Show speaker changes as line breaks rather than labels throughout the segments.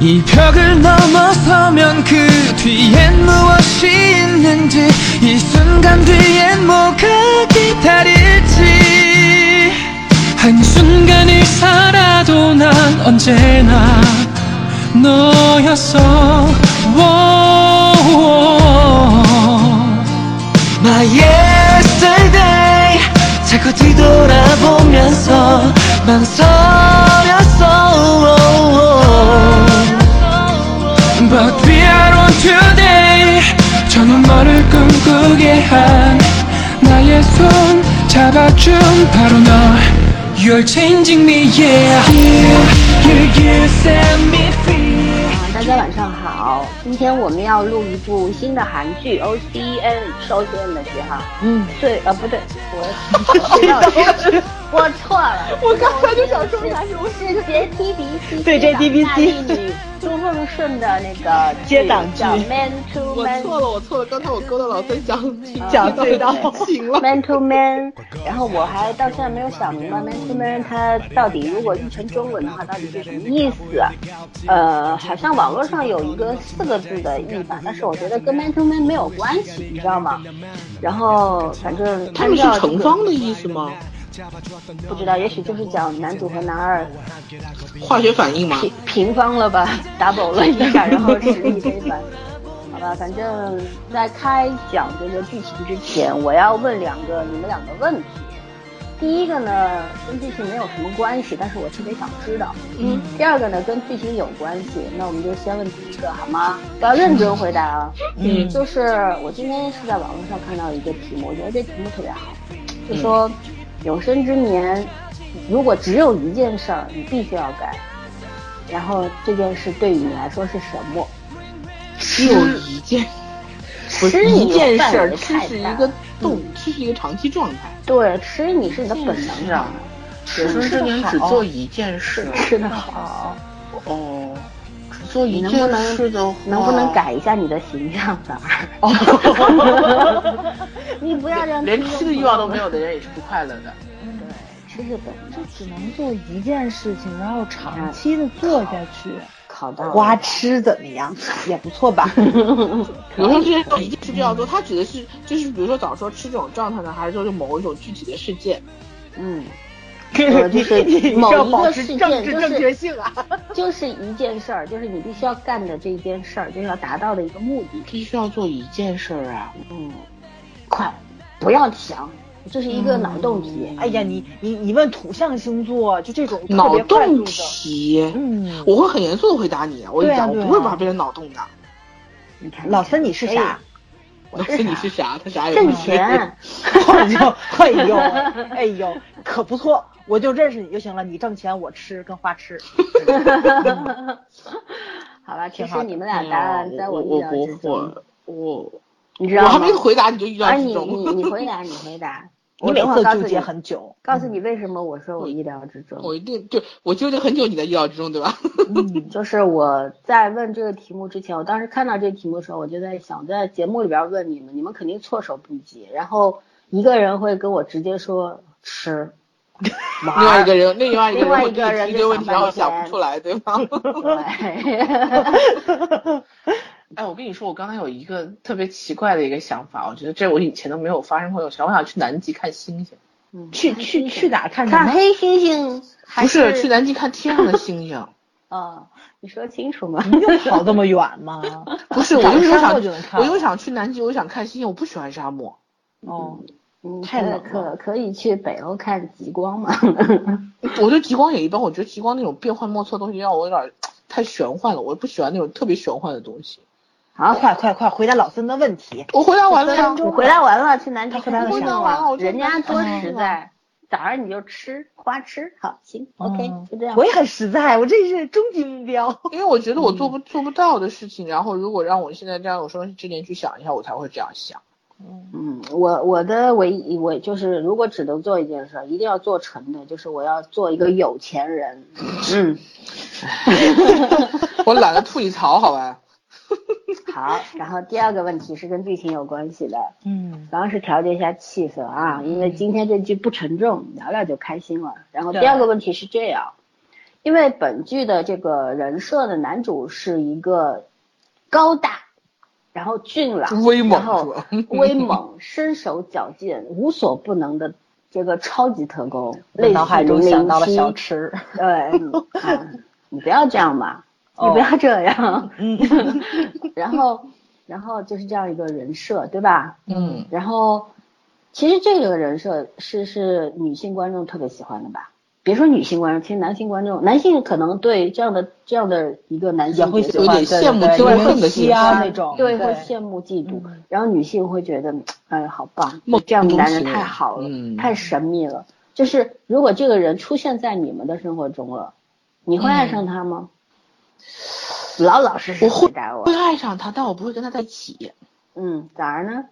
이 벽을 넘어서면 그 뒤엔 무엇이 있는지 이 순간 뒤엔 뭐가 기다릴지 한순간을 살아도 난 언제나 너였어 My yesterday 자꾸 뒤돌아보면서 망설였어 But we are on today 저 눈물을 꿈꾸게 한 나의 손 잡아준 바로 너 You're changing me, yeah You, you, you set me free
啊，大家晚上好，今天我们要录一部新的韩剧 O C N 是 O C N 的剧哈，嗯，对，呃，不对，我我错了，
我刚才就想说啥
我是 J T B C
对 JTBC
女朱梦顺的那个
接档剧
叫 Man to
我
Man
错了，我错了，刚才我勾搭老孙讲
讲 这道
行了。
Man to Man，然后我还到现在没有想明白 Man to Man 它到底如果译成中文的话，到底是什么意思？呃，好像网络上有一个四个字的译法，但是我觉得跟 Man to Man 没有关系，你知道吗？然后反正
他
按
们是
照这
成
个
方的意思吗？
不知道，也许就是讲男主和男二
嗯化学反应吗？
平平方了吧，double 了一下，然后实力非凡。好吧，反正在开讲这个剧情之前，我要问两个你们两个问题。第一个呢，跟剧情没有什么关系，但是我特别想知道。嗯。第二个呢，跟剧情有关系，那我们就先问第一个好吗？要认真回答啊。嗯。就是我今天是在网络上看到一个题目，我觉得这题目特别好，就说、有生之年，如果只有一件事儿你必须要干，然后这件事对你来说是什么？
只有一件，不
吃
是一件
你
事
的范
儿，
围
吃
太
是
大
一个动，吃是一个长期状态。
对，吃你是你的本能上
啊
的，
有生之年只做一件事
吃的好，
哦，只做
你
一
能不
件事的
能能
话，
不能？改一下你的形象啊？
哦，
你不要让
连吃的欲望都没有的人也是不快乐的。
吃是本能，
就只能做一件事情，然后长期的做下去。
考到
花痴怎么样？也不 错吧。
有生之年只有一件事就要做，它指的是就是比如说早说吃这种状态呢，还是说就某一种具体的事件？
嗯， 呃就是某一个事件就是
性啊，
就是一件事儿，就是你必须要干的这一件事儿，就是要达到的一个目的。
必须要做一件事儿啊！
嗯，快，不要想，这是一个脑洞题。
哎呀，你你你问土象星座，就这种特
脑
别快速
洞
的，
题。
嗯，
我会很严肃的回答你，我跟你讲，
对
我
啊对啊
不会把别人脑洞的。
你看
老三你是 啥？
老师你是啥？他啥也不
挣
是。
钱，
哎呦，哎呦，哎呦，可不错，我就认识你就行了。你挣钱，我吃，跟花 痴。
好吧，其
挺
实
好
你们
哎
嗯
呀
俩答案在
我
意
我
料
不
之中，
会，我
你知
我
道吗？
还没回答你就遇到
啊，
这
你
种。
你你回答，你回答。
你
我
每
等会
次
儿告诉
纠
你
结，很久，嗯
告诉你为什么我说我意料之中。
我一定就我纠结很久你在意料之中，对吧？
嗯，
就是我在问这个题目之前，我当时看到这个题目的时候，我就在想，在节目里边问你们，你们肯定措手不及。然后一个人会跟我直接说吃，
另外一个人，另外一个
另外
人
一
会
个人
给你提一堆问题，
就想
然后
半天
想不出来，对吗？
对，
哎，我跟你说，我刚才有一个特别奇怪的一个想法，我觉得这我以前都没有发生过。有想我想去南极看星星，
嗯
去去去哪儿看什
看
么？
黑猩猩还
不
是
去南极看天上的星星，
啊？你说清楚吗？
你用跑这么远 吗？
不是我就
赶
是
上
想
我就能，看
我又想去南极，我又想看星星，我不喜欢沙漠。
哦，
嗯，
太
可
冷
可可以去北欧看极光嘛？
我对极光也一般，我觉得极光那种变幻莫测的东西让我有点儿太玄幻了，我不喜欢那种特别玄幻的东西。
好，
快快快，回答老孙的问题。
我回答完了呀
三分，
你
钟
回答完了，去南极
他回答了啊
看
啥
星星
我回答完了
人家多
啊
实在，早上你就吃花吃，好行，OK，
嗯
就这样
我。也很实在，我这是终极目标。
因为我觉得我
嗯
做不、做不到的事情，然后如果让我现在这样有生之年去想一下，我才会这样想。
嗯，我我的唯一我就是，如果只能做一件事儿，一定要做成的，就是我要做一个有钱人。嗯，
我懒得吐你槽，好 吧？
好。然后第二个问题是跟剧情有关系的，
嗯，
主要是调节一下气氛啊，因为今天这剧不沉重，聊聊就开心了。然后第
对
二个问题是这样，因为本剧的这个人设的男主是一个高大，然后俊朗，
威猛
然后
是吧
威猛，身手矫健，无所不能的这个超级特 工，类似于
脑海中想到了小
零零七
池，
对，嗯啊你不要这样嘛，你
哦
不要这样。
嗯
然后，然后就是这样一个人设，对吧？
嗯，
然后，其实这个人设是是女性观众特别喜欢的吧？别说女性观众，其实男性观众，男性可能对这样的这样的一个男性
也会
角
喜
色
欢，
有点羡慕嫉妒
对对对
恨的
会
心
吸啊
态
那种，嗯
对，会羡慕嫉妒，然后女性会觉得，哎，好棒
梦，
这样的男人
中情
太好了，
嗯
太神秘了。就是如果这个人出现在你们的生活中了，你会爱
嗯
上他吗？老老实实
我会
回答我
会。爱上他，但我不会跟他在一起。
嗯，咋儿呢？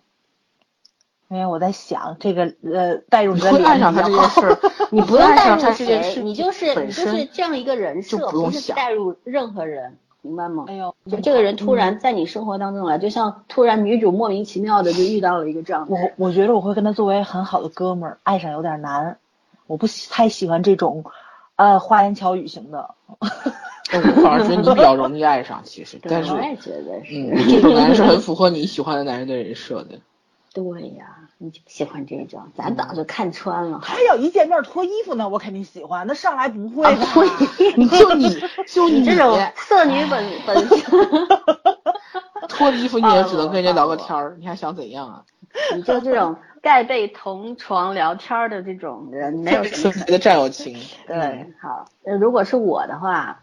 因为我在想这个呃带入
你
你的
会
脸
爱上他这
比较
件
好
事儿，
你
你不
不
用
用
爱
带
上
入
他这件
谁，
事，
你就是
本
你就是
身
这样一个人设，
就不
不
用
是
想嗯
带入任何人，明白吗
哎？呦，
就这个人突然在你生活当中来，就像突然女主莫名其妙的就遇到了一个这样的
我我觉得我会跟他作为很好的哥们儿，爱上有点难，我不喜太喜欢这种呃花言巧语型的，
我嗯反而觉得你比较容易爱上，其实，
对
但是
我，也觉得是。
嗯，这种男人是很符合你喜欢的男人的人设的。
对呀，你就喜欢这种，咱早
嗯
就看穿了。
他要一见面脱衣服呢，我肯定喜欢，那上来不会吧？
你就你就你哎
你这种色女本本性，
脱了衣服，你也只能跟人家聊个天儿，你还想怎样啊？
你就这种盖被同床聊天的这种人，没有什
纯
么
洁的战友情，
对。好，呃如果是我的话，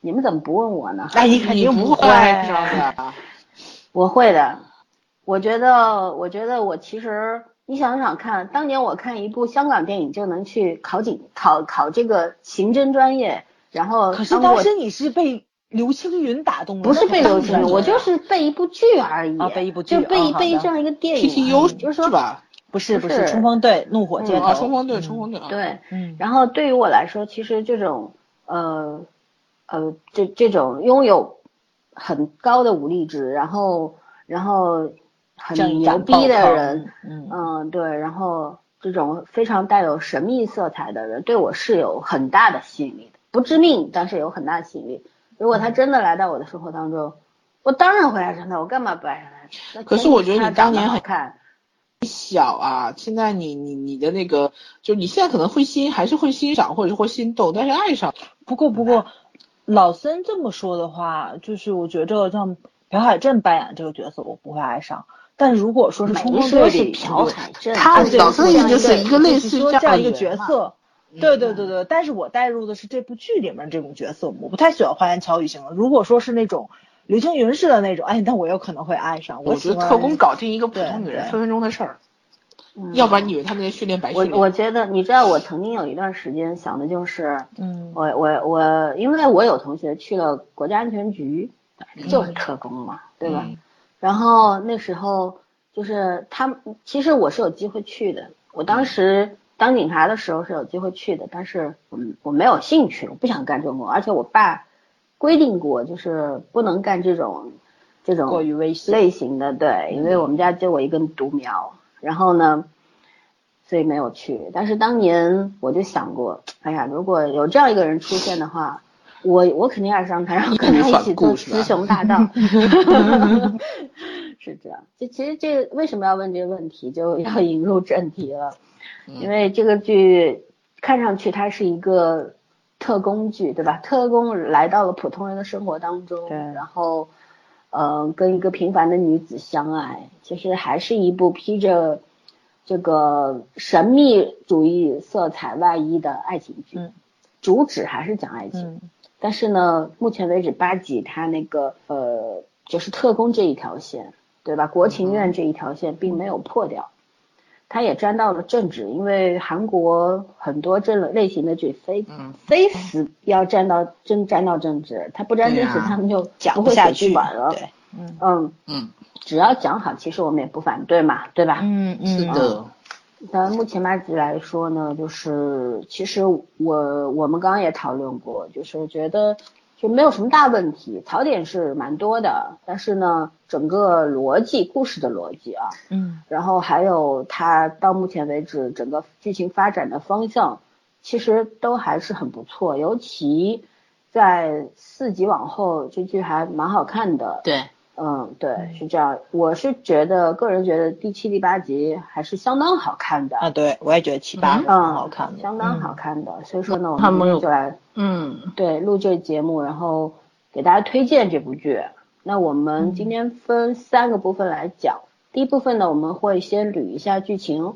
你们怎么不问我呢？
那你肯
你
定
不会爱上的。
我会的，我觉得，我觉得我其实，你想想看，当年我看一部香港电影就能去考警考考这个刑侦专业，然后
可是
当
当
我
时你是被刘青云打动的，
不是被流
那
行，
当然
我就是被一部剧而已，
啊被一部剧
就被
啊好的
被这样一个电影啊
PTU
就是说
啊
吧？
不是不
不
是
是
冲锋队怒火街
嗯
头，
啊，冲锋队，冲锋队啊！，
对，
嗯，
然后对于我来说，其实这种呃呃这这种拥有很高的武力值，然后然后
正
很
义
牛
感
逼
爆
的
棚
人，，
嗯，
嗯对，然后这种非常带有神秘色彩的人，对我是有很大的吸引力的，不致命，但是有很大的吸引力。如果他
嗯
真的来到我的生活当中，我当然会爱上他，我干嘛不爱上他那
可是
前提
我觉得
他
你当
长得
年
好
很
看，
小啊，现在你你你的那个，就是你现在可能会欣，还是会欣赏或者是会心动，但是爱上
不过不过，老森这么说的话，就是我觉着像朴海镇扮演这个角色，我不会爱上。但如果说是冲
没
锋
说
队
是
里，
朴海镇，
他
就是
老是
这样
就
一
是
个
一个类似于
说
这样
这样一个
的
角
人嘛
色，对对对对。但是我带入的是这部剧里面这种角色，我不太喜欢花言巧语型的。如果说是那种刘青云式的那种，哎，那我有可能会爱上。
我
喜
觉得
欢
特工搞定一个普
对
通女人
对
分分钟的事儿，
嗯
要不然你以为他们那些训练白
我
训
我
练？
觉得，你知道，我曾经有一段时间想的就是，
嗯，
我我我，因为我有同学去了国家安全局，
嗯
就是特工嘛，对吧？
嗯
然后那时候就是他们，其实我是有机会去的。我当时当警察的时候是有机会去的，但是我我没有兴趣，我不想干这种工，而且我爸规定过，就是不能干这种这种
过于危险。
类型的，对，因为我们家就我一根独苗，然后呢，所以没有去。但是当年我就想过，哎呀，如果有这样一个人出现的话，我我肯定爱上他，然后跟他一起做雌雄大盗， 是这样。就其实这个为什么要问这个问题，就要引入正题了，因为这个剧看上去它是一个特工剧，对吧？特工来到了普通人的生活当中，
对
然后，呃，跟一个平凡的女子相爱，其实还是一部披着这个神秘主义色彩外衣的爱情剧，
嗯
主旨还是讲爱情。
嗯
但是呢，目前为止八集它那个呃，就是特工这一条线，对吧？国情
嗯
院这一条线并没有破掉，它也沾到了政治，因为韩国很多这类型的剧非
嗯
非死要沾到真沾到政治，它不沾政治，
对啊
他们就
讲
不
不
会
下
写
去
剧本了。
对，嗯
嗯，
嗯，
只要讲好，其实我们也不反对嘛，对吧？
嗯
是
嗯，
的，
那目前八集来说呢，就是其实我我们刚刚也讨论过，就是觉得就没有什么大问题，槽点是蛮多的，但是呢，整个逻辑故事的逻辑啊，
嗯
然后还有它到目前为止整个剧情发展的方向，其实都还是很不错，尤其在四集往后，这剧还蛮好看的。
对，
嗯，对，是这样。我是觉得，个人觉得第七、第八集还是相当好看的，
啊，对，我也觉得七八很
嗯，
好看的，
相当好看的。所以说呢，我
他
们
们有
就来
嗯，
对录这节目，然后给大家推荐这部剧。那我们今天分三个部分来讲。第一部分呢，我们会先捋一下剧情，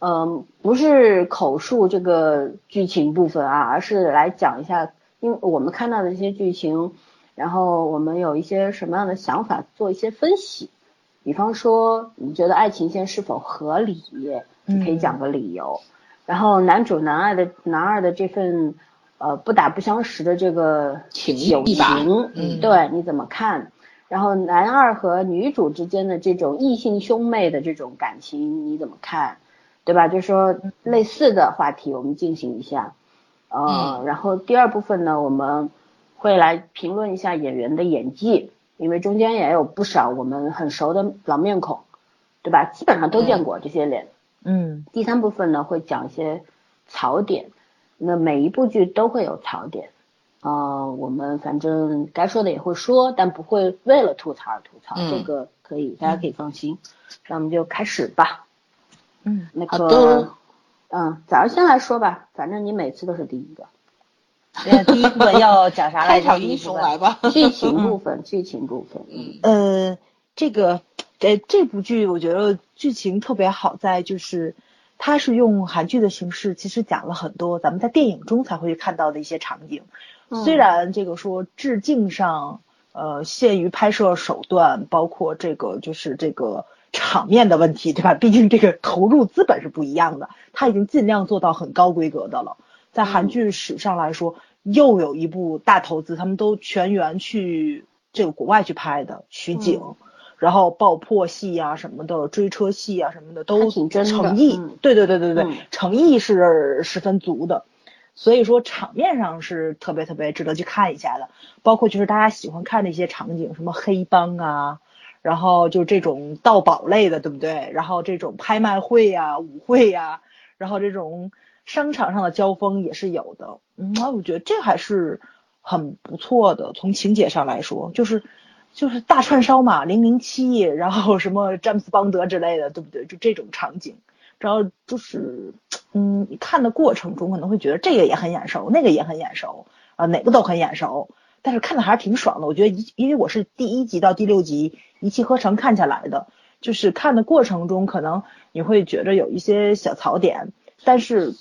嗯，不是口述这个剧情部分啊，而是来讲一下，因为我们看到的一些剧情，然后我们有一些什么样的想法，做一些分析。比方说，你觉得爱情线是否合理，你可以讲个理由。然后男主男二的男二的这份呃不打不相识的这个
情谊
友
吧
情，
嗯
对你怎么看？然后男二和女主之间的这种异性兄妹的这种感情你怎么看？对吧？就说类似的话题我们进行一下，
嗯
呃，然后第二部分呢，我们会来评论一下演员的演技，因为中间也有不少我们很熟的老面孔，对吧？基本上都见过这些脸。
嗯
第三部分呢会讲一些槽点，那每一部剧都会有槽点，呃，我们反正该说的也会说，但不会为了吐槽而吐槽，
嗯
这个可以，大家可以放心。那我们就开始吧。
嗯，
那
好的
个，嗯，早上先来说吧，反正你每次都是第一个。
对第一部分要讲啥
开
来着？
场
第一
英
部
雄
分
来吧，
剧情部分，剧情部分，嗯，
呃，这个这这部剧我觉得剧情特别好在就是，它是用韩剧的形式，其实讲了很多咱们在电影中才会看到的一些场景。虽然这个说致敬上，呃，限于拍摄手段，包括这个就是这个场面的问题，对吧？毕竟这个投入资本是不一样的，它已经尽量做到很高规格的了。在韩剧史上来说，又有一部大投资，他们都全员去这个国外去拍
嗯
的取景，然后爆破戏啊什么的，追车戏啊什么的都
还挺真的
诚意，
嗯
对对对对对，
嗯
诚意是十分足的。所以说场面上是特别特别值得去看一下的，包括就是大家喜欢看的一些场景，什么黑帮啊，然后就这种盗宝类的，对不对？然后这种拍卖会呀、舞会呀、然后这种商场上的交锋也是有的。嗯，那我觉得这还是很不错的。从情节上来说，就是就是大串烧嘛，零零七，然后什么詹姆斯邦德之类的，对不对？就这种场景，然后就是嗯，你看的过程中可能会觉得这个也很眼熟，那个也很眼熟啊、哪个都很眼熟。但是看的还是挺爽的，我觉得一因为我是第一集到第六集一气呵成看下来的，就是看的过程中，可能你会觉着有一些小槽点，但是，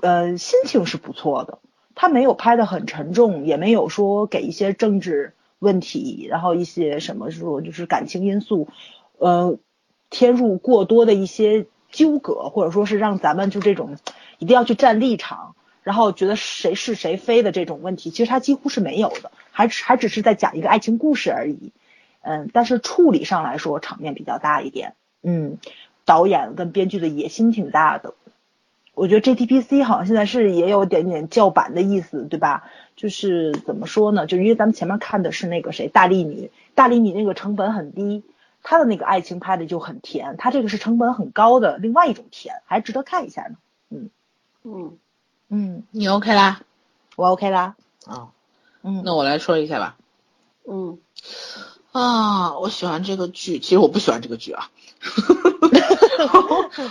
呃，心情是不错的。他没有拍的很沉重，也没有说给一些政治问题，然后一些什么说就是感情因素，呃，添入过多的一些纠葛，或者说是让咱们就这种一定要去站立场，然后觉得谁是谁非的这种问题，其实他几乎是没有的，还只还只是在讲一个爱情故事而已。嗯，但是处理上来说场面比较大一点，嗯，导演跟编剧的野心挺大的。我觉得 GTPC 好像现在是也有点点叫板的意思，对吧？就是怎么说呢？就是因为咱们前面看的是那个谁大力女，大力女那个成本很低，她的那个爱情拍的就很甜，她这个是成本很高的另外一种甜，还值得看一下呢。
嗯，
嗯，
你 OK 啦？
我 OK 啦。
啊，
嗯，
那我来说一下吧。
嗯，
啊，我喜欢这个剧，其实我不喜欢这个剧啊。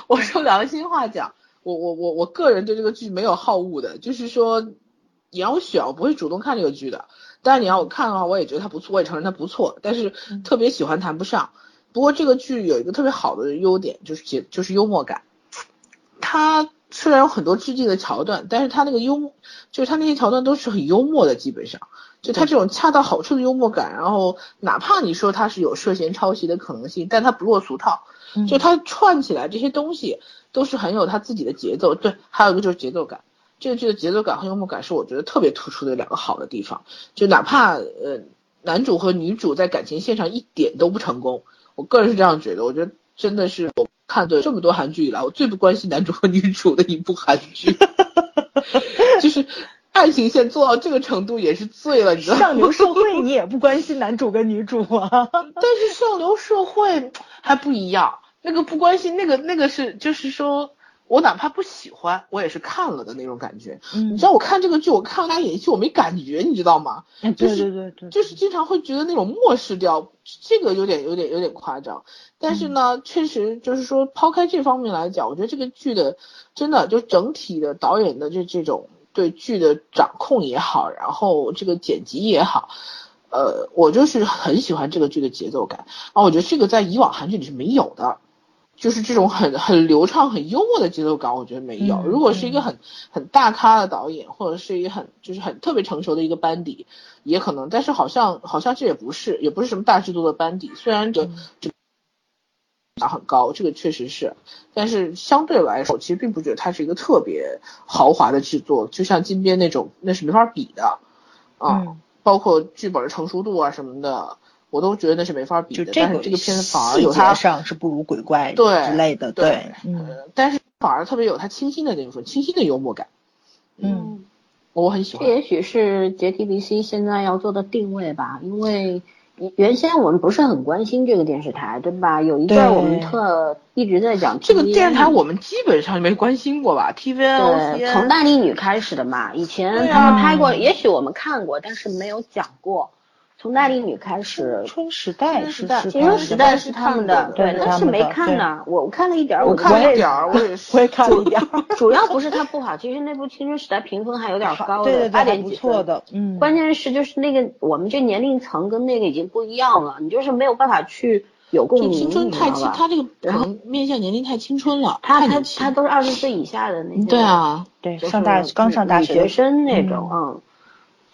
我说良心话讲，我我我我个人对这个剧没有好恶的，就是说，你让我选，我不会主动看这个剧的。但是你让我看的话，我也觉得它不错，我也承认它不错，但是特别喜欢谈不上。不过这个剧有一个特别好的优点，就是节就是幽默感。它虽然有很多致敬的桥段，但是它那个幽默，就是它那些桥段都是很幽默的，基本上。就他这种恰到好处的幽默感，然后哪怕你说他是有涉嫌抄袭的可能性，但他不落俗套，就他串起来这些东西都是很有他自己的节奏。对，还有一个就是节奏感，这个剧的节奏感和幽默感是我觉得特别突出的两个好的地方。就哪怕呃男主和女主在感情线上一点都不成功，我个人是这样觉得，我觉得真的是我看的这么多韩剧以来，我最不关心男主和女主的一部韩剧， 就是爱情线做到这个程度也是醉了，你知道吗？
上流社会你也不关心男主跟女主 啊？
但是上流社会还不一样，那个不关心，那个那个是就是说，我哪怕不喜欢，我也是看了的那种感觉。
嗯
你知，道我看这个剧，我看完他演戏，我没感觉，你知道吗？
哎
就
对
是
对对对，
就是经常会觉得那种漠视掉，这个有点有点有点夸张。但是呢，确实就是说，抛开这方面来讲，我觉得这个剧的真的就整体的导演的这这种对剧的掌控也好，然后这个剪辑也好，呃，我就是很喜欢这个剧的节奏感啊，我觉得这个在以往韩剧里是没有的。就是这种很很流畅、很幽默的节奏感，我觉得没有。
嗯
如果是一个很很大咖的导演，或者是一个很就是很特别成熟的一个班底，也可能，但是好像好像这也不是，也不是什么大制作的班底，虽然
嗯
这这打很高，这个确实是，但是相对来说，我其实并不觉得它是一个特别豪华的制作，就像金边那种，那是没法比的，啊，
嗯
包括剧本的成熟度啊什么的，我都觉得那是没法比
就
的，但
个
是这个片子反而
细
有
节
它
上是不如鬼怪
对
之类的，
对
对，嗯
呃，但是反而特别有它清新的那种清新的幽默感，
嗯，
我很喜
这
欢。
也许是 JTBC 现在要做的定位吧，因为原先我们不是很关心这个电视台，对吧？有一阵儿
对
我们特一直在讲
这个
TVN
电视台我们基本上没关心过吧？TVN、
对
OCN
从大力女开始的嘛，以前
对啊
他们拍过，也许我们看过，但是没有讲过。从大力女开始，
冲时代是
其
是他
实
们
时
的
代
吧
是他们的，
对
对，但
他
是
们
没
的
看
对
呢，我我看了一点儿，
我
我
看
也
了点儿，我也是
我也看了一点儿，
主要不是它不好，其实那部《青春时代》评分还有点儿高
对 对
的，
对，
八
还
点
不
几
错
分。
的，嗯，
关键是就是那个我们这年龄层跟那个已经不一样了，你就是没有办法去有共
就
鸣，
青春
你知道
太青，
吧？
他这个可能面向年龄太青春了，
他
太
他
年轻
他都是二十岁以下的那些，
对，啊，
对
就是
上大刚上大
女
学
学，生那种，嗯，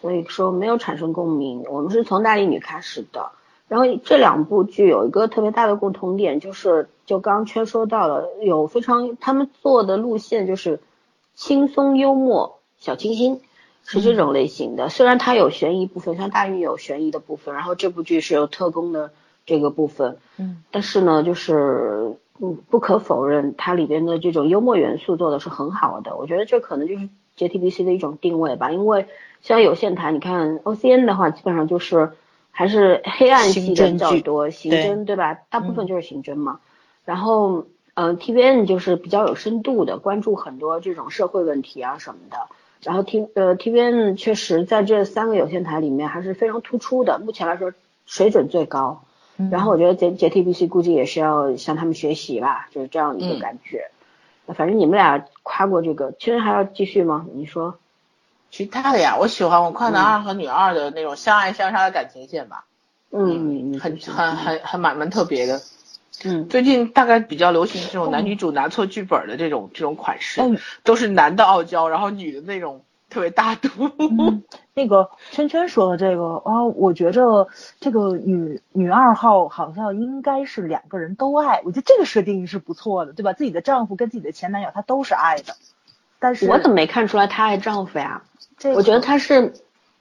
所以说没有产生共鸣。我们是从大力女开始的，然后这两部剧有一个特别大的共同点，就是就刚刚圈说到了，有非常他们做的路线就是轻松幽默、小清新。是
嗯
这种类型的，虽然它有悬疑部分，像大力女有悬疑的部分，然后这部剧是有特工的这个部分，
嗯
但是呢，就是嗯，不可否认，它里边的这种幽默元素做的是很好的。我觉得这可能就是 JTBC 的一种定位吧，因为像有线台，你看 OCN 的话，基本上就是还是黑暗系的比较多，刑
侦剧嗯
侦对吧？大部分就是刑侦嘛。然后嗯、呃 TVN 就是比较有深度的，关注很多这种社会问题啊什么的。然后 T 呃 TVN 确实在这三个有线台里面还是非常突出的，目前来说水准最高。
嗯
然后我觉得 J JTBC 估计也是要向他们学习吧，就是这样一
嗯
个感觉。那反正你们俩夸过这个，其实还要继续吗？你说，
其他的呀，我喜欢我看男
嗯
二和女二的那种相爱相杀的感情线吧，
嗯，你
很
继续
很很很蛮蛮特别的。
嗯，
最近大概比较流行这种男女主拿错剧本的这种这种款式
嗯，
都是男的傲娇，然后女的那种特别大度。
嗯，那个圈圈说的这个啊，我觉着这个女女二号好像应该是两个人都爱，我觉得这个设定是不错的，对吧？自己的丈夫跟自己的前男友她都是爱的，但是
我怎么没看出来她爱丈夫呀？
这个
我觉得她是，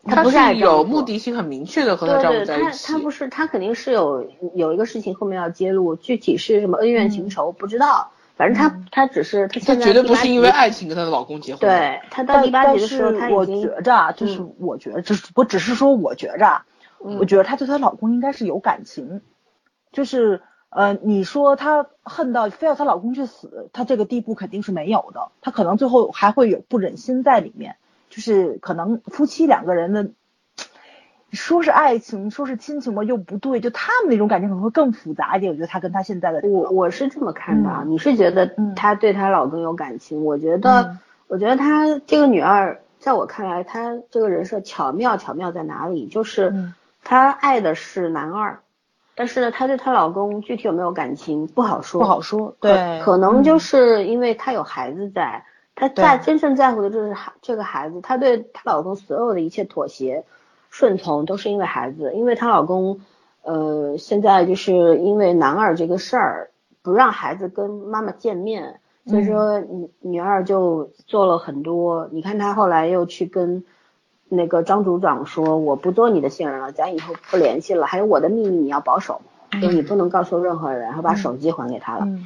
她
她
不爱
是
丈夫
有目。的性很明确的和她
对
丈夫
对，
在
她
一
她
起
不，是，她肯定是有有一个事情后面要揭露，具体是什么恩怨情仇不知道，反正她她只是她
嗯她
现在
绝对
第
不
八
是
集
因为，爱情跟她的老公结婚的。
对她到
但
第八集的
但
时候，
是
她
我
已
觉
经嗯
着啊，就是我觉着，就是我只是说我觉着啊，我觉得她对她老公应该是有感情，就是呃，你说她恨到非要她老公去死，她这个地步肯定是没有的，她可能最后还会有不忍心在里面，就是可能夫妻两个人的。说是爱情，说是亲情吧，又不对，就他们那种感情可能会更复杂一点。我觉得她跟她现在的这个
我我是这么看的啊，你是觉得
嗯
她对她老公有感情？我觉得，
嗯
我觉得她这个女二，在我看来，她这个人设巧妙巧妙在哪里？就是
嗯
她爱的是男二，但是呢，她对她老公具体有没有感情不好说，
不好说，
可
对，
可能就
嗯
是因为她有孩子在，她在
对
真正在乎的就是孩这个孩子，她对她老公所有的一切妥协、顺从都是因为孩子，因为她老公，呃，现在就是因为男二这个事儿，不让孩子跟妈妈见面，所
嗯
以说女女二就做了很多，你看她后来又去跟。那个张组长说：“我不做你的线人了，咱以后不联系了。还有我的秘密你要保守，就是你不能告诉任何人。”然后把手机还给他了。
嗯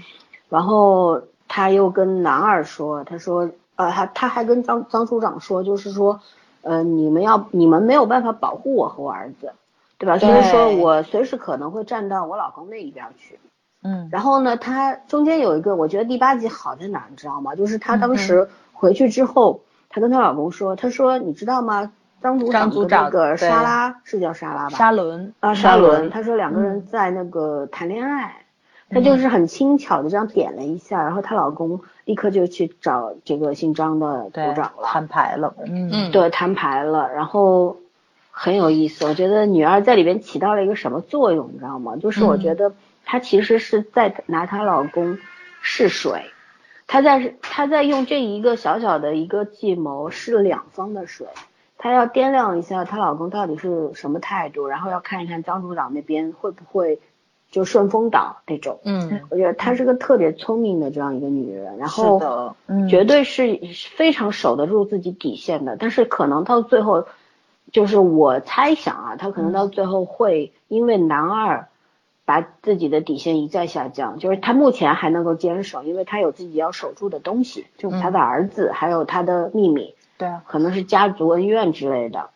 然后他又跟男二说，他说，呃，他他还跟张张处长说，就是说，呃，你们要你们没有办法保护我和我儿子，对吧？所以说我随时可能会站到我老公那一边去。
嗯
然后呢，他中间有一个，我觉得第八集好在哪儿，你知道吗？就是她当
嗯
时回去之后，她跟她老公说，她说你知道吗？张组
张
长
组
跟那
长
个
对
沙拉是叫沙拉吧？
沙伦，
啊，
沙
沙
伦
伦，他说两个人在那个谈恋爱，他就是很轻巧的这样点了一下，然后她老公立刻就去找这个姓张的组
对
长，了，
摊牌了，嗯
嗯
对，摊牌了，然后很有意思，我觉得女二在里边起到了一个什么作用，你知道吗？就是我觉得她其实是在拿她老公试水。她在她在用这一个小小的一个计谋试两方的水，她要掂量一下她老公到底是什么态度，然后要看一看张组长那边会不会就顺风倒这种。
嗯，
我觉得她是个特别聪明的这样一个女人，然后
是的嗯
绝对是非常守得住自己底线的，但是可能到最后，就是我猜想啊，她可能
嗯
到最后会因为男二把自己的底线一再下降，就是她目前还能够坚守，因为她有自己要守住的东西，就她
嗯
的儿子还有她的秘密，
对啊，
可能是家族恩怨之类的。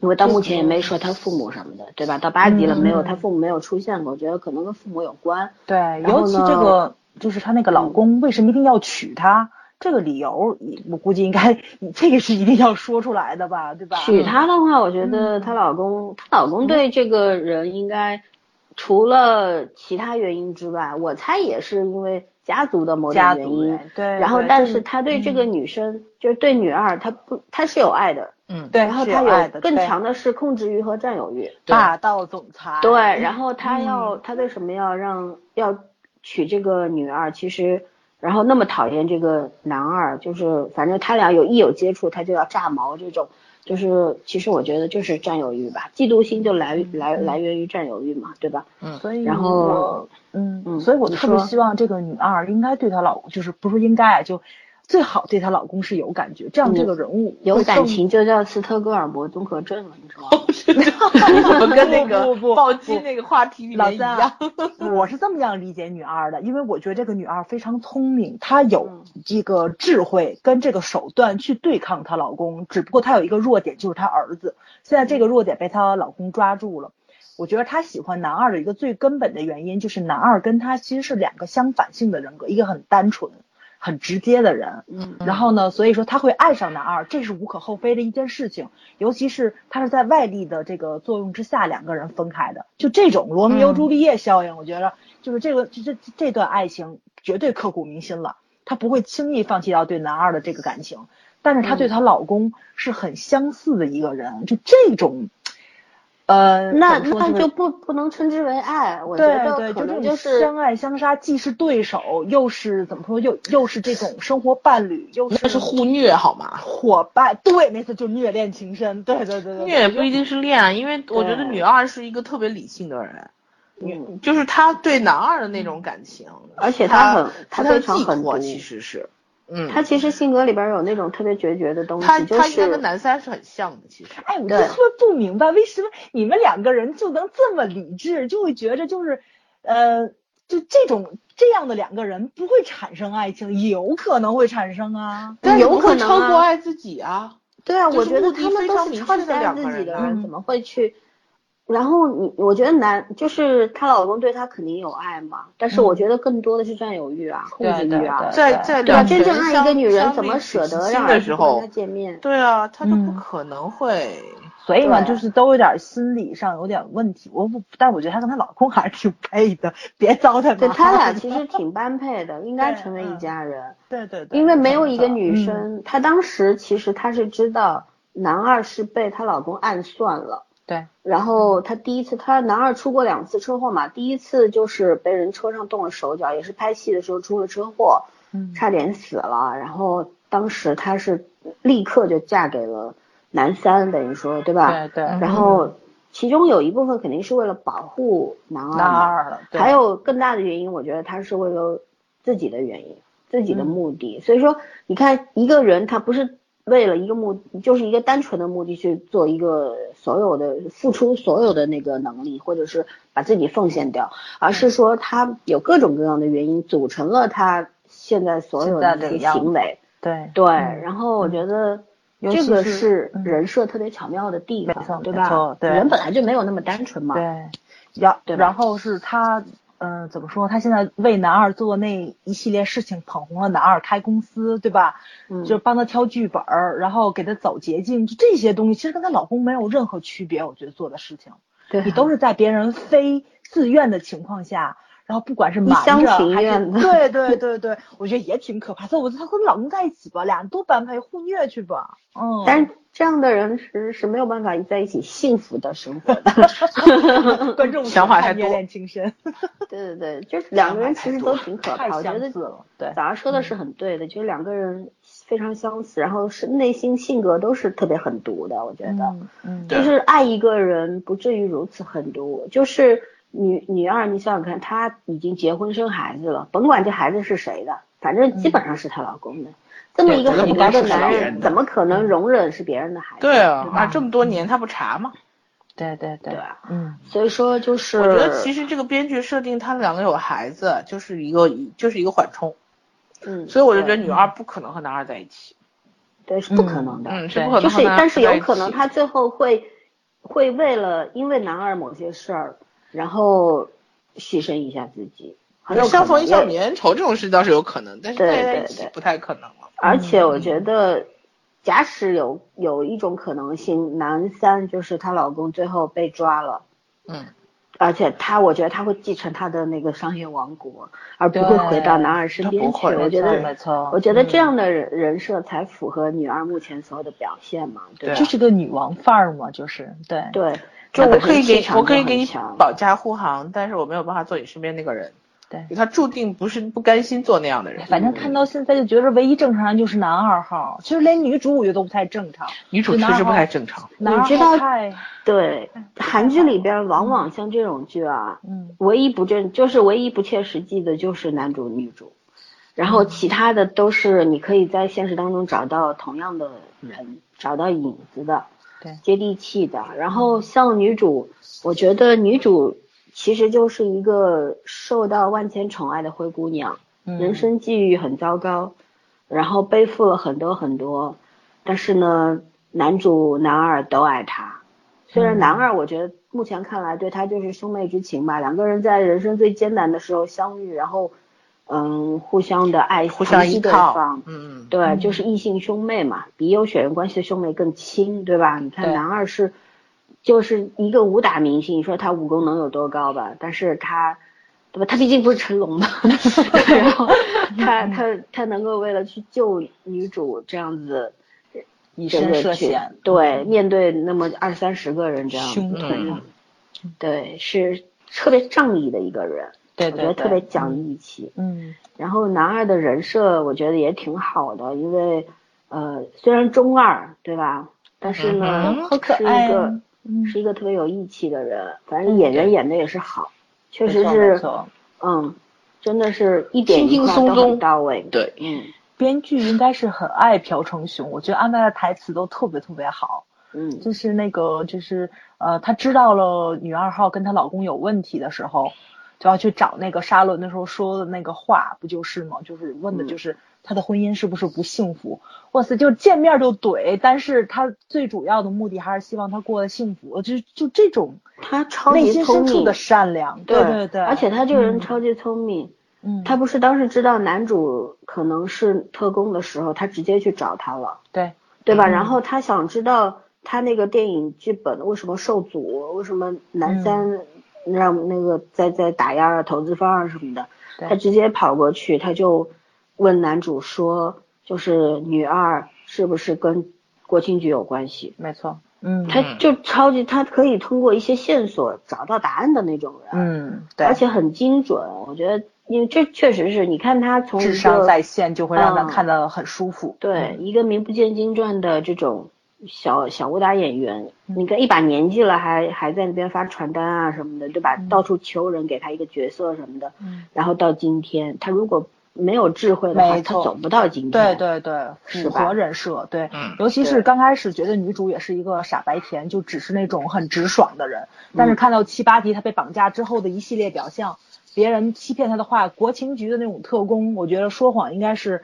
因为到目前也没说她父母什么的，对吧？到八集
嗯
了，没有她父母没有出现过，我觉得可能跟父母有关。
对，
后
尤其
呢嗯
这个就是她那个老公为什么一定要娶她？这个理由，我估计应该这个是一定要说出来的吧，对吧？
娶她的话，我觉
嗯
得她老公，她、老公对这个人应该除了其他原因之外，我猜也是因为家族的某种
家
原
族
因
原。对
然后
对，嗯
但
这
是他对这个女生，就是对女二，他不，他是有爱的，
嗯
对，
然后
是
他
爱
有
的
更
对
强的是控制欲和占有欲。
霸道总裁，
对，然后他要、
嗯
他为什么要让要娶这个女二？其实，然后那么讨厌这个男二，就是反正他俩有一有接触，他就要炸毛这种，就是其实我觉得就是占有欲吧，嫉妒心就来
嗯
来来源于占有欲嘛，对吧？
所以
然后
我，嗯，
嗯
所以我
你
特别
说
希望这个女二应该对她老公，就是不是说应该啊，就最好对她老公是有感觉，这样这个人物
嗯有
会
感
更哦
情就叫斯特哥尔摩综合症了，你知道吗？
我们跟那
不不不
个暴击那个话题里
老
面一
三
样
啊，，我是这么样理解女二的，因为我觉得这个女二非常聪明，她有这个智慧跟这个手段去对抗她老公，只不过她有一个弱点就是她儿子，现在这个弱点被她老公抓住了。我觉得她喜欢男二的一个最根本的原因就是男二跟她其实是两个相反性的人格，一个很单纯、很直接的人，
嗯，
然后呢，所以说他会爱上男二，这是无可厚非的一件事情，尤其是他是在外力的这个作用之下，两个人分开的，就这种罗
嗯
密欧朱丽叶效应，我觉得就是这个这这这段爱情绝对刻骨铭心了，她不会轻易放弃掉对男二的这个感情，但是她
嗯
对她老公是很相似的一个人，就这种，呃，
嗯那
怎么说
那
是
就不不能称之为爱，我觉
对对，
得可
就
能
这
就
种
是
相爱相杀，既是对手，又是怎么说，又又是这种生活伴侣，又
那是互虐好吗？
伙伴，对，没错，就虐恋情深，对对对对，
虐也不一定是恋爱，因为我觉得
对
女二是一个特别理性的人，
嗯
女就是她对男二的那种感情，
而且
她
她很她非常
寄
狠
托
毒
其实是，嗯，
他其实性格里边有那种特别决绝的东西，
她
就
她应该
是
跟男三是很像的，其实。
哎，我就
对
特别不明白，为什么你们两个人就能这么理智，就会觉着就是，呃，就这种这样的两个人不会产生爱情，有可能会产生啊。
但是
有
不
可
会
能
超过
啊
爱自己啊！
对啊，
就是
我觉得
目的
他们
非
都
常
是
明
超
确
级
的
爱
两
自
个
己
人嗯
的
呐
人，怎么会去？然后你，我觉得男就是她老公对她肯定有爱嘛，但是
嗯
我觉得更多的是占有欲啊、控制欲啊，
在在
对吧？
两
真正爱一个女人，
相
怎么
相
舍
彼
得
此
让
的
儿子
时
跟
候
她，见面？
对啊，她就不
嗯
可能会。
所以嘛，
对
就是都有点心理上有点问题。我不，但我觉得她跟她老公还是挺配的，别糟蹋
对
啊
麻
他
烦
俩
了
其实挺般配的，应该
对
成为一家人，
对对对，
因为没有一个女
嗯
生，她当时其实她是知道男二是被她老公暗算了。
对，
然后她第一次，她男二出过两次车祸嘛，第一次就是被人车上动了手脚，也是拍戏的时候出了车祸，
嗯
差点死了。然后当时她是立刻就嫁给了男三，等于说对吧？嗯
对对，
然后其中有一部分肯定是为了保护男二嘛，
男二了，对
还有更大的原因，我觉得他是为了自己的原因、自
嗯
己的目的。所以说，你看一个人他不是为了一个目，就是一个单纯的目的去做一个所有的付出所有的那个能力，或者是把自己奉献掉，而是说他有各种各样的原因组成了他现在所有的
现在这
一
个
些
样子
行为。
对
对，然后我觉得。
尤
这
其
个
是
是
嗯
人设特别巧妙的地
没
方，
错
对
没错
吧？
对
人本来就没有那么单纯嘛。
对，然
对吧
然后是他嗯、怎么说？他现在为男二做那一系列事情捧红了男二，开公司，对吧？
嗯
就是帮他挑剧本儿，然后给他走捷径，就这些东西，其实跟她老公没有任何区别。我觉得做的事情，
对
你都是在别人非自愿的情况下，然后不管是
一
瞒
厢
着
情
还是
愿的
对对对对，我觉得也挺可怕。所以我觉得她和老公在一起吧，俩人多般配，互虐去吧。嗯，
但是这样的人是是没有办法在一起幸福的生活的。
观众
想法太多
热恋情深，
对对对，就是两个人其实都挺可
太
怕。我觉
相
得
似了。对，
早上说的是很对的，就是两个人非常相似，然后是内心性格都是特别狠毒的。我觉得，
嗯嗯，
对
就是爱一个人不至于如此狠毒。就是女女二，你想想看，她已经结婚生孩子了，甭管这孩子是谁的，反正基本上是她老公的。这么一个
对
狠毒
她
的
不该是
男
别
人
人，的
怎么可能容忍是别人的孩子？
对啊，
吧
啊这么多年他不查吗？
对对对
对
啊
吧？
嗯，
所以说就是，
我觉得其实这个编剧设定他们两个有孩子，就是一个就是一个缓冲，
嗯，
所以我就觉得
对
女二不可能和男二在一起，
对是不可能的。
嗯，是不可
就
能和
是，
男二
但是
在
有
一
可能
起
他最后会会为了因为男二某些事儿，然后牺牲一下自己，很有可能
相逢一笑
我也
泯恩仇这种事倒是有可能，但是
对
在
对
一起
对
不太可能了。
而且我觉得，假使有有一种可能性，男三就是她老公最后被抓了，
嗯，
而且他，我觉得他会继承他的那个商业王国，而不会回到男二身边
他不
去。
会
我觉
没
得。
错，
我觉
嗯
得这样的人人设才符合女二目前所有的表现嘛，对吧
就是个女王范儿嘛，就是啊对。
对，她
就我
本
可
身
以
气
给
场
我可以
就
给
很
你
强
保驾护航，但是我没有办法做你身边那个人。
对，
他注定不是不甘心做那样的
哎
人。
反正看到现在就觉得唯一正常人就是男二号，其实连女主我觉得都不太正常。
女主确实不太正常。
男二
你知
号
道
太
对，韩剧里边往往像这种剧啊，
嗯，
唯一不正就是唯一不切实际的就是男主女主，然后其他的都是你可以在现实当中找到同样的人，找到影子的，
对
接地气的。然后像女主，我觉得女主其实就是一个受到万千宠爱的灰姑娘，
嗯
嗯
人生际遇很糟糕，然后背负了很多很多，但是呢，男主男二都爱她。虽
嗯
然男二我觉得目前看来对她就是兄妹之情吧，两个人在人生最艰难的时候相遇，然后嗯，互相的爱，
互相
疼惜
依
对
靠
方，
嗯，
对，就是异性兄妹嘛，比有血缘关系的兄妹更亲，对吧？你看
对
男二是就是一个武打明星，你说他武功能有多高吧？但是他对吧？他毕竟不是 成龙嘛，然后
嗯
他他他能够为了去救女主这样子，
以
这
身
个
涉
去
险，嗯
对，面对那么二三十个人这样，
胸
嗯
膛，
对，是特别仗义的一个人，
对
我觉
对
得特别
对，
讲义气。
嗯，
然后男二的人设我觉得也挺好的，因为呃虽然中二对吧，但是呢、
嗯好可
是
爱
一个
啊、嗯
是一个特别有义气的人，反正演员演的也是好，确
没
实
错没
是
错
嗯，真的是一点
轻
一
轻
块
松
都很
松
到位，
对，
嗯
编剧应该是很爱朴成雄，我觉得安排的台词都特别特别好。
嗯
就是那个，就是呃，她知道了女二号跟她老公有问题的时候，就要去找那个沙伦的时候说的那个话，不就是吗？就是问的
嗯
就是她的婚姻是不是不幸福？哇塞，就见面就怼，但是她最主要的目的还是希望她过得幸福，就就这种
他超
内
级
心
聪
深处
明
的，善良，对对对，
而且他这个人
嗯
超级聪明。
嗯，
他不是当时知道男主可能是特工的时候，他直接去找他了，
对
对
嗯
吧？然后他想知道他那个电影剧本为什么受阻，为什么
嗯
男三让那个在在打压投资方啊什么的，
对
他直接跑过去，他就问男主说，就是女二是不是跟国情局有关系？
没错，嗯
他就超级，他可以通过一些线索找到答案的那种人，啊
嗯对
而，且很精准。我觉得，因为这确实是你看他从一
智
个
商在线就会让
嗯
咱看得很舒服，嗯
对，
嗯
一个名不见经传的这种小小武打演员，
嗯
你看一把年纪了还还在那边发传单啊什么的，对吧？
嗯
到处求人给他一个角色什么的，
嗯
然后到今天，他如果没有智慧的话，
没
他
错
走不到今天。
对对对，
是
符
吧
合人设，对，
嗯
尤其
对
是刚开始觉得女主也是一个傻白甜，就只是那种很直爽的人，但
嗯
是看到七八集她被绑架之后的一系列表象，别人欺骗她的话，国情局的那种特工，我觉得说谎应该是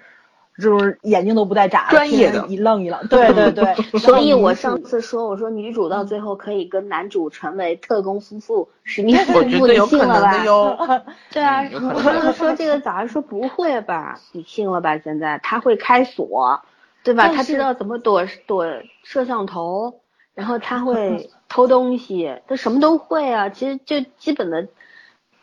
就是眼睛都不带眨，
专业的
听着一愣一愣。对对对，
所以我
上
上次说，我说女主
嗯
到最后可以跟男主成为特工夫妇， 史密斯
我觉
夫妇，
得
你
有
信
可
了
能的
吧？
哟。
对啊，
嗯有可
我
能
刚刚说这个，早上说不会吧？你信了吧？现在他会开锁，对吧？
但
他知道怎么躲躲摄像头，然后他 会偷东西，他什么都会啊。其实就基本的、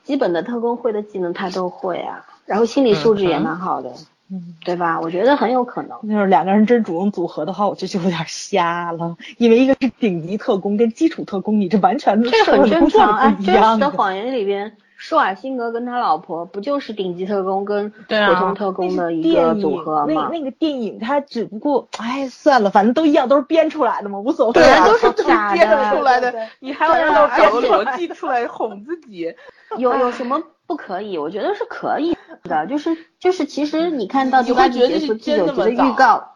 基本的特工会的技能他都会啊，然后心理素质也蛮好的，
嗯
对吧？我觉得很有可能。
就是两个人真主动组合的话，我觉得就有点瞎了，因为一个是顶级特工跟基础特工，你这完全
这很正常啊，
啊，
《真实的谎言》里边，施瓦辛格跟他老婆不就是顶级特工跟
对啊
普通特
那
工
是
的一
电
个
影
组合
那
吗？
那个电影它只不过，哎，算了，反正都一样，都是编出来的嘛，无所谓
对啊，
啊。
都是
都
假
编
的
出来的，你还要让他找个逻辑出来哄自 己？
有
哎
有什么不可以？我觉得是可以的，就是就是，其实你看到
你
第
会
八集
觉得
结
是
束第
真
九
的
集
吗
的
早
预告，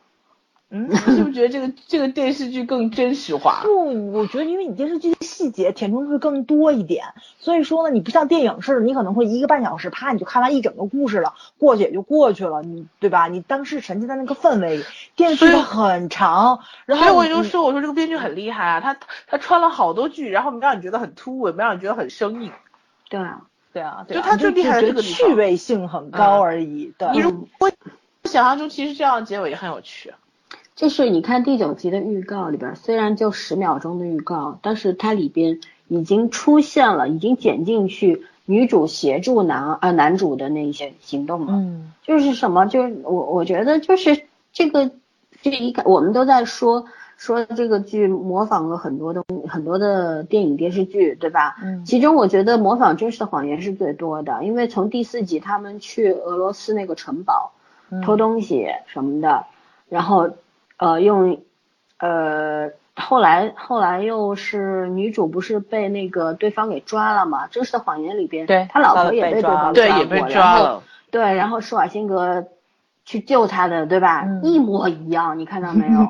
嗯，
你是不是觉得这个这个电视剧更真实 化？
不，我觉得因为你电视剧的细节填充会更多一点，所以说呢，你不像电影似的，你可能会一个半小时，啪你就看完一整个故事了，过去也就过去了，你对吧？你当时沉浸在那个氛围里，电视剧它很长，然
所以
后
我就
你
说，我说这个编剧很厉害啊，他他穿了好多剧，然后没让你觉得很突兀，没让你觉得很生硬。
对啊，
对啊，对
就
啊，
它最厉害的
觉
这
得
个地方
趣味性很高
嗯
而已。对，
你如果想象中其实这样的结尾也很有趣，
就是你看第九集的预告里边，虽然就十秒钟的预告，但是它里边已经出现了，已经剪进去女主协助男啊、男主的那一些行动嘛。
嗯，
就是什么，就是我我觉得就是这个这一个，我们都在说说这个剧模仿了很多东很多的电影电视剧，对吧？
嗯
其中我觉得模仿《真实的谎言》是最多的，因为从第四集他们去俄罗斯那个城堡
嗯
偷东西什么的，然后呃用呃。后来，后来又是女主不是被那个对方给抓了嘛？《真实的谎言》里边，
对
他老
她
婆也
被
被对
抓
方
了
对，
抓
也被
过
抓
然后
了。
对，然后施瓦辛格去救他的，对吧？
嗯
一模一样，你看到没有？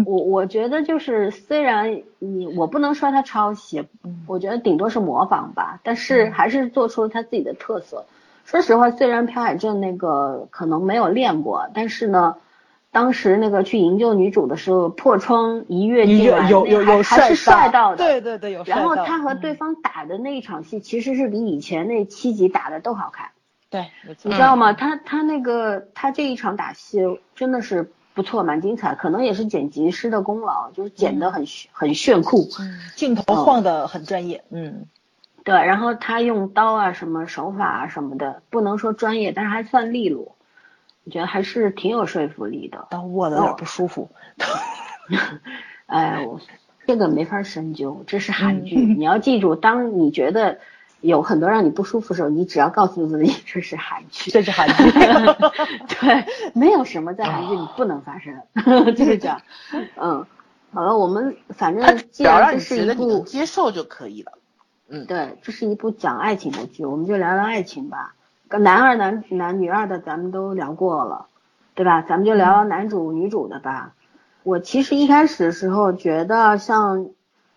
我我觉得就是，虽然你我不能说他抄袭，
嗯
我觉得顶多是模仿吧，但是还是做出了他自己的特色。说实话，虽然朴海镇那个可能没有练过，但是呢。当时那个去营救女主的时候，破窗一跃
一
进
跃
来，
有
那
有
还
有
还是帅到的，
对对对，有帅
然后
到
他和
嗯
对方打的那一场戏，其实是比以前那七集打的都好看。
对，没错
你知道吗？他他那个他这一场打戏真的是不错，蛮精彩，可能也是剪辑师的功劳，就是剪得很、炫很炫酷。
嗯镜头
哦
晃的很专业，嗯，
对，然后他用刀啊什么手法啊什么的，不能说专业，但是还算利落，我觉得还是挺有说服力的。
但握的有
哦
点不舒服。
哎，我这个没法深究，这是韩剧。你要记住，当你觉得有很多让你不舒服的时候，你只要告诉自己这是韩剧，
这是韩 剧，
对，没有什么在韩剧里
啊
不能发生， 就是这样。嗯，好了，我们反
他
正
只
既
要让
然这
你觉
是一
得你能
部
接受就可 以了。
对，这是一部讲爱情的剧，我们就聊聊爱情吧。跟男二、男男女二的咱们都聊过了，对吧？咱们就聊聊男主、女主的吧。我其实一开始的时候觉得像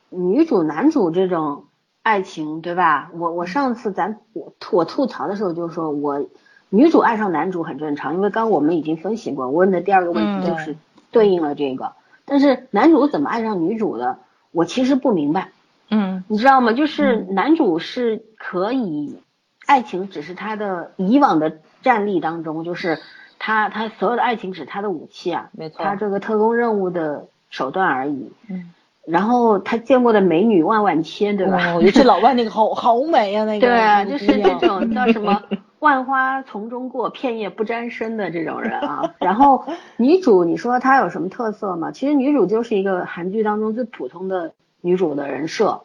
女主、男主这种爱情，对吧？我我上次咱我我吐槽的时候就说我女主爱上男主很正常，因为刚刚我们已经分析过，我问的第二个问题就是对应了这个。但是男主怎么爱上女主的，我其实不明白。
嗯，
你知道吗？就是
嗯
男主是可以，爱情只是他的以往的战力当中，就是他他所有的爱情只是他的武器啊，
没错
他这个特工任务的手段而已。嗯，然后他见过的美女万万千，对吧？
哇我觉得这老外那个好好美呀，那个
对啊，
那
就
个
是
姑
这
娘
种叫什 么“万花丛中过，片叶不沾身”的这种人啊。然后女主，你说她有什么特色吗？其实女主就是一个韩剧当中最普通的女主的人设，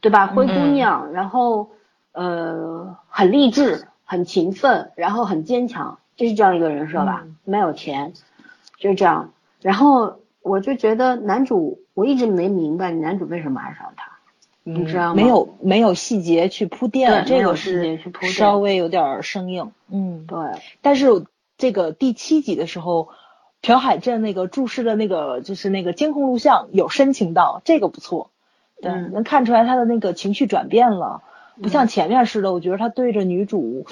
对吧？灰姑
嗯
娘，然后呃很励志，很勤奋，然后很坚强，就是这样一个人设吧。
嗯
没有钱，就这样。然后我就觉得男主，我一直没明白男主为什么爱上她。你知道吗
嗯没有没有细节去铺垫，
对没
这
有
个
细节去铺
是
垫
稍微有点儿生硬，嗯。
对，
但是这个第七集的时候，朴海镇那个注视的那个就是那个监控录像有深情到，这个不错，对，
嗯
能看出来他的那个情绪转变了，不像前面似的，我觉得他对着女主，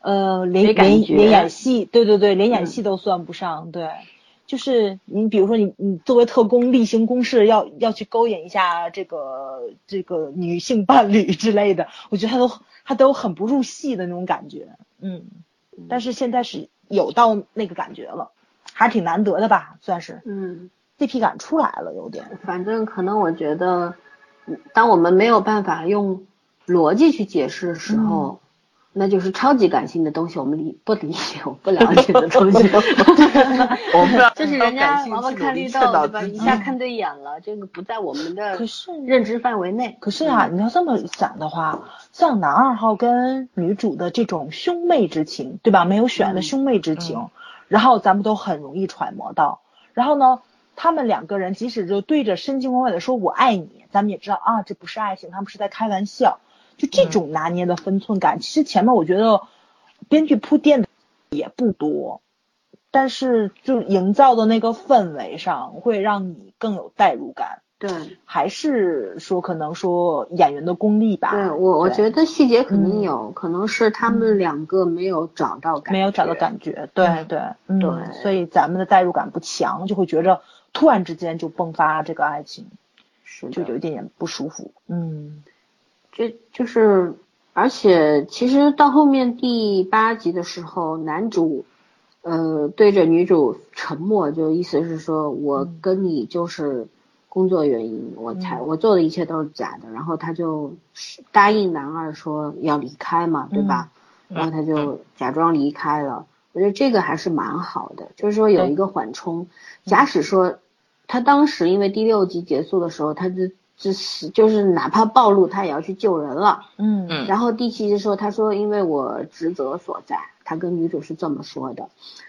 呃，连
没感
连
觉
连演戏，对对对，连演戏都算不上，对。就是你，比如说你，你作为特工例行公事要要去勾引一下这个这个女性伴侣之类的，我觉得他都他都很不入戏的那种感觉，嗯。但是现在是有到那个感觉了，还挺难得的吧，算是
嗯，
这批感出来了，有点。
反正可能我觉得，嗯当我们没有办法用逻辑去解释的时候，那就是超级感性的东西，我们理不理解、我不了解的东西。
我们不要
就是人家王八看绿豆对吧？一下看对眼了，这个不在我们的
嗯可是
认知范围内。
可是啊，你要这么想的话，像男二号跟女主的这种兄妹之情，对吧？没有选的兄妹之情，然后咱们都很容易揣摩到。然后呢，他们两个人即使就对着深情款款的说“我爱你”，咱们也知道啊，这不是爱情，他们是在开玩笑。就这种拿捏的分寸感，其实前面我觉得编剧铺垫的也不多，但是就营造的那个氛围上，会让你更有代入感。
对，
还是说可能说演员的功力吧。
对我我
对
觉得细节肯定
嗯
有，可能是他们两个没有找到感，
没有找到。感觉，对
嗯
对，嗯，
对
所以咱们的代入感不强，就会觉着突然之间就迸发这个爱情，
是
就
的，
有一点点不舒服。嗯
这就是，而且其实到后面第八集的时候，男主，呃，对着女主沉默，就意思是说我跟你就是工作原因，我才我做的一切都是假的。然后他就答应男二说要离开嘛，对吧？然后他就假装离开了。我觉得这个还是蛮好的，就是说有一个缓冲。假使说他当时因为第六集结束的时候，他就就是就是哪怕暴露，他也要去救人了。
嗯
嗯
然后第七集说，他说因为我职责所在，他跟女主是这么说的，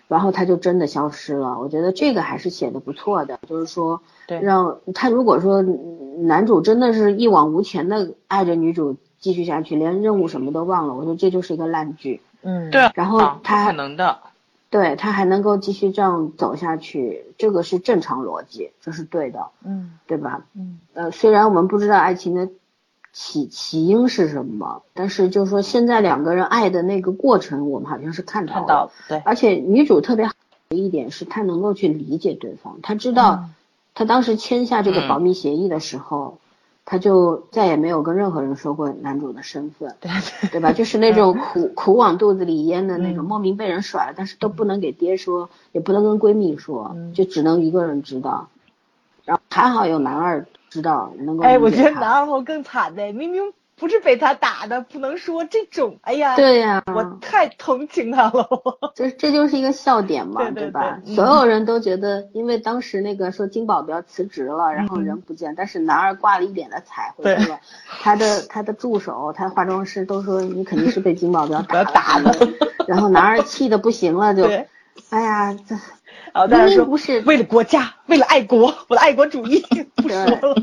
然后他就真的消失了。我觉得这个还是写的不错的，就是说
对
让他如果说嗯男主真的是一往无前的爱着女主继续下去，连任务什么都忘了，我觉得这就是一个烂剧。
嗯，
对啊，
然后
啊
他
不可能的，
对他还能够继续这样走下去，这个是正常逻辑，这是对的，
嗯
对吧？
嗯
呃，虽然我们不知道爱情的起起因是什么，但是就是说现在两个人爱的那个过程，我们好像是看到
看
了
到了，对，
而且女主特别好的一点是，她能够去理解对方，她知
嗯
道，她当时签下这个保密协议的时候，她就再也没有跟任何人说过男主的身份，对吧？就是那种
嗯
苦苦往肚子里咽的那种，莫名被人甩了，但是都不能给爹说，也不能跟闺蜜说，
嗯
就只能一个人知道。然后还好有男二知道，能够
哎，
理
我
解
觉得
她
男二号更惨的，明明不是被他打的，不能说这种，哎呀，
对嗯呀、
我太同情他 了，我
这这就是一个笑点嘛，
对对
吧？
对嗯
所有人都觉得，因为当时那个说金保镖辞职
嗯
了，然后人不见，但是男二挂了一脸的彩回去了。他的他的助手、他的化妆师都说你肯定是被金保镖 打了打的， 然后男二气的不行了，就
对，
哎呀，这
然后但
明
是说
明不是
为了国家，为了爱国，我的爱国主义， 不说
对啊
了，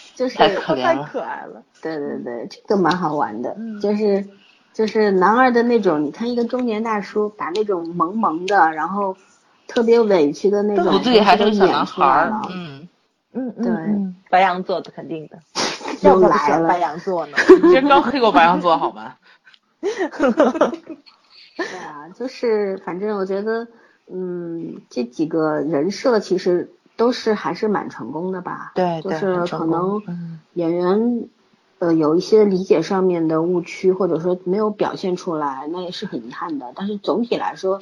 就是
太可怜
太
了。
可爱了。
对对对，这个蛮好玩的，
嗯
就是就是男二的那种，你看一个中年大叔把那种萌萌的，然后特别委屈的那种，
骨子里还是
都
个小
演
男
出
孩
来
儿
了，，
嗯，
嗯
对
嗯，白羊座的肯定的，要
又
不
来
选
了
白羊座呢？
你这刚黑过白羊座好 吗？
对啊，就是反正我觉得，嗯，这几个人设其实都是还是蛮成功的吧。
对
就
对
是
很
可
成
能
功嗯
演员呃有一些理解上面的误区，或者说没有表现出来，那也是很遗憾的。但是总体来说，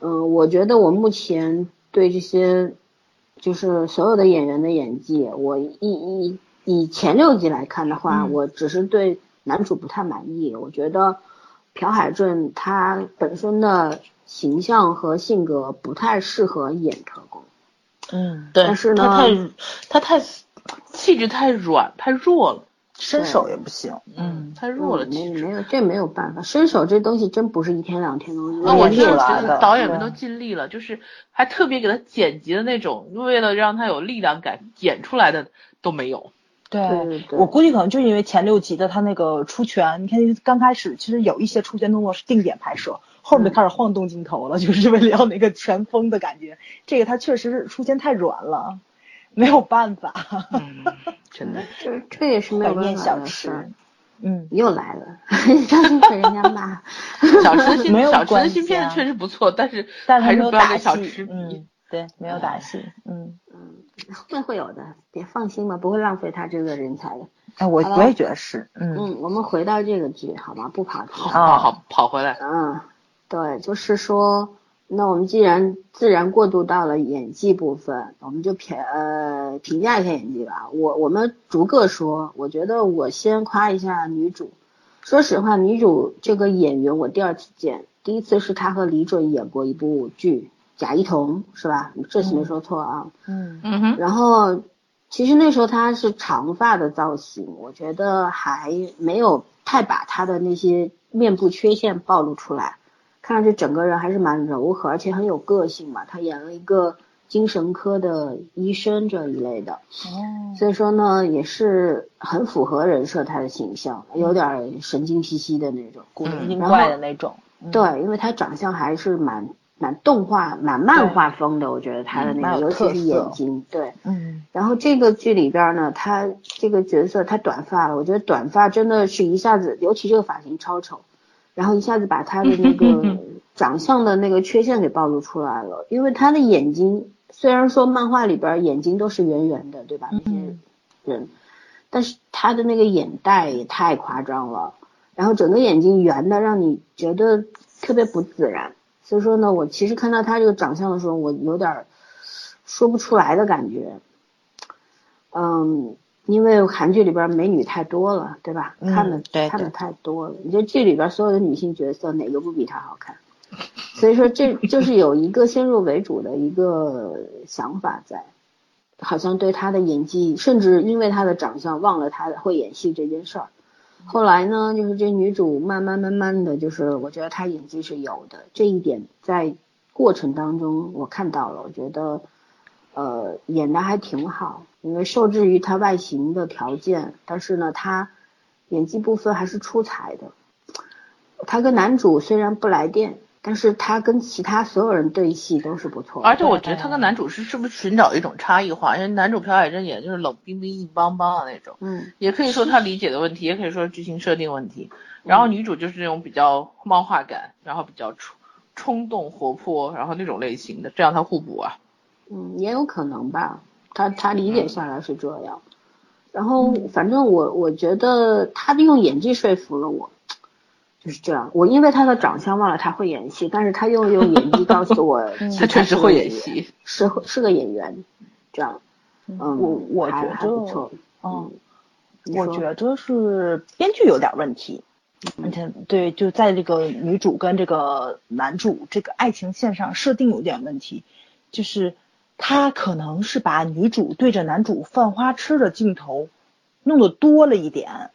嗯、我觉得我目前对这些就是所有的演员的演技，我以以以前六集来看的话，
嗯
我只是对男主不太满意，我觉得。朴海镇他本身的形象和性格不太适合演特工，
嗯，
对，
但是呢
他太他太气质太软太弱了，
身手也不行。嗯，
太弱了
嗯
气
没
质。
没有这没有办法，身手这东西真不是一天两天能
那啊我
练
真
出来嗯
的觉
的
得导演们
对
都尽力了，就是还特别给他剪辑的那种，为了让他有力量感，演出来的都没有。
对
对对对
我估计可能就是因为前六集的他那个出拳，你看刚开始其实有一些出拳动作是定点拍摄，后面就开始晃动镜头 了，就是为了要那个拳风的感觉。这个他确实是出拳太软了，没有办法，
嗯，真的。
这这也是没
怀
有办
念
法
小
的事
池
儿。。
嗯，
又来了， 张心被人家骂。
小吃的新
没有
小吃的
关系啊
新片确实不错，但是
但
还是
是没有
不要
打
跟
戏
小吃，比。
嗯，对，没有打戏，嗯，
会会有的，别放心吧，不会浪费他这个人才的。
哎，我
好了
我也觉得是，嗯，
嗯，我们回到这个剧好吗？不跑题。
好好
啊
好跑回来，
嗯，对，就是说，那我们既然自然过渡到了演技部分，我们就评呃评价一下演技吧。我我们逐个说，我觉得我先夸一下女主。说实话，女主这个演员我第二次见，第一次是她和李准演过一部剧《贾一彤》，是吧？这次没说错啊。
嗯哼，
然后其实那时候她是长发的造型，我觉得还没有太把她的那些面部缺陷暴露出来，看上去整个人还是蛮柔和，而且很有个性嘛。她演了一个精神科的医生这一类的，所以说呢，也是很符合人设她的形象，有点儿神经兮兮的那种。
古灵精
然
怪
后
的那种，嗯
对，因为她长相还是蛮蛮动画、蛮漫画风的，我觉得她的那
嗯蛮
个，
有
尤
特
其是
色
眼睛，对。
嗯，
然后这个剧里边呢，她这个角色她短发了，我觉得短发真的是一下子，尤其这个发型超丑，然后一下子把她的那个长相的那个缺陷给暴露出来了，因为她的眼睛虽然说漫画里边眼睛都是圆圆的，对吧？那些人，但是她的那个眼袋也太夸张了，然后整个眼睛圆的让你觉得特别不自然，所以说呢，我其实看到她这个长相的时候，我有点儿说不出来的感觉。嗯，因为韩剧里边美女太多了，对吧？
嗯
看的
对
看的
对
太多了。你这剧里边所有的女性角色哪个不比她好看？所以说 这就是有一个先入为主的一个想法在，好像对她的演技，甚至因为她的长相忘了她会演戏这件事儿。后来呢，就是这女主慢慢慢慢的就是，我觉得她演技是有的，这一点在过程当中我看到了，我觉得呃，演的还挺好，因为受制于她外形的条件，但是呢，她演技部分还是出彩的。她跟男主虽然不来电，但是她跟其他所有人对戏都是不错的。
而且我觉得他跟男主是是不是寻找一种差异化，因为男主朴海镇演就是冷冰冰、硬邦邦的那种，
嗯，
也可以说他理解的问题，也可以说是剧情设定问题。
嗯
然后女主就是那种比较漫画感，然后比较冲冲动、活泼，然后那种类型的，这样他互补啊。
嗯，也有可能吧。他他理解下来是这样，然后反正我我觉得他用演技说服了我，就是这样。我因为他的长相忘了他会演戏，但是他又用演技告诉 我，
嗯
他确实会演，戏，
是会是个演员，这样。嗯，
我我
还
觉
还不
得
错。嗯
哦，
你
我
说嗯
觉得是编剧有点问题，而且对，就在这个女主跟这个男主这个爱情线上设定有点问题，就是他可能是把女主对着男主犯花痴的镜头弄得多了一点，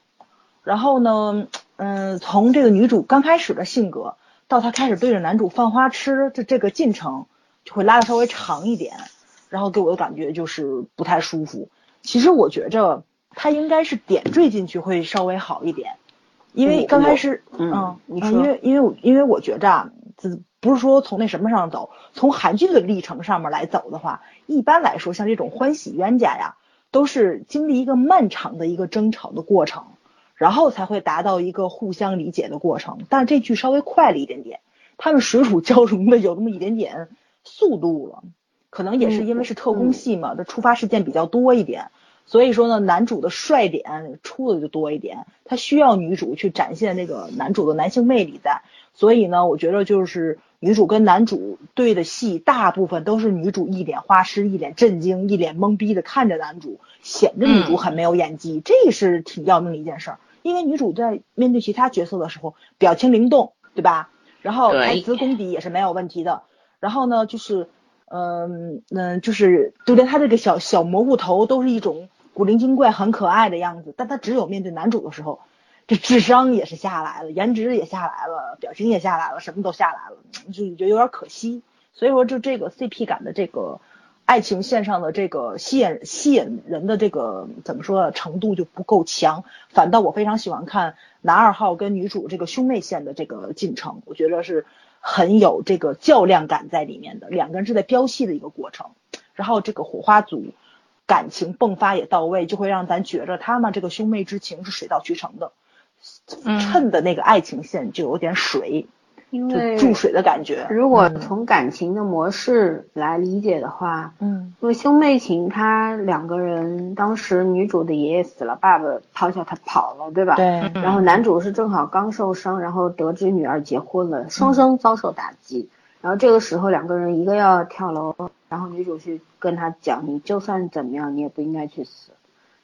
然后呢，嗯，从这个女主刚开始的性格到她开始对着男主犯花痴的这个进程，就会拉的稍微长一点，然后给我的感觉就是不太舒服。其实我觉着他应该是点缀进去会稍微好一点，因为
我
刚开始，
嗯
嗯，
你
嗯
说
因为因为我因为我觉着啊，自不是说从那什么上走，从韩剧的历程上面来走的话，一般来说像这种欢喜冤家呀，都是经历一个漫长的一个争吵的过程，然后才会达到一个互相理解的过程。但是这剧稍微快了一点点，他们水乳交融的有那么一点点速度了，可能也是因为是特工戏嘛，这嗯触发事件比较多一点。所以说呢，男主的帅点出的就多一点，他需要女主去展现那个男主的男性魅力在。所以呢，我觉得就是女主跟男主对的戏，大部分都是女主一脸花痴、一脸震惊、一脸懵逼的看着男主，显得女主很没有演技，这是挺要命的一件事儿。因为女主在面对其他角色的时候，表情灵动，对吧？然后
对
台词功底也是没有问题的。然后呢，就是，嗯嗯，就是就连他这个小小蘑菇头都是一种古灵精怪、很可爱的样子，但他只有面对男主的时候，这智商也是下来了，颜值也下来了，表情也下来了，什么都下来了，就觉得有点可惜。所以说，就这个 CP 感的这个爱情线上的这个吸引吸引人的这个怎么说啊程度就不够强，反倒我非常喜欢看男二号跟女主这个兄妹线的这个进程，我觉得是很有这个较量感在里面的，两个人是在飙戏的一个过程，然后这个火花组感情迸发也到位，就会让咱觉着他们这个兄妹之情是水到渠成的。
嗯，
衬的那个爱情线就有点水，
因
就
为
注水的感觉。
如果从感情的模式来理解的话，
嗯
因为兄妹情，他两个人当时女主的爷爷死了，爸爸抛下她跑了，对吧？
对，
嗯
然后男主是正好刚受伤，然后得知女儿结婚了，双双遭受打击。然后这个时候两个人一个要跳楼，然后女主去跟他讲，你就算怎么样，你也不应该去死，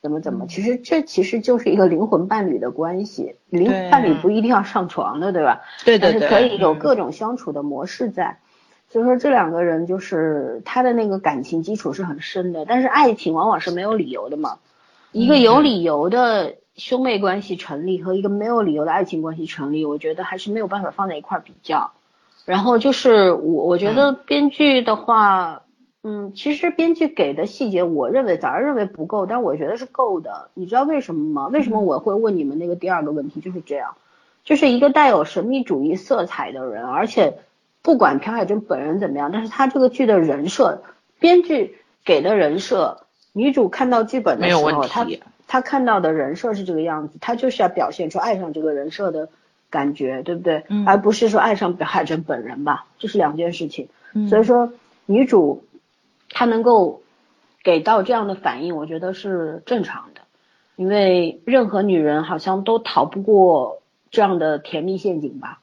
怎么怎么。其实这其实就是一个灵魂伴侣的关系，灵
对
伴侣不一定要上床的，对吧？
对
但
对嗯
是
对，
可以有各种相处的模式在。所以说这两个人就是他的那个感情基础是很深的，但是爱情往往是没有理由的嘛。一
嗯
个有理由的兄妹关系成立和一个没有理由的爱情关系成立，我觉得还是没有办法放在一块儿比较。然后就是我我
嗯
觉得编剧的话，嗯，其实编剧给的细节，我认为早上认为不够，但我觉得是够的。你知道为什么吗？为什
嗯
么我会问你们那个第二个问题？就是这样，就是一个带有神秘主义色彩的人，而且不管朴海镇本人怎么样，但是他这个剧的人设，编剧给的人设，女主看到剧本的
没
时
有问
候，
题
她她看到的人设是这个样子，她就是要表现出爱上这个人设的感觉，对不对？
嗯
而不是说爱上朴海镇本人吧，这是两件事情。
嗯
所以说，女主她能够给到这样的反应，我觉得是正常的，因为任何女人好像都逃不过这样的甜蜜陷阱吧。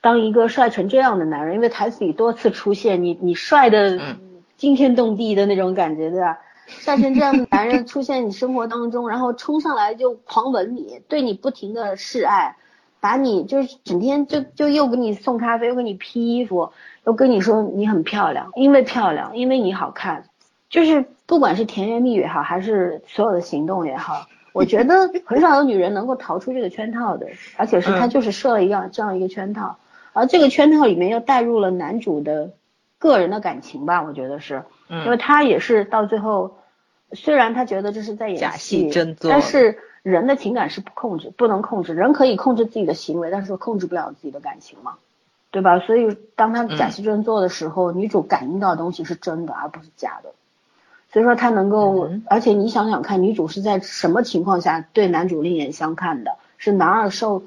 当一个帅成这样的男人，因为台词里多次出现，你你帅的
嗯
惊天动地的那种感觉，对吧？帅成这样的男人出现你生活当中，然后冲上来就狂吻你，对你不停的示爱，把你就是整天就就又给你送咖啡，又给你披衣服，又跟你说你很漂亮，因为漂亮，因为你好看，就是不管是甜言蜜语也好，还是所有的行动也好，我觉得很少有女人能够逃出这个圈套的，而且是她就是设了一个这样一个圈套，而这个圈套里面又带入了男主的个人的感情吧，我觉得是，因为
嗯
他也是到最后，虽然他觉得这是在演
假
戏
戏真做
但是人的情感是不控制，不能控制，人可以控制自己的行为，但是控制不了自己的感情嘛，对吧？所以当他
嗯
假戏真做的时候，女主感应到的东西是真的，而不是假的。所以说他能够，而且你想想看，女主是在什么情况下对男主另眼相看的？是男二受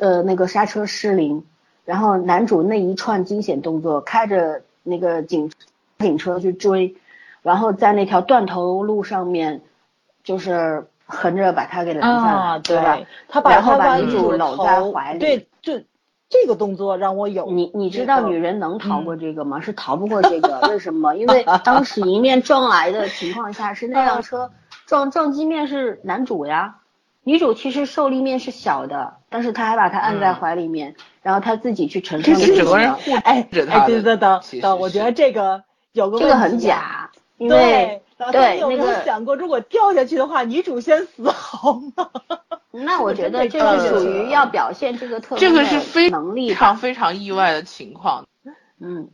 呃那个刹车失灵，然后男主那一串惊险动作，开着那个警警车去追，然后在那条断头路上面，就是横着把他给拦下来，
啊，
对吧？
他把
然后
他
把
女
女主
主
搂
头
在怀里
对，就这个动作让我有
你你知
这
道
个
女人能逃过这个吗？是逃不过这个，为什么？因为当时迎面撞来的情况下，是那辆车撞撞击面是男主呀，女主其实受力面是小的，但是她还把他按在
嗯
怀里面，然后她自己去承受
这
那
是
个
整
力
个人
量，
护
哎
着
哎，
他
对
的
对等
其实
等，我觉
是
得这个有个
这个
问
很
题啊。
假，因为
对，老三
对
有没
那
有
个
想过，如果掉下去的话，女主先死好吗？
那我觉得这
这个
是
真的
属于要表现这个特
这
工
个
的
是非
能力
非
吧
常非常意外的情况，
嗯，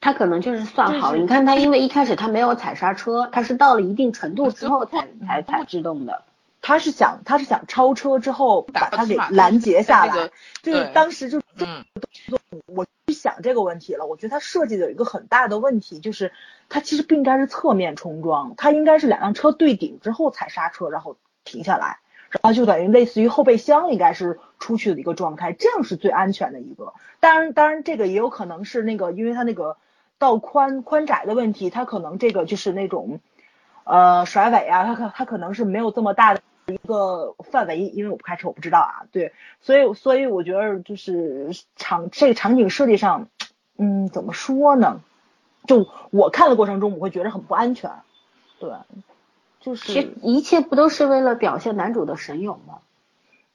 他可能就是算好了。你看他，因为一开始他没有踩刹车，他是到了一定程度之后才才才制动的。
他是想，他是想超车之后把
打
他给
起码
拦截下
那
来
个，
就是
对
当时就
嗯
我去想这个问题了。我觉得他设计的有一个很大的问题，就是他其实不应该是侧面冲撞，他应该是两辆车对顶之后踩刹车，然后停下来，然后就等于类似于后备箱应该是出去的一个状态，这样是最安全的一个。当然，当然这个也有可能是那个，因为它那个道宽宽窄的问题，它可能这个就是那种呃甩尾啊，它可它可能是没有这么大的。一个范围，因为我不开车，我不知道啊。对，所以所以我觉得就是场这个场景设计上，嗯，怎么说呢？就我看的过程中，我会觉得很不安全。对，就
其实
是
一切不都是为了表现男主的神勇吗？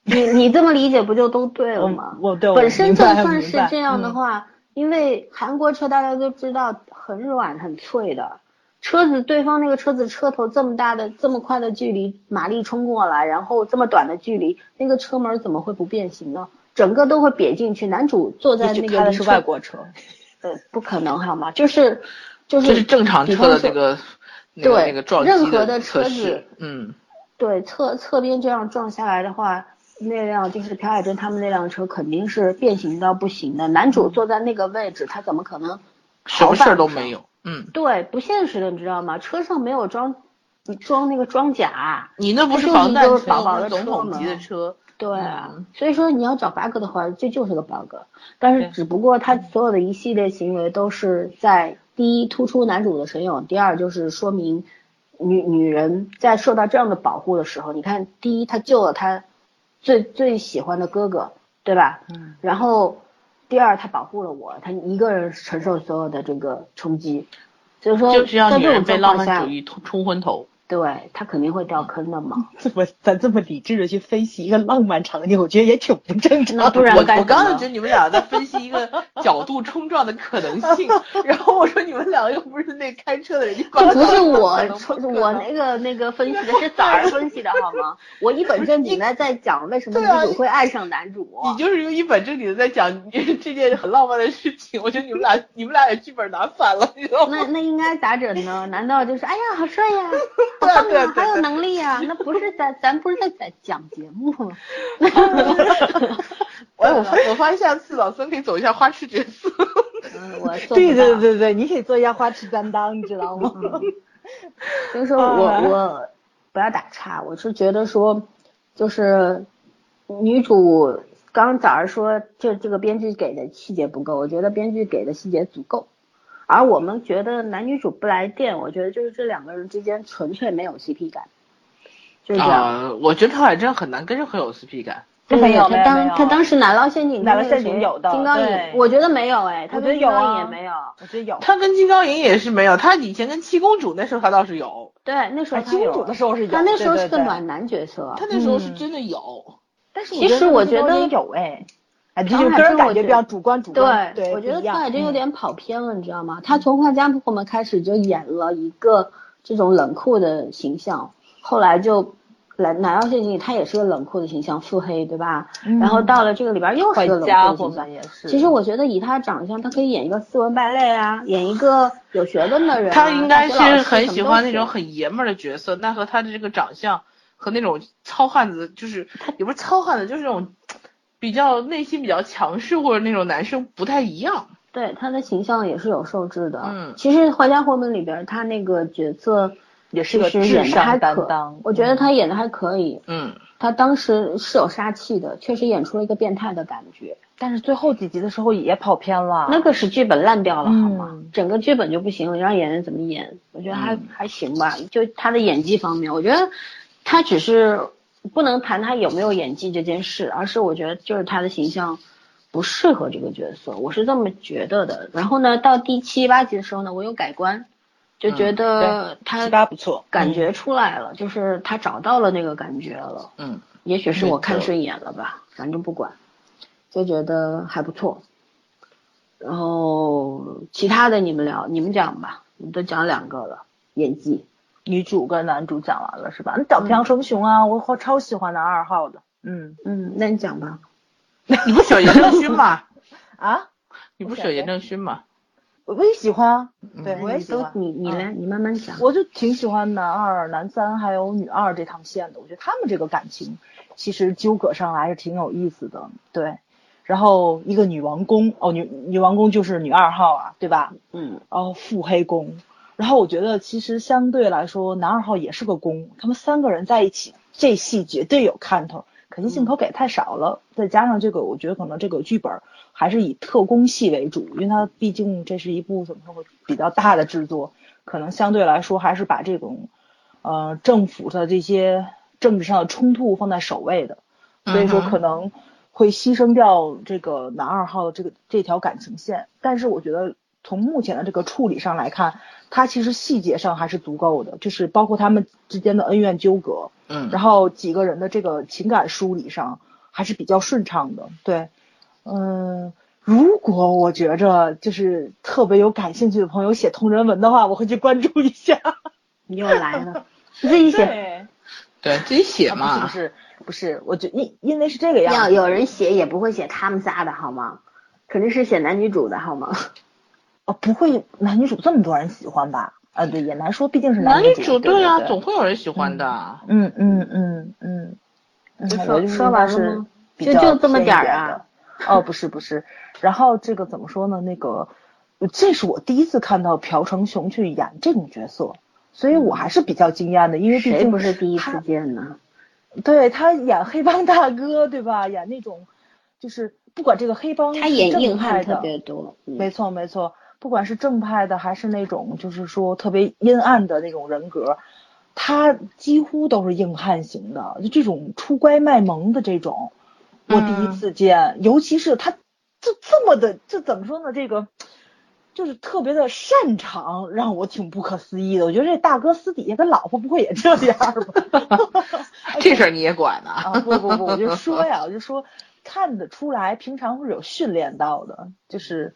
你你这么理解不就都对了吗？
我我对我
本身
明
就
白
算
明
是
白
这样的
嗯
话，因为韩国车大家都知道很软很脆的，车子对方那个车子车头这么大的这么快的距离，马力冲过来，然后这么短的距离，那个车门怎么会不变形呢？整个都会瘪进去。男主坐在
也
那
许
个
开的
离
是
车
外国车，
呃，不可能好吗？就是就是
这是正常
比
车
方
的
说
那个那个
对
那个撞击
任何的车
测
子
试，嗯，
对侧侧边这样撞下来的话，那辆就是朴海镇他们那辆车肯定是变形到不行的。男主坐在那个位置，他怎么可能
什么事儿
有？
都没有，嗯，
对，不现实的，你知道吗？车上没有装装那个装甲，
你那不
它
是
就是
防
一
弹
个
车，
薄薄
那
的
是总
车
统级的
嘛
车，
对啊，
嗯
所以说你要找 bug 的话，这就是个 bug，但是只不过他所有的一系列行为都是在第一突出男主的神勇，第二就是说明女女人在受到这样的保护的时候，你看第一他救了他最最喜欢的哥哥，对吧？嗯。然后第二他保护了我，他一个人承受所有的这个冲击，所以说
就是要
在
女
这
人
种
被
状
浪
况
漫
下
主，义嗯冲冲昏头。
对他肯定会掉坑的嘛。
这么咱这么理智的去分析一个浪漫场景，我觉得也挺不正常
那
的。
不然
我
该
我
怎
刚
么
才觉得你们俩在分析一个角度冲撞的可能 性，然后我说你们俩又不是那开车的人，你管
这不是我
可能不
说
可
我
能
那个那个分析的，是崽儿分析的好吗？我一本正经的在讲为什么
对啊
女主会爱上男主。
你就是用一本正经的在讲这件很浪漫的事情，我觉得你们俩你们俩也剧本拿反了，你知道吗？
那那应该咋整呢？难道就是哎呀好帅呀，好棒
对啊
啊，
对啊
好有能力呀？那不是咱咱不是在在讲节目吗？
哎，我发我发现下次老孙可以走一下花痴角色，
嗯，我做不
对对
到嗯
对对，你可以做一下花痴担当，你知道吗？
所以说我我不要打岔，我是觉得说，就是女主刚早上说，就这个编剧给的细节不够，我觉得编剧给的细节足够。而我们觉得男女主不来电，我觉得就是这两个人之间纯粹没有 CP 感，就是这样。
啊，我觉得朴海镇很难跟任何有 CP 感。
对
没
嗯
有
他
没有
当
没有
他当时奶酪陷阱跟
奶酪
那个
陷阱
谁
有的
金刚
对
也，我觉得没有哎，他
我觉
跟
得
金
有
刚
啊
也没有。
我觉得有。
他跟金刚银也是没有，他以前跟七公主那时候他倒是有，
对，那时候
哎
他
金
有
主的时候是有，
他那时候
对
是个暖，男角色。
他那时候是真的有，
对对但是
其实我觉
觉
得
也有哎，哎，这
朴
就
海
个人
镇我
感
觉
觉比较主观主观，对，
我觉得
不一
朴
样嗯
海镇有点跑偏了，你知道吗？他从《画家我们开始就演了一个这种冷酷的形象，后来就来《奶酪陷阱》里他也是个冷酷的形象，腹黑对吧？
嗯
然后到了这个里边又是个冷
家
酷的
伙
形象
们。也是。
其实我觉得以他的长相，他可以演一个斯文败类啊，演一个有学问的人啊、
他应该
大学老
是
师
很
什么
喜
都
欢那
行
种很爷们儿的角色，但和他的这个长相和那种糙汉子，就是也不是糙汉子，就是那种比较内心比较强势或者那种男生不太一样。
对他的形象也是有受制的。
嗯
其实《坏家伙们》里边他那个角色
也是个
其实
智
演的
商
还
担
可
当
我觉得他演的还可以。
嗯，
他当时是有杀气的，确实演出了一个变态的感觉。
但是最后几集的时候也跑偏
啊
了。
那个是剧本烂掉了，好吗？
嗯
整个剧本就不行了，让演员怎么演？我觉得还、
嗯
还行吧，就他的演技方面，我觉得他只是不能谈他有没有演技这件事，而是我觉得就是他的形象不适合这个角色，我是这么觉得的。然后呢，到第七八集的时候呢，我有改观，就觉得他、
嗯七八不错，嗯
感觉出来了，就是他找到了那个感觉了。
嗯，
也许是我看
没错
顺眼了吧，反正不管，就觉得还不错。然后其他的你们聊，你们讲吧，你们都讲两个了，演技。
女主跟男主讲完了是吧？那找平阳成雄啊，我我超喜欢男二号的，嗯
嗯，那你讲吧。
你不喜欢严正勋吗？
啊，
你不喜欢严正勋吗？
我我也喜欢啊，对
那
我也
你
喜
都
欢，
你你
嗯
来，你慢慢讲。
我就挺喜欢男二、男三还有女二这趟线的，我觉得他们这个感情其实纠葛上来是挺有意思的，对。然后一个女王宫，哦，女女王宫就是女二号啊，对吧？
嗯，
然后呃腹黑宫，然后我觉得其实相对来说，男二号也是个宫，他们三个人在一起，这戏绝对有看头。可惜镜头给太少了，再加上这个，我觉得可能这个剧本还是以特工戏为主，因为它毕竟这是一部怎么说比较大的制作，可能相对来说还是把这种，呃，政府的这些政治上的冲突放在首位的，
嗯
所以说可能会牺牲掉这个男二号的这个这条感情线。但是我觉得从目前的这个处理上来看，它其实细节上还是足够的，就是包括他们之间的恩怨纠葛，
嗯
然后几个人的这个情感梳理上还是比较顺畅的。对，嗯。如果我觉着就是特别有感兴趣的朋友写同人文的话，我会去关注一下。
你又来了，你自己写。
对，
对，
自己写
啊不
嘛。
是不是不是，我觉因因为是这个样
要
子，
有人写也不会写他们仨的好吗？肯定是写男女主的好 吗？
哦，不会男女主这么多人喜欢吧？啊，对，也难说，毕竟是
男
女
女主
对
啊，
对
总会有人喜欢的。啊
嗯嗯嗯嗯嗯，
就
我
说
就
说完了
是
吗
比
就
较
就这么
偏一
点儿
点
啊
的？哦，不是不是，然后这个怎么说呢？那个这是我第一次看到朴成雄去演这种角色，所以我还是比较惊艳的，因为毕
嗯谁
竟
不是第一次
他
见呢？
对他演黑帮大哥，对吧？演那种就是不管这个黑帮
他
是
演
正
硬汉
派
特
的
别多，嗯
没错没错，不管是正派的还是那种就是说特别阴暗的那种人格，他几乎都是硬汉型的，就这种出乖卖萌的这种，我第一次见，尤其是他这这么的，这怎么说呢？这个就是特别的擅长，让我挺不可思议的。我觉得这大哥私底下跟老婆不会也这样吧？
这事儿你也管呐、
啊，不不不，我就说呀，我就说看得出来，平常是有训练到的，就是，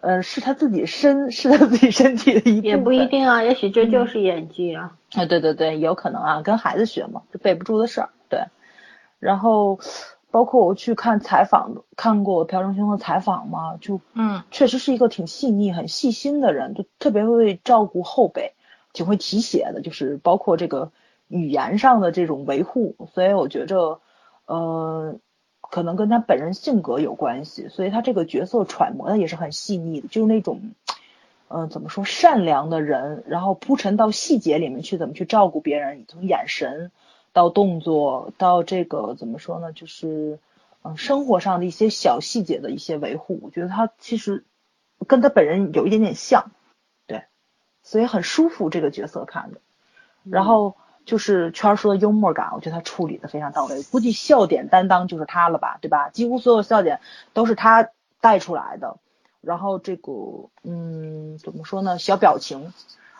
呃，是他自己身，是他自己身体的一部分。
也不一定啊，也许这就是演技啊。
啊，对对对，有可能啊，跟孩子学嘛，这背不住的事儿。对，然后包括我去看采访，看过朴正勋的采访嘛，就
嗯，
确实是一个挺细腻、很细心的人，就特别会照顾后辈，挺会提携的，就是包括这个语言上的这种维护。所以我觉着，呃，可能跟他本人性格有关系，所以他这个角色揣摩的也是很细腻的，就是那种，嗯、怎么说，善良的人，然后铺陈到细节里面去，怎么去照顾别人，从眼神到动作，到这个怎么说呢，就是。嗯，生活上的一些小细节的一些维护，我觉得他其实跟他本人有一点点像，对，所以很舒服这个角色看的。然后就是圈儿说的幽默感，我觉得他处理的非常到位，估计笑点担当就是他了吧，对吧？几乎所有笑点都是他带出来的。然后这个，嗯，怎么说呢？小表情，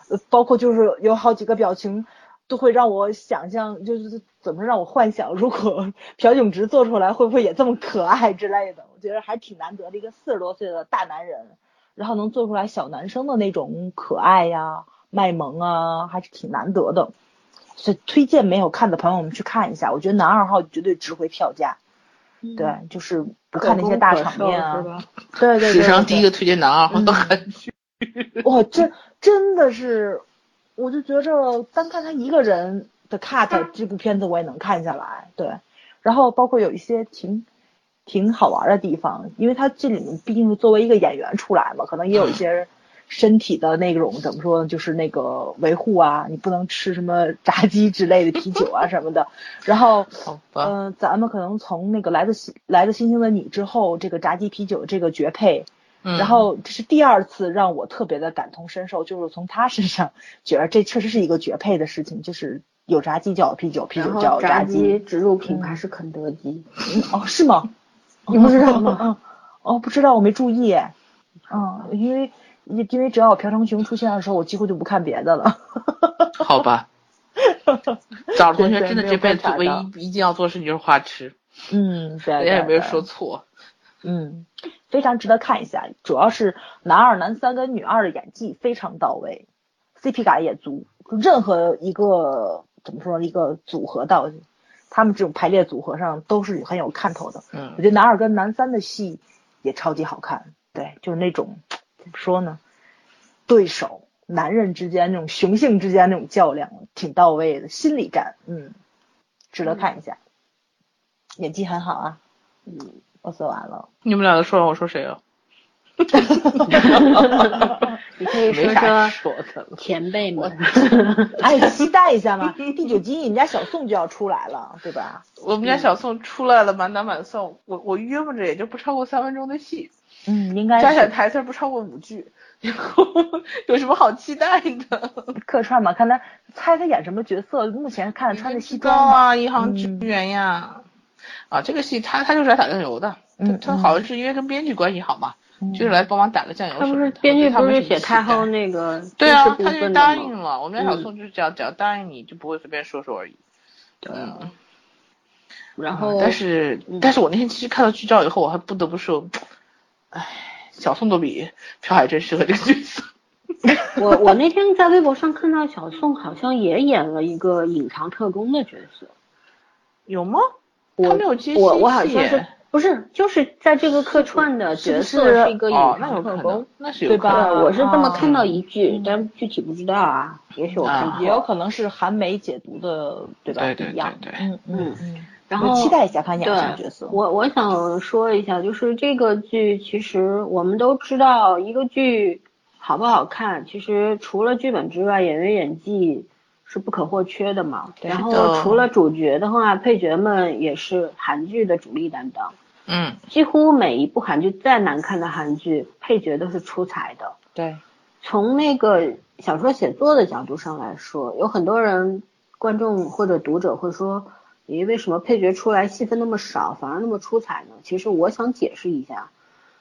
呃包括就是有好几个表情都会让我想象，就是怎么让我幻想，如果 朴炯植做出来会不会也这么可爱之类的？我觉得还挺难得的，一个四十多岁的大男人，然后能做出来小男生的那种可爱呀、卖萌啊，还是挺难得的。所以推荐没有看的朋友们去看一下，我觉得男二号绝对值回票价。对，就是不看那些大场面啊，对对对，
史上
对
第一个推荐男二号的韩剧，
哇，这真的是，我就觉着单看他一个人的
嗯
cut，这部片子我也能看下来。对，然后包括有一些挺挺好玩的地方，因为他这里面毕竟是作为一个演员出来嘛，可能也有 一些身体的那种怎么说呢，就是那个维护啊，你不能吃什么炸鸡之类的啤酒啊什么的。然后
好吧，
嗯、咱们可能从那个来自星来自星星的你之后，这个炸鸡啤酒这个绝配，
嗯
然后这是第二次让我特别的感同身受，就是从他身上 觉得这确实是一个绝配的事情，就是有炸鸡就有啤酒，啤
然
酒
后
就有
炸
鸡。
植入品牌是肯德基，
哦，是吗？
你不知道吗？
嗯，哦，不知道，我没注意。嗯，因为因因为只要朴成雄出现的时候，我几乎就不看别的了。
好 吧。找同学
对对
真的
没有
这辈子
办法
唯
的
一一定要做的事情就是花痴，
嗯，对，
人家也
对
没有
对
说错。
嗯，非常值得看一下，主要是男二、男三跟女二的演技非常到位，CP 感也足，就任何一个怎么说呢一个组合到，他们这种排列组合上都是很有看头的。
嗯
我觉得男二跟男三的戏也超级好看，对，就是那种怎么说呢，对手男人之间那种雄性之间那种较量，挺到位的，心理战，嗯，值得看一下，演技很好啊，嗯，我说完了。
你们俩都说完，我说谁啊？
你可以说
没啥
说
说的了。
前辈们，
哎，期待一下嘛！第九集你们家小宋就要出来了，对吧？
我们家小宋出来了，满打满算，我我约摸着也就不超过三分钟的戏，
嗯，应该
加起来
是
台词儿不超过五句，然后 有什么好期待的？
客串嘛，看他猜他演什么角色。目前看穿的西装
高
嘛，
啊，
嗯
银行职员呀，啊，这个戏他他就是来打酱油的，
嗯
他他好像是因为跟编剧关系好嘛，
嗯
就是来帮忙打个酱油
他
什
不
么
是
的。
编
我
剧
对他
不
没
是
什么
写
期
太
待
后那个
对
知识
啊，
部
他就是
分
答
的
应
吗？
了，我们家小
嗯
宋就是只要只要答应你就不会随便说说而已。
对
嗯
然
啊
后
但是、
嗯
但是我那天其实看到剧照以后，我还不得不说，唉，小宋都比朴海真适合这个角色。
我我那天在微博上看到小宋好像也演了一个隐藏特工的角色，
有吗？
我
他没有接
我
新
我好
戏
像是不是就是在这个客串的角
是不是
色是一个隐
哦，那
藏
有可
特工
能？，那是有
对
可能
吧
对，我是这么
啊
看到一句
嗯，
但具体不知道啊，也许我看
啊
也有
错。
可能是韩梅解读的，对吧？
对
不
对
一样。
对对
嗯嗯嗯。
然后
期待一下看演什么
对
角色。
我我想说一下，就是这个剧，其实我们都知道，一个剧好不好看，其实除了剧本之外，演员演技是不可或缺的嘛。
对
然
的
后除了主角的话，配角们也是韩剧的主力担当，
嗯，
几乎每一部韩剧再难看的韩剧，配角都是出彩的。
对，
从那个小说写作的角度上来说，有很多人、观众或者读者会说：“咦，为什么配角出来戏份那么少，反而那么出彩呢？”其实我想解释一下，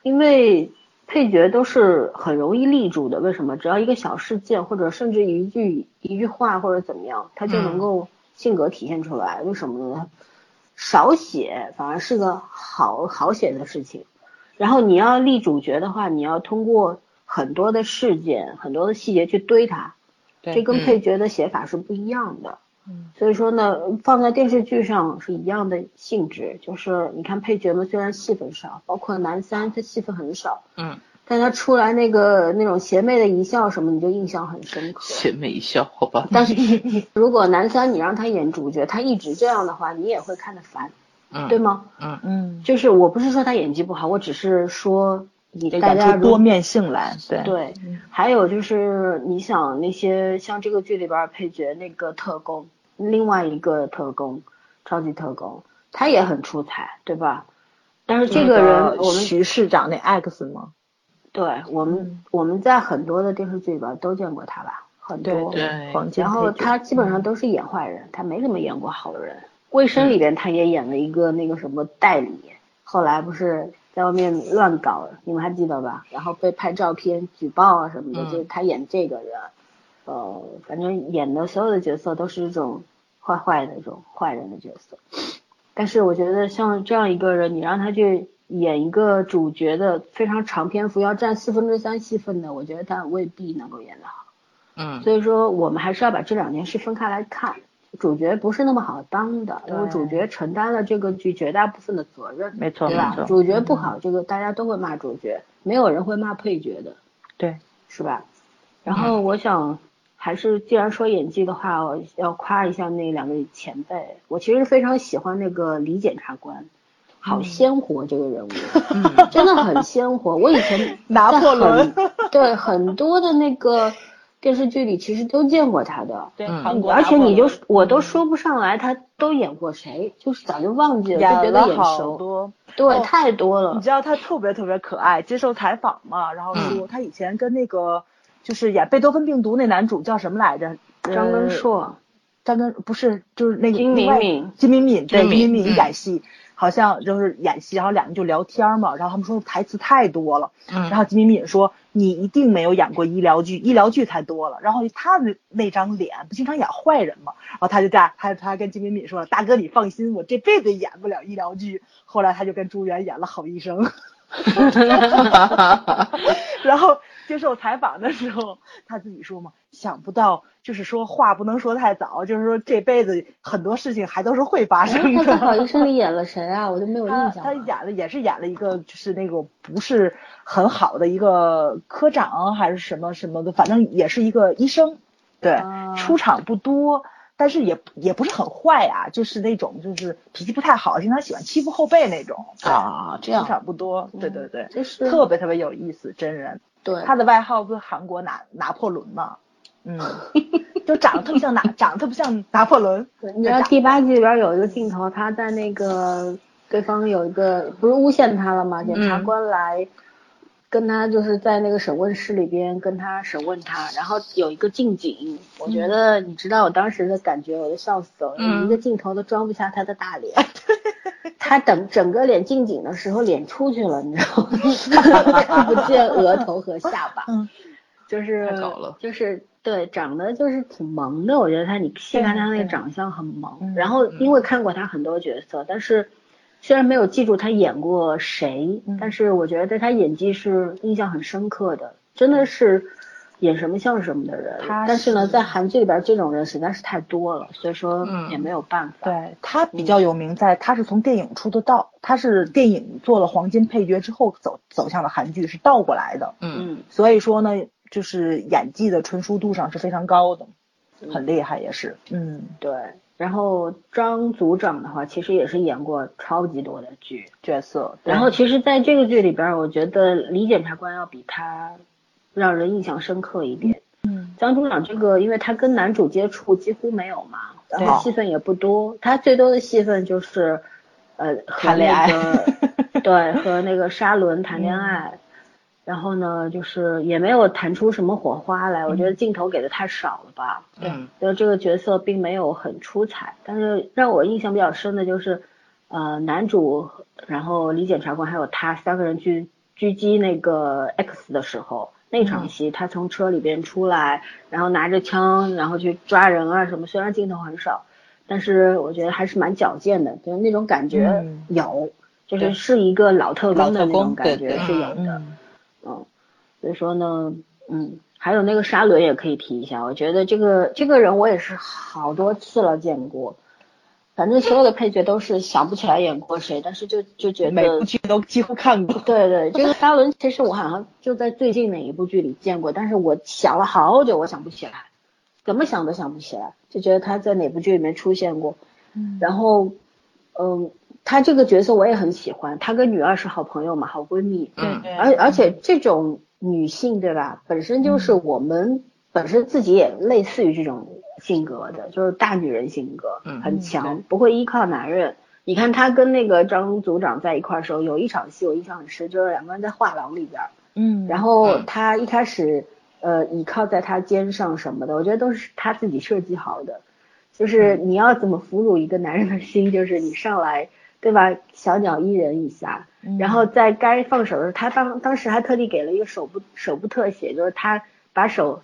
因为配角都是很容易立住的。为什么？只要一个小事件，或者甚至一句一句话，或者怎么样，他就能够性格体现出来。为什么呢？少写反而是个好好写的事情。然后你要立主角的话，你要通过很多的事件、很多的细节去堆它，
对
这跟
嗯
配角的写法是不一样的。
嗯
所以说呢，放在电视剧上是一样的性质，就是你看配角们虽然戏份少，包括男三他戏份很少，
嗯，
但他出来那个那种邪魅的一笑什么，你就印象很深刻。
邪魅一笑，好吧，
但是如果男三你让他演主角，他一直这样的话，你也会看得烦，
嗯，
对吗？
嗯，
就是我不是说他演技不好，我只是说你大
演
家
出
如
多面性来，对，嗯
对，还有就是你想那些像这个剧里边儿配角那个特工，另外一个特工，超级特工，他也很出彩，对吧？但
嗯
是这个
呃
人，我们
徐市长那 X 吗？
对我
嗯
们我们在很多的电视剧里边儿都见过他吧，很
对
多。
对
黄金
然后
配角嗯
他基本上都是演坏人，他没怎么演过好人。卫生里边他也演了一个那个什么代理，后来不是在外面乱搞，你们还记得吧？然后被拍照片举报啊什么的，
嗯
就是他演这个人，呃，反正演的所有的角色都是这种坏坏的这种坏人的角色。但是我觉得像这样一个人，你让他去演一个主角的非常长篇幅，要占四分之三戏份的，我觉得他未必能够演得好。
嗯，
所以说，我们还是要把这两件事分开来看。主角不是那么好当的，因为主角承担了这个剧绝大部分的责任，
没错
对
没
吧？
错，嗯
主角不好，这个大家都会骂主角，没有人会骂配角的，
对，
是吧？然
嗯
后我想，还是既然说演技的话，我要夸一下那两位前辈。我其实非常喜欢那个李检察官，
嗯
好鲜活这个人物，真的很鲜活。我以前
拿破仑
在很，对很多的那个电视剧里其实都见过他的，
对
嗯
韩国拿
而
破
且
仑，
你就我都说不上来他都演过谁，就是早就忘记了，就觉
演
得
了
眼
好
熟。
多。
对，
哦
太多
你
了。
知道他特别特别可爱，接受采访嘛，然后说他以前跟那个就是演贝多芬病毒那男主叫什么来着？呃
张根，硕，
张根不是就是那个
金
另
敏
外
敏
金敏敏对
金敏
金敏
嗯
敏演戏，好像就是演戏，然后两人就聊天嘛，然后他们说台词太多了，
嗯
然后金敏敏说你一定没有演过医疗剧，医疗剧才多了，然后他那那张脸不经常演坏人嘛，然后他就在他他跟金敏敏说大哥你放心，我这辈子演不了医疗剧，后来他就跟朱元演了好医生。 然后接受采访的时候，他自己说嘛，想不到，就是说话不能说太早，就是说这辈子很多事情还都是会发 生
呃 他在《好
的。
医生》里演了谁啊？我都没有印
他
象
他
了。
演了也是演了一个就是那种不是很好的一个科长还是什么什么的，反正也是一个医生，对，
啊
出场不多，但是也也不是很坏啊，就是那种就是脾气不太好，经常喜欢欺负后辈那种，
啊，这嗯
出场不多，对对对，
就是
特别特别有意思，真人。
对，
他的外号不是韩国拿拿破仑吗？嗯，就长得特别像拿， 长得特别像拿破仑。
你知道第八季里边有一个镜头，他在那个对方有一个不是诬陷他了吗？检
嗯
察官来跟他就是在那个审问室里边跟他审问他，然后有一个近景，我觉得你知道我当时的感觉，我都笑死了，
嗯
一个镜头都装不下他的大脸。 他等整个脸近景的时候，脸出去了，你知道吗？ 看不见额头和下巴，就是
嗯太搞了
就是对长得就是挺萌的，我觉得他你细看他那个长相很萌。
嗯
然后因为看过他很多角色，但是虽然没有记住他演过谁，
嗯
但是我觉得他演技是印象很深刻的，真的是演什么像什么的人。
他
但是呢，
是
在韩剧里边这种人实在是太多了，所以说
嗯
也没有办法。
对他比较有名在，他是从电影出的道，他是电影做了黄金配角之后走走向了韩剧，是倒过来的。
嗯，
嗯，
所以说呢，就是演技的纯熟度上是非常高的，很厉害也是。嗯，
对。然后张组长的话，其实也是演过超级多的剧，
角色。对
然后其实在这个剧里边儿，我觉得李检察官要比他让人印象深刻一点。
嗯，
张组长这个，因为他跟男主接触几乎没有嘛，然后戏份也不多，他最多的戏份就是，呃，和
谈恋
那
爱嗯
个对和那个沙伦谈恋爱，然后呢，就是也没有谈出什么火花来，我
嗯
觉得镜头给的太少了吧，
嗯，
就这个角色并没有很出彩，但是让我印象比较深的就是，呃，男主，然后李检察官还有他三个人去狙击那个 X 的时候，那
嗯
场戏他从车里边出来，然后拿着枪，然后去抓人啊什么，虽然镜头很少，但是我觉得还是蛮矫健的，就是那种感觉
嗯
有，就是
对
是一个老特
老
工的
特
那种
工
感
对
觉
对
是有的，
嗯，
嗯，所以说呢，嗯，还有那个沙伦也可以提一下，我觉得这个这个人我也是好多次了见过，反正所有的配角都是想不起来演过谁，但是就就觉
每部
得，
剧都几乎看过。
对对，这个沙伦其实我好像就在最近哪一部剧里见过，但是我想了好久，我想不起来，怎么想都想不起来，就觉得他在哪部剧里面出现过，然后，嗯，他这个角色我也很喜欢，他跟女二是好朋友嘛，好闺蜜，
嗯
对
而而且这种女性对吧，本身
嗯
就是我们本身自己也类似于这种性格的，就是大女人性格，
嗯
很强，不会依靠男人。你看她跟那个张组长在一块儿的时候，有一场戏我印象很深，就是两个人在画廊里边儿，
嗯
然后
嗯
她一开始呃倚靠在他肩上什么的，我觉得都是她自己设计好的。就是
嗯
你要怎么俘虏一个男人的心，就是你上来对吧，小鸟依人一下，
嗯
然后在该放手的时候，他当当时还特地给了一个手部手部特写，就是他把手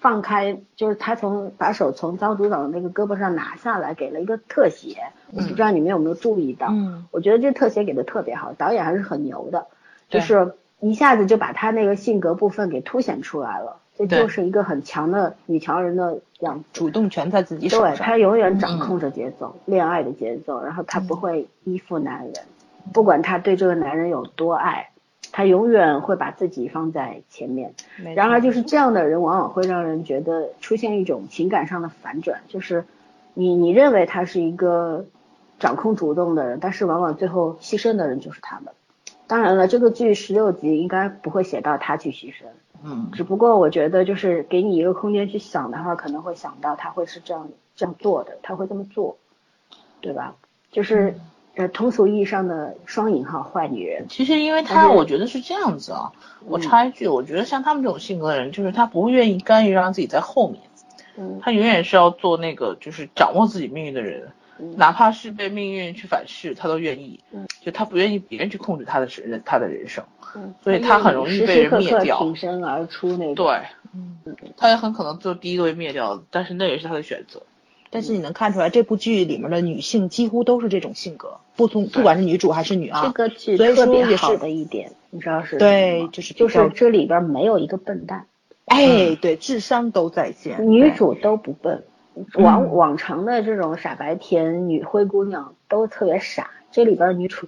放开，就是他从把手从张组长的那个胳膊上拿下来，给了一个特写。我不知道你们有没有注意到，
嗯
我觉得这特写给的特别好，导演还是很牛的，就
对
是一下子就把他那个性格部分给凸显出来了，这
对
就是一个很强的女强人的样子。
主动权在自己手
对，
上嗯
他。永远掌控着节奏，恋爱的节奏，然后他不会依附男人，不管他对这个男人有多爱，他永远会把自己放在前面。
没错
然而，就是这样的人，往往会让人觉得出现一种情感上的反转，就是你你认为他是一个掌控主动的人，但是往往最后牺牲的人就是他们。当然了，这个剧十六集应该不会写到他去牺牲，
嗯
只不过我觉得，就是给你一个空间去想的话，可能会想到他会是这样这样做的，他会这么做，对吧？就是呃，通俗意义上的双引号坏女人。
其实因为
但
他，
是
我觉得是这样子啊。
嗯
我插一句，我觉得像他们这种性格的人，就是他不会愿意干预，让自己在后面，
嗯
他永远是要做那个就是掌握自己命运的人，
嗯
哪怕是被命运去反噬，他都愿意
嗯。
就他不愿意别人去控制他的人，他的人生。
嗯，
所以他很容易被人灭
时时刻
掉
刻挺身而出那种。
对，
嗯
他也很可能最后第一个被灭掉的，但是那也是他的选择。
但
嗯
是你能看出来，这部剧里面的女性几乎都是这种性格，不从不管是女主还是女啊
这
二，
个剧
所以
特
说
别
也是
好的一点，你知道是什么
对
吗
就是比
就
较
是这里边没有一个笨蛋，
哎，对，智商都在线。
嗯女主都不笨，
嗯
往往常的这种傻白甜女灰姑娘都特别傻，这里边女主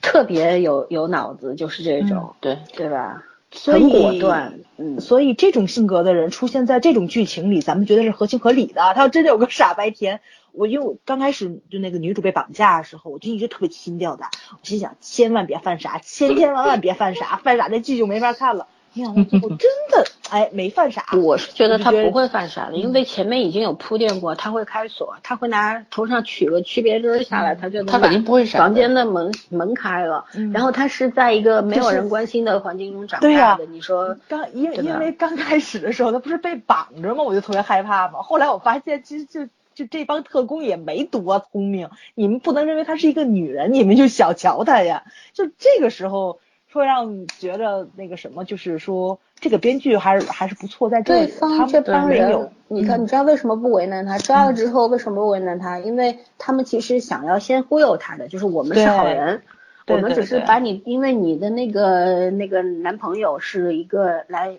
特别有有脑子，就是这种，
对，
对吧？
嗯所
很
以
果断，嗯，
所以这种性格的人出现在这种剧情里，咱们觉得是合情合理的。他要真的有个傻白甜，我因为我刚开始就那个女主被绑架的时候，我就一直特别心吊胆，我心想千万别犯傻，千千万万别犯傻， 犯傻这剧就没法看了。没想到最后真的哎没犯傻，
我是觉得他不会犯傻的，
嗯
因为前面已经有铺垫过，他会开锁，他会拿头上取个区别针下来，他就能
他肯定不会
把
闪的。
房间的门门开了。
嗯
然后他是在一个没有
就是
人关心的环境中长
对
大
呀
的，
嗯
你说
刚因为
对吧
因为刚开始的时候，他不是被绑着吗？我就特别害怕嘛。后来我发现，其实就就这帮特工也没多聪明，你们不能认为她是一个女人，你们就小瞧她呀。就这个时候，会让觉得那个什么，就是说这个编剧还是还是不错，在这
对
里他
方
们
这帮
没
人
有，嗯
你看，你知道为什么不为难他？抓了之后为什么不为难他？因为他们其实想要先忽悠他的，就是我们是
对
好人，我
对
们
对
只是
对
把你，因为你的那个那个男朋友是一个来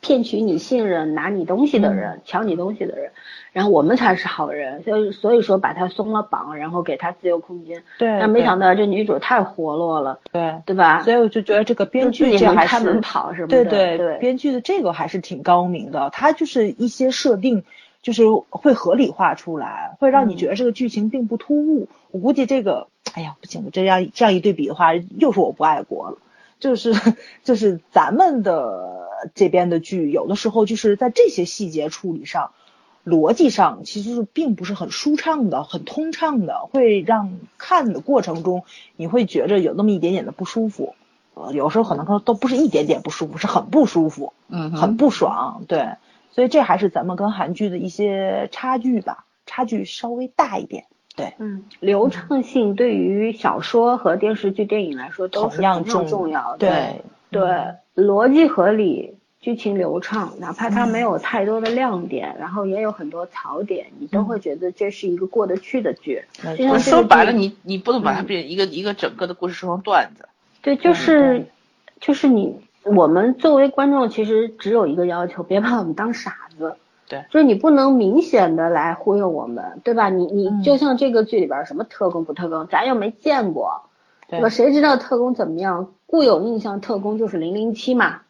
骗取你信任、拿你东西
嗯
的人、抢你东西的人，然后我们才是好人，所以所以说把他松了绑，然后给他自由空间。
嗯对，
但啊没想到这女主太活络了，
对，
对吧？
所以我就觉得这个编
就
剧
自己
这
能
还
开
是
门 跑什么的，
对对
对
编剧的这个还是挺高明的，它就是一些设定就是会合理化出来，会
嗯
让你觉得这个剧情并不突兀。我估计这个，哎呀，不行，这样这样一对比的话，又是我不爱国了。就是就是咱们的这边的剧，有的时候就是在这些细节处理上、逻辑上，其实是并不是很舒畅的、很通畅的，会让看的过程中你会觉着有那么一点点的不舒服。呃，有时候可能说都不是一点点不舒服，是很不舒服，
嗯哼，
很不爽。对，所以这还是咱们跟韩剧的一些差距吧，差距稍微大一点。
嗯，流畅性对于小说和电视剧、电影来说都是
同
非
样
常
重
重要的。
对，嗯
对，逻辑合理，剧情流畅，哪怕它没
嗯
有太多的亮点，然后也有很多槽点，你
嗯
都会觉得这是一个过得去的剧。
没
就像
我
这个
说白了，
剧
你你不能把它变成一个一个整个的故事说成段子。
对，就是就是你我们作为观众，其实只有一个要求，别把我们当傻子。
对，
就是你不能明显的来忽悠我们，对吧？你你就像这个剧里边儿什么特工不特工，咱又没见过，
对
吧？谁知道特工怎么样？固有印象特工就是零零七嘛，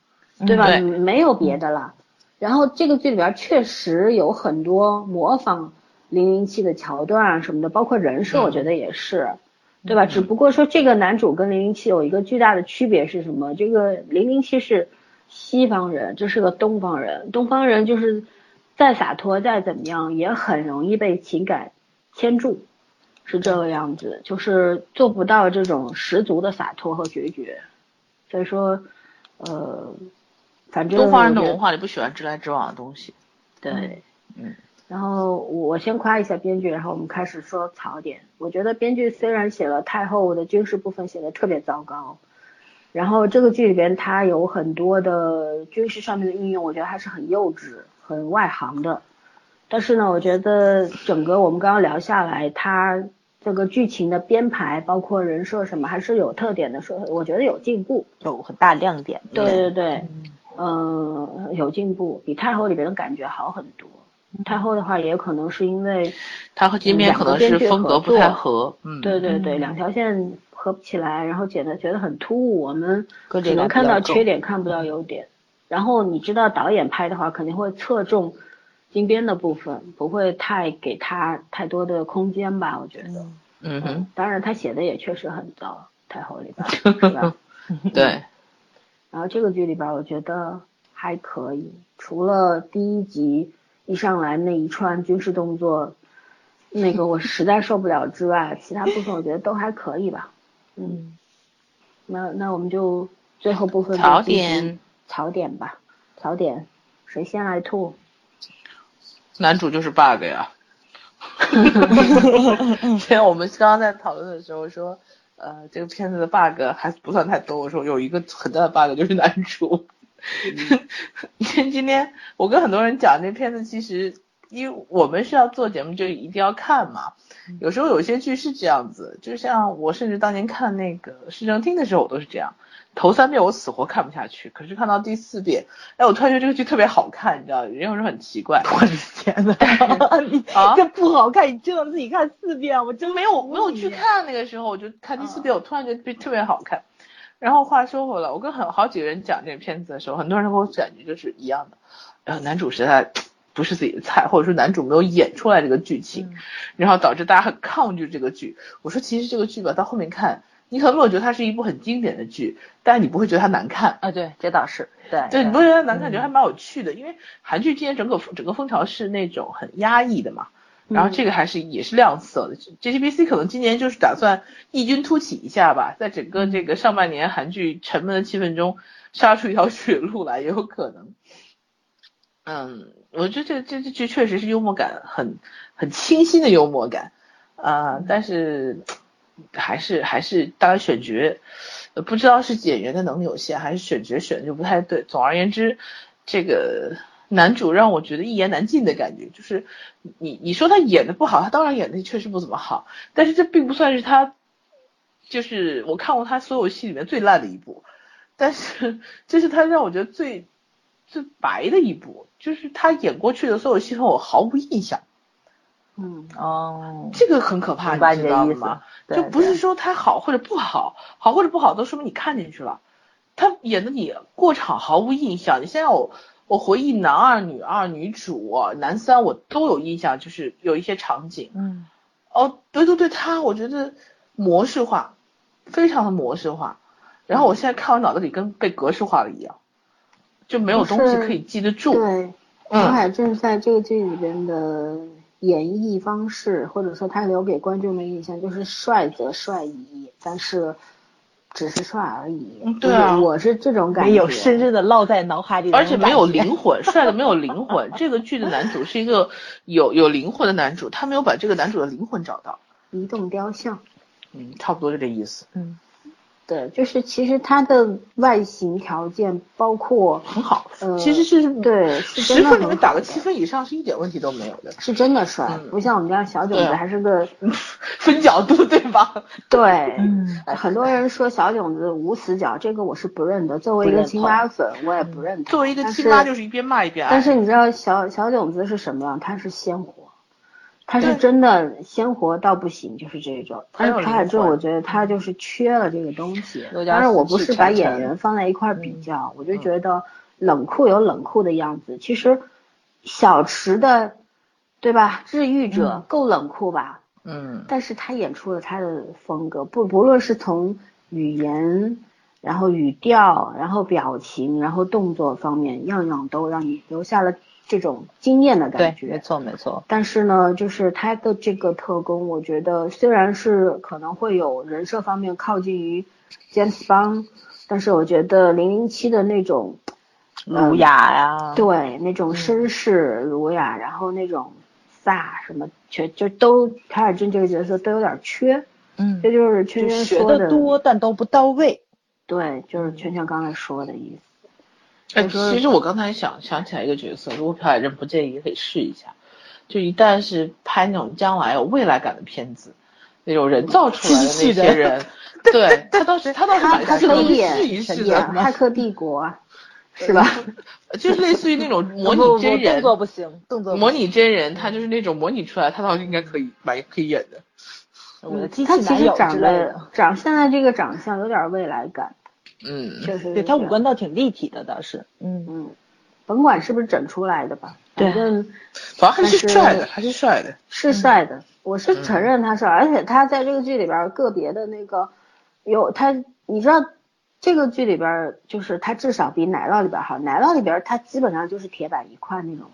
对吧？
对
没有别的了。然后这个剧里边儿确实有很多模仿零零七的桥段啊什么的，包括人设，我觉得也是。对吧？只不过说这个男主跟零零七有一个巨大的区别是什么？这个零零七是西方人，这是个东方人。东方人就是再洒脱再怎么样，也很容易被情感牵住，是这个样子，就是做不到这种十足的洒脱和决绝。所以说，呃，反正
东方人的
我觉得
文化里不喜欢直来直往的东西。
对，嗯。然后我先夸一下编剧，然后我们开始说槽点。我觉得编剧虽然写了太后的军事部分写的特别糟糕，然后这个剧里边它有很多的军事上面的运用，我觉得还是很幼稚、很外行的。但是呢，我觉得整个我们刚刚聊下来，它这个剧情的编排，包括人设什么，还是有特点的。说我觉得有进步，
有很大亮点。
对对对，嗯、有进步，比太后里边的感觉好很多。太后的话，也可能是因为，
他和金边可能是风格不太合，嗯，
对对对，两条线合不起来，然后剪的觉得很突兀，我们
割裂
只能看
感比较
到
重
缺点，看不到优点。然后你知道导演拍的话，肯定会侧重金边的部分，不会太给他太多的空间吧？我觉得，
嗯哼，
当然他写的也确实很糟，太后里边儿是吧？
对，
然后这个剧里边，我觉得还可以，除了第一集一上来那一串军事动作，那个我实在受不了之外，其他部分我觉得都还可以吧。嗯，那那我们就最后部分就
槽
进行
点
槽点吧，槽点，谁先来吐？
男主就是 bug 呀。 所以我们刚刚在讨论的时候说，呃，这个片子的 bug 还不算太多。我说有一个很大的 bug 就是男主。今 今天我跟很多人讲，这片子其实因为我们是要做节目，就一定要看嘛。有时候有些剧是这样子，就像我甚至当年看那个《市政厅》的时候，我都是这样。头三遍我死活看不下去，可是看到第四遍，哎，我突然觉得这个剧特别好看，你知道？人有时候很奇怪，
我的天呐， 你
啊
这不好看，你真能自己看四遍，我真
没有没有去看那个时候，我就看第四
嗯
遍，我突然觉得特别好看。然后话说回来，我跟很好几个人讲这个片子的时候，很多人跟我感觉就是一样的，呃，男主实在不是自己的菜，或者说男主没有演出来这个剧情，
嗯
然后导致大家很抗拒这个剧。我说其实这个剧吧，到后面看，你可能会觉得它是一部很经典的剧，但是你不会觉得它难看。
啊，对，这倒是对
对，你不觉得难看，觉得还蛮有趣的，因为韩剧今年整个整个风潮是那种很压抑的嘛，然后这个还是也是亮色的。JTBC 可能今年就是打算异军突起一下吧，在整个这个上半年韩剧沉闷的气氛中，杀出一条血路来也有可能。嗯，我觉得这这这剧确实是幽默感很很清新的幽默感，啊、
嗯
但是还是还是当然选角，呃不知道是演员的能力有限，还是选角选的就不太对。总而言之，这个男主让我觉得一言难尽的感觉，就是你你说他演的不好，他当然演的确实不怎么好，但是这并不算是他，就是我看过他所有戏里面最烂的一部，但是这是他让我觉得最最白的一部，就是他演过去的所有戏份我毫无印象，
嗯，
哦，
这个很可怕，
明白
你
你
知
的
道
意
吗
思？，
就
对
不是说他好或者不好，好或者不好都说明你看进去了。他演的你过场毫无印象，你现在我我回忆男二、女二、女主、男三，我都有印象，就是有一些场景。
嗯
哦，对对对，他我觉得模式化，
嗯
非常的模式化。然后我现在看完脑子里跟被格式化了一样，就没有
哦
东西可以记得住。
对，朴海镇在这个剧里边的演绎方式，或者说他留给观众的印象，就是帅则帅矣，但是只是帅而已。
嗯对啊
我我是这种感觉。
没有深深的烙在脑海里，
而且没有灵魂，帅的没有灵魂。这个剧的男主是一个有有灵魂的男主，他没有把这个男主的灵魂找到。
移动雕像。
嗯，差不多就这意思，
嗯
对，就是其实它的外形条件包括，
很好。
呃，
其实是
对，是
十
真的
分里
很
面打
好
个七分以上是一点问题都没有的，
是真的帅，不像我们家小九
对
子
啊
还是个
分角度对吧？
对，
嗯
呃很多人说小囧子无死角，这个我是不认的。作为一
不
个
认
青
同
蛙粉，我也不认同。
作为一个
但
亲妈，就是是一边骂一边
但
爱。
是你知道小小囧子是什么样？他是鲜活，他是
对
真的鲜活到不行，就是这种。
很
但
有
是凯尔
灵
顿，
魂
我觉得他就是缺了这个东西。
有点
当然，我不
死
是
气
把
沉嗯
演
沉
员放在一块儿比较，我就觉得冷酷有冷酷的样子。其实小池的，对吧？治愈者够冷酷吧？
嗯，
但是他演出了他的风格，不不论是从语言，然后语调，然后表情，然后动作方面，样样都让你留下了这种惊艳的感
对，
觉。
没错没错，
但是呢，就是他的这个特工，我觉得虽然是可能会有人设方面靠近于 James Bond，但是我觉得零零七的那种呃
儒雅呀，
对，那
嗯
种绅士儒雅，然后那种飒什么，全就都凯尔镇这个角色都有点缺，
嗯
这就是圈
就
圈
学
说
的多，但都不到位。
对，就是圈圈刚才说的意思。
哎，其实我刚才想想起来一个角色，如果朴海镇不介意，可以试一下。就一旦是拍那种将来有未来感的片子，那种人造出来的那 些人，对他倒是他
嗯
倒是
他
蛮
他
适
可
合
以
试一
演
试
演
的
《
嘛，
骇客帝国》 啊，是吧？
就是类似于那种模
不不
拟真
动
人，
作不行，动作不
模
行
拟真人，他就是那种模拟出来，他倒是应该可以蛮可以演的。
我的机器
嗯他其
男
实
友之
长
类
得
的。
长现在这个长相有点未来感，
嗯，
确实是
对他
这
五
样
官倒挺立体的，倒是，嗯，
嗯，甭管是不是整出来的吧，反正
反正还是
但是
帅的，还是帅的。
是帅的，我是
嗯
承认他帅，而且他在这个剧里边儿个别的那个有他，你知道这个剧里边儿就是他至少比奶酪里边儿好，奶酪里边儿他基本上就是铁板一块那种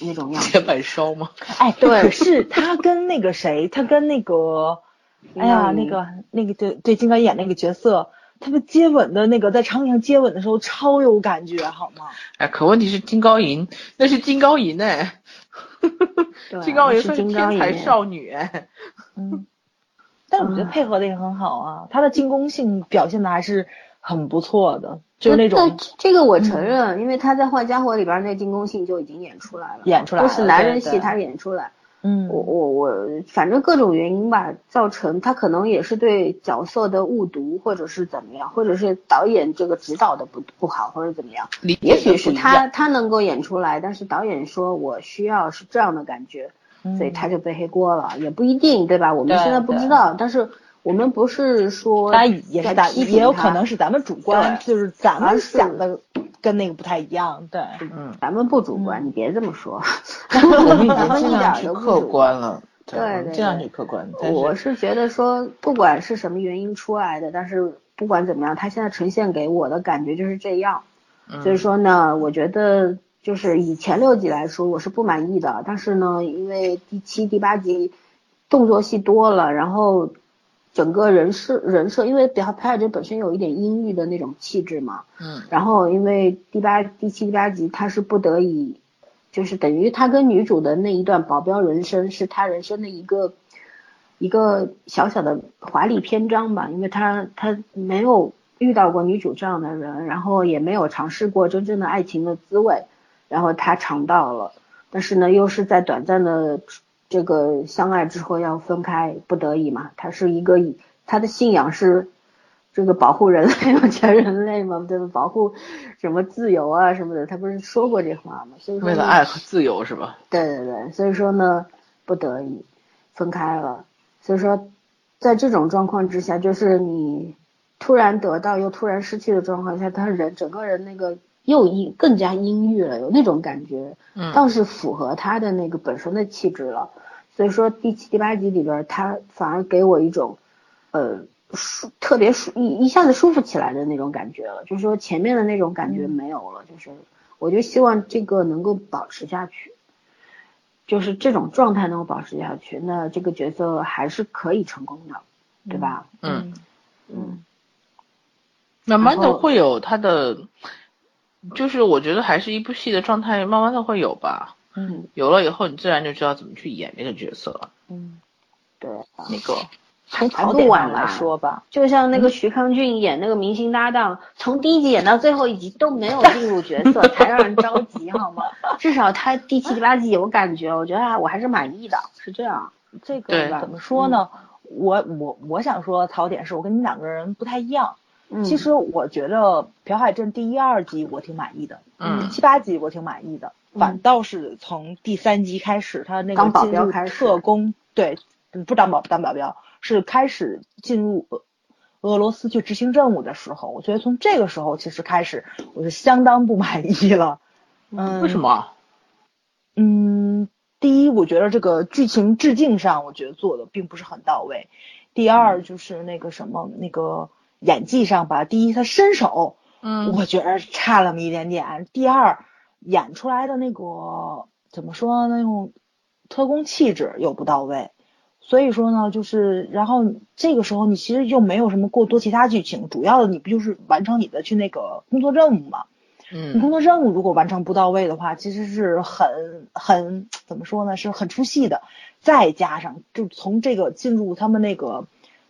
那种样
铁
子，
板烧吗？
哎，
对
可是他跟那个谁，他跟那 个，哎呀，
嗯
那个那个对对，金刚演那个角色，他们接吻的那个在长椅上接吻的时候超有感觉，好吗？
哎，可问题是金高银，那是金高银哎，
对啊
金高银
是
算
金刚
天才
银
少女哎，
嗯， 但我觉得配合的也很好啊，他的进攻性表现的还是很不错的，就是那
但
种
这个我承认，嗯因为他在《坏家伙》里边儿那进攻性就已经演出来了，
演出来
都
了
是男人
对
戏，
对
他演出来。
嗯，
我我我，反正各种原因吧，造成他可能也是对角色的误读，或者是怎么样，或者是导演这个指导的不不好，或者怎么样。
理
也
解
许
的
是
不一
他
样。
他能够演出来，但是导演说我需要是这样的感觉，
嗯
所以
嗯
他就背黑锅了，也不一定，对吧？我们
对
现在不知道，但是我们不是说
当然也是
在
咱
批评
也有
他
可能是咱们主观，
对
就是咱
而
们
是
想的跟那个不太一样，对，
咱们不主观，你别这么说，
嗯 我们已
咱
经
们
尽
一点
量
儿
去
都不
客
主观
观了，
对
我们
对
尽量
对
去客观。但是
我是觉得说，不管是什么原因出来的，但是不管怎么样，他现在呈现给我的感觉就是这样。
嗯
所以说呢，我觉得就是以前六集来说，我是不满意的。但是呢，因为第七、第八集动作戏多了，然后整个人设人设，因为表朴海镇本身有一点阴郁的那种气质嘛，
嗯，
然后因为第八、第七、第八集他是不得已，就是等于他跟女主的那一段保镖人生是他人生的一个一个小小的华丽篇章吧，因为他他没有遇到过女主这样的人，然后也没有尝试过真正的爱情的滋味，然后他尝到了，但是呢，又是在短暂的这个相爱之后要分开，不得已嘛，他是一个以他的信仰是这个保护人类、全人类嘛，对吧？保护什么自由啊什么的，他不是说过这话嘛，所以说
为了
呢
爱和自由是吧？
对对对，所以说呢，不得已分开了。所以说，在这种状况之下，就是你突然得到又突然失去的状况下，他人整个人那个又阴更加阴郁了，有那种感觉，倒是符合他的那个本身的气质了。所以说第七、第八集里边，他反而给我一种，呃，舒特别舒一一下子舒服起来的那种感觉了，就是说前面的那种感觉没有了，就是我就希望这个能够保持下去，就是这种状态能够保持下去，那这个角色还是可以成功的，对吧？
嗯，
嗯，
慢慢
然
的
后
会有它的，就是我觉得还是一部戏的状态，慢慢的会有吧。
嗯，
有了以后，你自然就知道怎么去演这个角色了。
对。
那个，
嗯还
从槽
不
点
晚
上来
啦
说吧，
就像
嗯
那个徐康俊演那个明星搭档，从第一集演到最后一集都没有进入角色，才让人着急，好吗？至少他第七、第八集有感觉，我觉得啊，我还是满意的，是这样。
这
对
个怎么说呢？
嗯
我我我想说槽点是我跟你们两个人不太一样。
嗯
其实我觉得朴海镇第一、二集我挺满意的，
嗯
七八集我挺满意的，
嗯
反倒是从第三集开始，他那
当
个
保
进
镖
入
开始
特工，对，嗯不当保当保镖，是开始进入俄俄罗斯去执行任务的时候，我觉得从这个时候其实开始，我是相当不满意了。嗯，
为什？么？啊
嗯，第一，我觉得这个剧情致敬上，我觉得做的并不是很到位。第二，就是那个什么，那个演技上吧，第一，他身手，
嗯
我觉得差了那么一点点。第二，演出来的那个怎么说呢？那种特工气质又不到位。所以说呢，就是然后这个时候你其实又没有什么过多其他剧情，主要的你不就是完成你的去那个工作任务嘛？你
嗯
工作任务如果完成不到位的话，其实是很很怎么说呢，是很出戏的。再加上就从这个进入他们那个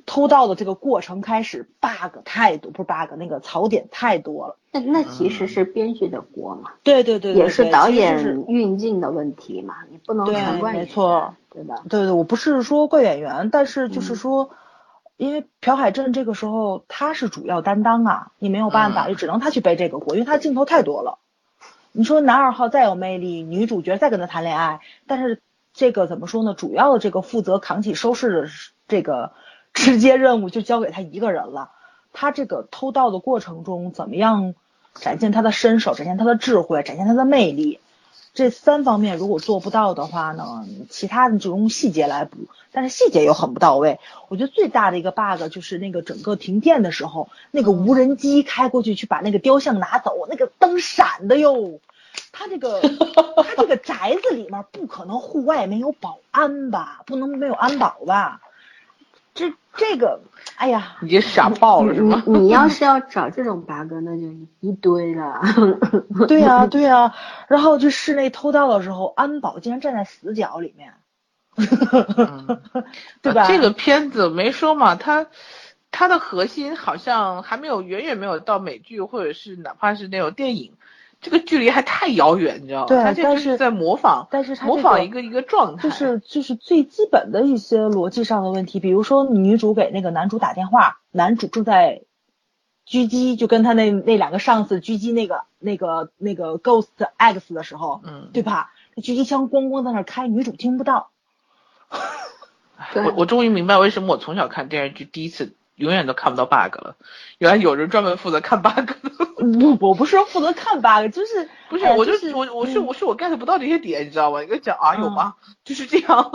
偷盗的这个过程开始，bug 太多，不是 bug，那个槽点太多了。
那那其实是编剧的锅嘛，
对对对
也是导
其实
演
是
运镜的问题嘛，你不能
对
全怪
没
人
错
家，对吧？
对对，我不是说怪演员，但是就是
嗯
说，因为朴海镇这个时候他是主要担当啊，你没有办法，
嗯
就只能他去背这个锅，因为他镜头太多了。你说男二号再有魅力，女主角再跟他谈恋爱，但是这个怎么说呢？主要的这个负责扛起收拾的是这个直接任务就交给他一个人了。他这个偷盗的过程中，怎么样展现他的身手，展现他的智慧，展现他的魅力？这三方面如果做不到的话呢，其他的就用细节来补，但是细节又很不到位。我觉得最大的一个 bug 就是那个整个停电的时候，那个无人机开过去去把那个雕像拿走，那个灯闪的哟。他 这个他这个宅子里面不可能户外没有保安吧？不能没有安保吧？这这个，哎 呀，
你就傻爆了是 吗？
你你要是要找这种 bug，那就一堆 了。
对呀、对呀、然后就室内偷盗的时候，安保竟然站在死角里面，
嗯
对吧？
呃这个片子没说嘛，它它的核心好像还没有远远没有到美剧或者是哪怕是那种电影，这个距离还太遥远，你知道吗？
对
它这
但
就是在模仿，
但是它
模
这
仿
个
一个一个状态，
就是就是最基本的一些逻辑上的问题，比如说女主给那个男主打电话，男主正在狙击，就跟他那那两个上司狙击那个那个那个 Ghost X 的时候，
嗯，
对吧？那狙击枪咣咣在那儿开，女主听不到。
我我终于明白为什么我从小看电视剧第一次永远都看不到 bug 了，原来有人专门负责看 bug 的，
嗯我我不是说负责看 bug，就是
不是，
哎呀
我
就
就是我我是
嗯
我是我 get 不到这些点，你知道吗？你跟我讲啊有
嗯
吗？就是这样，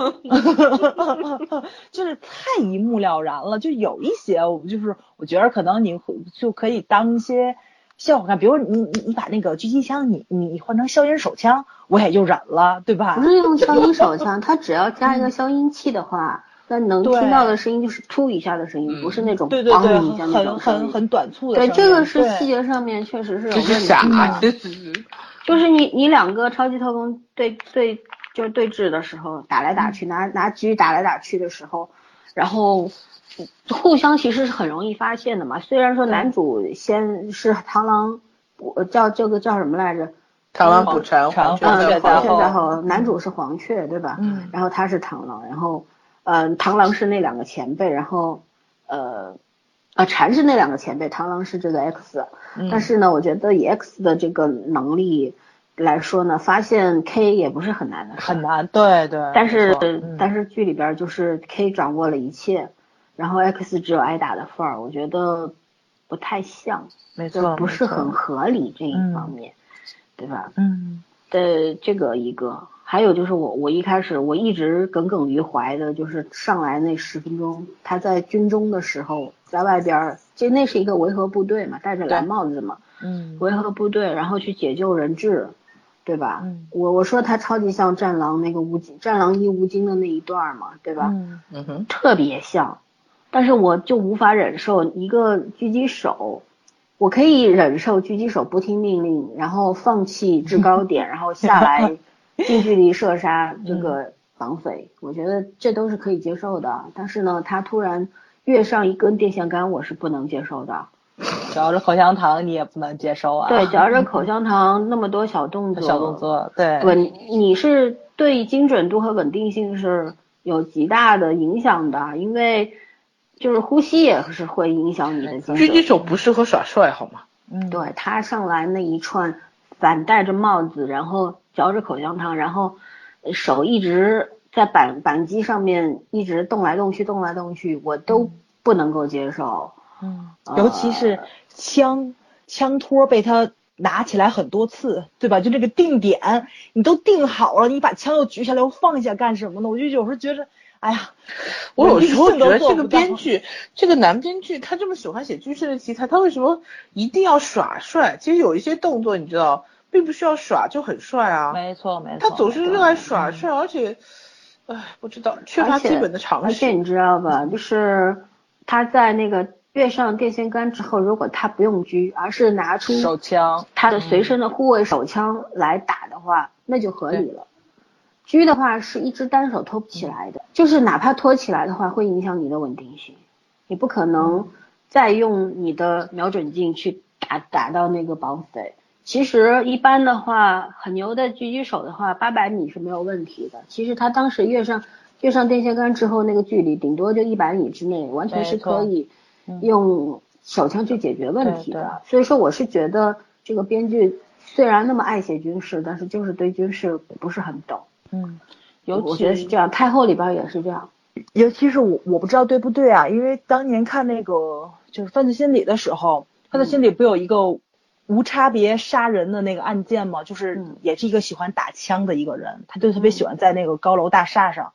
就是太一目了然了，就有一些我就是我觉得可能你会就可以当一些笑话看，比如你你你把那个狙击枪你你换成消音手枪，我也就忍了，对吧
不？是用消音手枪，它只要加一个消音器的话，那能
嗯对
听到的声音就是突一下的声
嗯
音，不是那种
对对对，
砰一下
很
那种
很
声
很
音。
很短促的
对，
声音。
这个是
对
细节上面确实是有
真
问
是
题
傻，啊
啊
的，
真是
嗯就是你你两个超级特工对对就是对峙的时候打来打去，
嗯
拿拿狙打来打去的时候，然后互相其实是很容易发现的嘛。虽然说男主先是螳螂，我叫这个叫什么来着？
螳螂捕蝉，
长
嗯，
黄雀
长黄雀
对，
在
在
后
黄
后
雀在后，男主是黄雀，对吧？
嗯
然后他是螳螂，然后，呃，螳螂是那两个前辈，然后，呃，呃，蝉是那两个前辈，螳螂是这个 X，但
嗯
是呢，我觉得以 X 的这个能力来说呢，发现 K 也不是很难的事儿
很难，对对。
但是、
没错嗯
但是剧里边就是 K 掌握了一切，然后 X 只有挨打的份儿，我觉得不太像，
没
就
错，
不是
没错
很合理这一
嗯
方面，对吧？
嗯
呃，这个一个，还有就是我我一开始我一直耿耿于怀的，就是上来那十分钟，他在军中的时候，在外边儿，这那是一个维和部队嘛，戴着蓝帽子嘛，
嗯
维和部队，然后去解救人质，对吧？
嗯
我我说他超级像《战狼》那个吴京，《战狼一》吴京的那一段儿嘛，对吧？
嗯
嗯哼，
特别像，但是我就无法忍受一个狙击手，我可以忍受狙击手不听命令，然后放弃制 高点，然后下来近距离射杀这
嗯
个绑匪，我觉得这都是可以接受的。但是呢，他突然跃上一根电线杆，我是不能接受的。
嚼着口香糖你也不能接受啊。
对，嚼着口香糖那么多小动作，
小动作，对，
稳，你是对精准度和稳定性是有极大的影响的，因为就是呼吸也是会影响你的精
狙击
准。
手不适合耍帅好吗？
嗯，
对他上来那一串，反戴着帽子，然后嚼着口香糖，然后手一直在扳扳机上面一直动来动去，动来动去，我都不能够接受。
嗯，尤其是枪枪托被他拿起来很多次，对吧？就这个定点，你都定好了，你把枪又举起来又放下干什么呢？我就有时候觉得，哎呀，
我有时候
理性
觉
都
得
做
这
不
个
到
编剧，这个男编剧，他这么喜欢写剧情的题材，他为什么一定要耍帅？其实有一些动作，你知道，并不需要耍就很帅啊。
没错没
他总是热爱耍帅，而且，唉，不知道缺乏
嗯而且
基本的常
嗯
而且
识。
你知道吧，就是他在那个跃上电线杆之后，如果他不用狙，而是拿出
手枪，
他的随身的护卫手枪来打的话，那就合理了。狙的话是一只单手托不起来的，就是哪怕托起来的话，会影响你的稳定性，你不可能再用你的瞄准镜去打打到那个绑匪。其实一般的话，很牛的狙击手的话，八百米是没有问题的。其实他当时跃上跃上电线杆之后，那个距离顶多就一百米之内，完全是可以用手枪去解决问题的。所以说，我是觉得这个编剧虽然那么爱写军事，但是就是对军事不是很懂。
嗯，
我
尤
觉得
其
是这样，太后里边也是这样。
尤其是我，我不知道对不对啊，因为当年看那个就是犯罪心理的时候，犯罪心理不有一个无差别杀人的那个案件吗？就是
嗯
也是一个喜欢打枪的一个人，他就特别喜欢在那个高楼大厦上，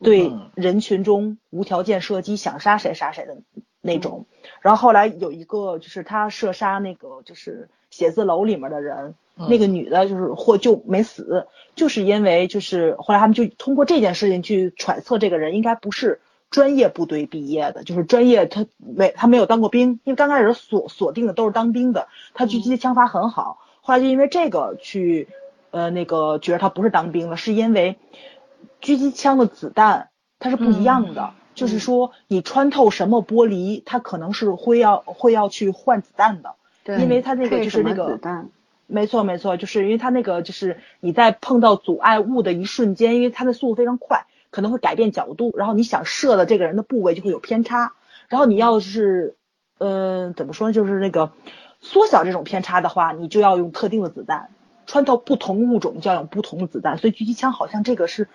对人群中无条件射击，想杀谁杀谁的那种。然后后来有一个就是他射杀那个就是写字楼里面的人，那个女的就是获救没死，就是因为就是后来他们就通过这件事情去揣测这个人应该不是专业部队毕业的，就是专业他没他没有当过兵，因为刚开始锁锁定的都是当兵的，他狙击的枪法很好，后来就因为这个去呃那个觉得他不是当兵了，是因为狙击枪的子弹它是不一样的。就是说，你穿透什么玻璃，它可能是会要会要去换子弹的，
对
因为它那个
配
就是
什么
那个
子弹，
没错，没错，就是因为它那个就是你在碰到阻碍物的一瞬间，因为它的速度非常快，可能会改变角度，然后你想射的这个人的部位就会有偏差，然后你要是，嗯、怎么说呢，就是那个缩小这种偏差的话，你就要用特定的子弹，穿透不同物种就要用不同的子弹，所以狙击枪好像这个是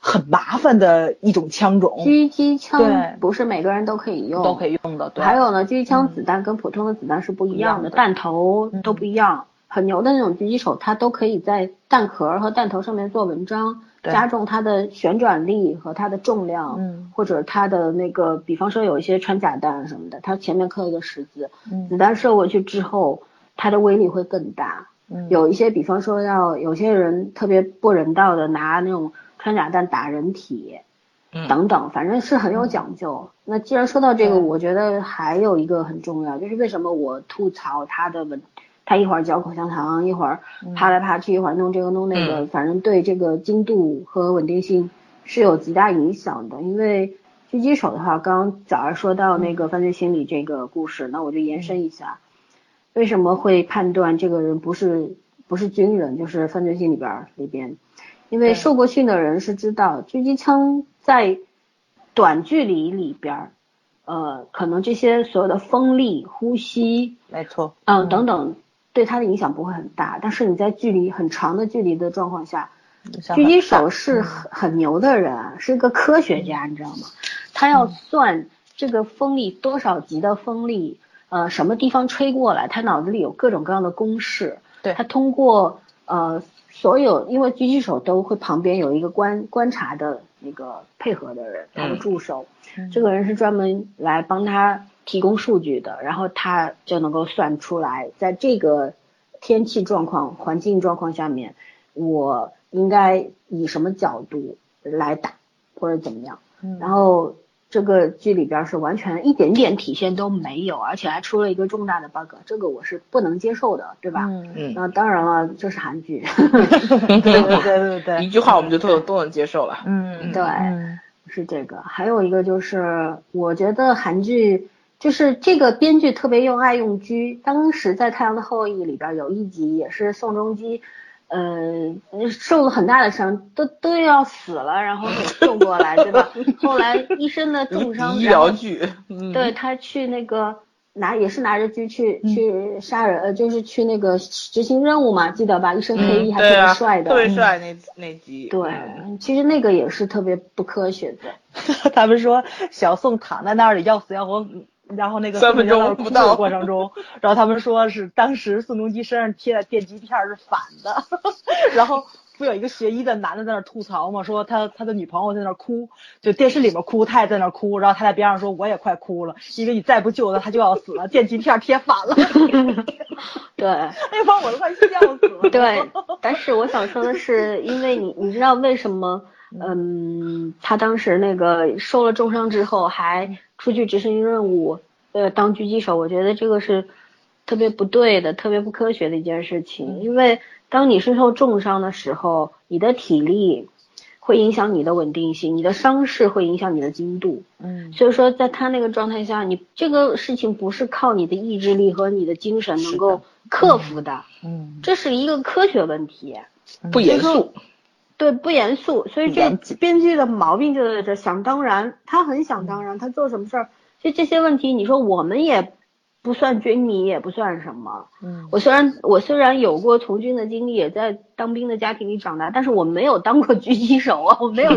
很麻烦的一种枪种，
狙击
对
枪不是每个人都可以用，
都可以用的，对，
还有呢，狙击枪子弹跟普通的子弹是不一样的，
嗯
弹头都不一样。很牛的那种狙击手，它都可以在弹壳和弹头上面做文章，
对
加重它的旋转力和它的重量，
嗯
或者它的那个，比方说有一些穿甲弹什么的，它前面刻一个十字，
嗯
子弹射过去之后，它的威力会更大。
嗯
有一些，比方说要有些人特别不人道的拿那种穿甲弹打人体，等等，反正是很有讲究。那既然说到这个，我觉得还有一个很重要，就是为什么我吐槽他的文，他一会儿嚼口香糖，一会儿爬来爬去，一会儿弄这个弄那个，反正对这个精度和稳定性是有极大影响的。因为狙击手的话，刚刚早上说到那个犯罪心理这个故事，那我就延伸一下，为什么会判断这个人不是不是军人，就是犯罪心理边儿里边？因为受过训的人是知道，狙击枪在短距离里边儿，呃，可能这些所有的风力、呼吸，
没错，
嗯、等等，对它的影响不会很大。但是你在距离很长的距离的状况下，狙击手是很很牛的人啊，是一个科学家，你知道吗？他要算这个风力多少级的风力，呃，什么地方吹过来，他脑子里有各种各样的公式。
对
他通过呃所有，因为狙击手都会旁边有一个观观察
嗯
的那个配合的人，他的助手，这个人是专门来帮他提供数据的，然后它就能够算出来，在这个天气状况、环境状况下面，我应该以什么角度来打，或者怎么样。
嗯
然后这个剧里边是完全一点点体现都没有，而且还出了一个重大的 bug，这个我是不能接受的，对吧？
嗯，
嗯
那当然了，这是韩剧，
对对对对
一
对，
句话我们就都能都能接受了。
嗯，
对。
嗯
是这个，还有一个就是，我觉得韩剧就是这个编剧特别用爱用居。当时在《太阳的后裔》里边有一集也是宋仲基，呃，受了很大的伤，都都要死了，然后给救过来，对吧？后来医生的重伤，
医
然后
疗剧，嗯，
对他去那个拿也是拿着狙去去杀人，呃，就是去那个执行任务嘛，记得吧？一身黑衣
嗯，
还特
对
别
啊，
帅的，
特别帅那那集，
对，其实那个也是特别不科学的。
他们说小宋躺在那里要死要活，嗯然后那个
三分钟
宋仲基在那儿
不到
哭的过程中， 然后他们说是当时宋仲基身上贴的电击片儿是反的， 然后不有一个学医的男的在那儿吐槽嘛，说他他的女朋友在那儿哭，就电视里面哭，他也在那儿哭，然后他在边上说我也快哭了，因为你再不救他他就要死了，电击片儿贴反了，
对，
那帮我都快笑死 了。
对，但是我想说的是，因为你你知道为什么？嗯，他当时那个受了重伤之后，还出去执行任务，呃，当狙击手，我觉得这个是特别不对的、特别不科学的一件事情。因为当你身受重伤的时候，你的体力会影响你的稳定性，你的伤势会影响你的精度。
嗯
所以说，在他那个状态下，你这个事情不是靠你的意志力和你的精神能够克服的。
嗯，
这是一个科学问题，
不严肃，
对，不严肃，所以这编剧的毛病就在这，想当然，他很想当然，他做什么事儿，就这些问题，你说我们也不算军迷，也不算什么。
嗯，
我虽然我虽然有过从军的经历，也在当兵的家庭里长大，但是我没有当过狙击手啊，我没 有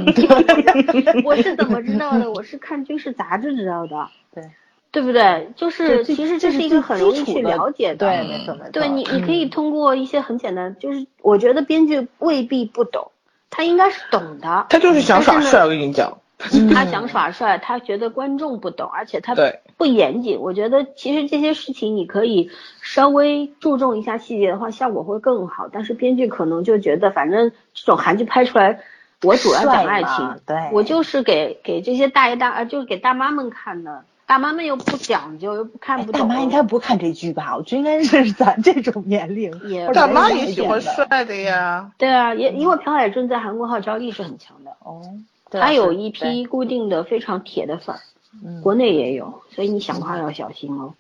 我是怎么知道的？我是看军事杂志知道的，
对，
对不对？就是
对这
其实
这
是
是
一个
最
很
基
容易
础
去
的
了解的，
对，没错没错。
对你，你可
嗯
以通过一些很简单，就是我觉得编剧未必不懂，他应该是懂的。
他就是想耍
但是呢
帅，我跟你讲，
嗯
他想耍帅，他觉得观众不懂，而且他
对
不严谨。我觉得其实这些事情你可以稍微注重一下细节的话，效果会更好。但是编剧可能就觉得，反正这种韩剧拍出来，我主要讲爱
帅
情
嘛，对
我就是给给这些大爷大啊，就是给大妈们看的。大妈们又不讲究，又不看
哎
不
大
懂。
妈应该不看这剧吧？我觉得应该是咱这种年龄，
也
或者
大妈
再
也
大一
喜欢
点的
帅的呀，
对啊，也因为朴海镇在韩国号召力是很强的。
哦。
他有一批固定的非常铁的粉儿，
嗯
国内也有，所以你想的话要小心哦。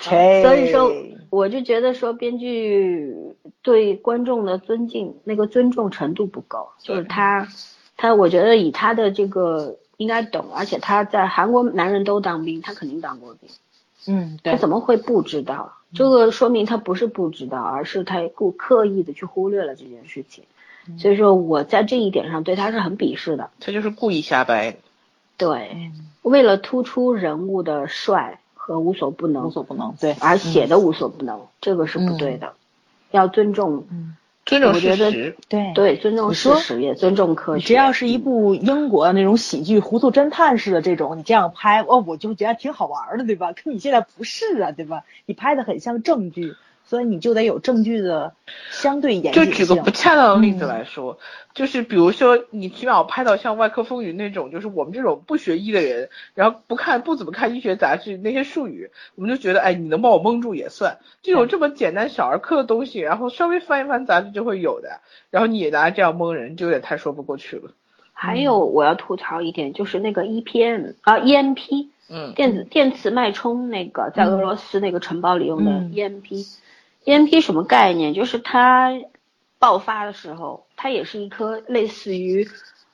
所
所
以说，我就觉得说编剧对观众的尊敬那个尊重程度不够，就是他他我觉得以他的这个应该懂，而且他在韩国男人都当兵，他肯定当过兵，
嗯，
他
对，
怎么会不知道？这个说明他不是不知道，而是他故刻意的去忽略了这件事情。所以说我在这一点上对他是很鄙视的。
他就是故意瞎掰。
嗯
对，为了突出人物的帅和无所不能，
无所不能，嗯对，
而写的无所不能，这个是不对的，要尊重，
尊重
我
事
觉得
实，
对
对，尊重事
嗯说
实，也尊重科学。嗯
只要是一部英国的那种喜剧、糊涂侦探式的这种，你这样拍，哦，我就觉得挺好玩的，对吧？可你现在不是啊，对吧？你拍的很像正剧，所以你就得有正剧的相对严
就
谨
举
性。
个不恰当的例子来说，就是比如说你起码我拍到像《外科风云》那种，就是我们这种不学医的人，然后不看不怎么看医学杂志那些术语，我们就觉得哎，你能把我蒙住也算。这种这么简单小儿科的东西，然后稍微翻一翻杂志就会有的，然后你也拿这样蒙人，就有点太说不过去了。
还有我要吐槽一点，就是那个 EPM 啊 EMP
嗯，
电子电磁脉冲那个，在俄罗斯那个城堡里用的 E
嗯
EMP。EMP E 什么概念？就是它爆发的时候，它也是一颗类似于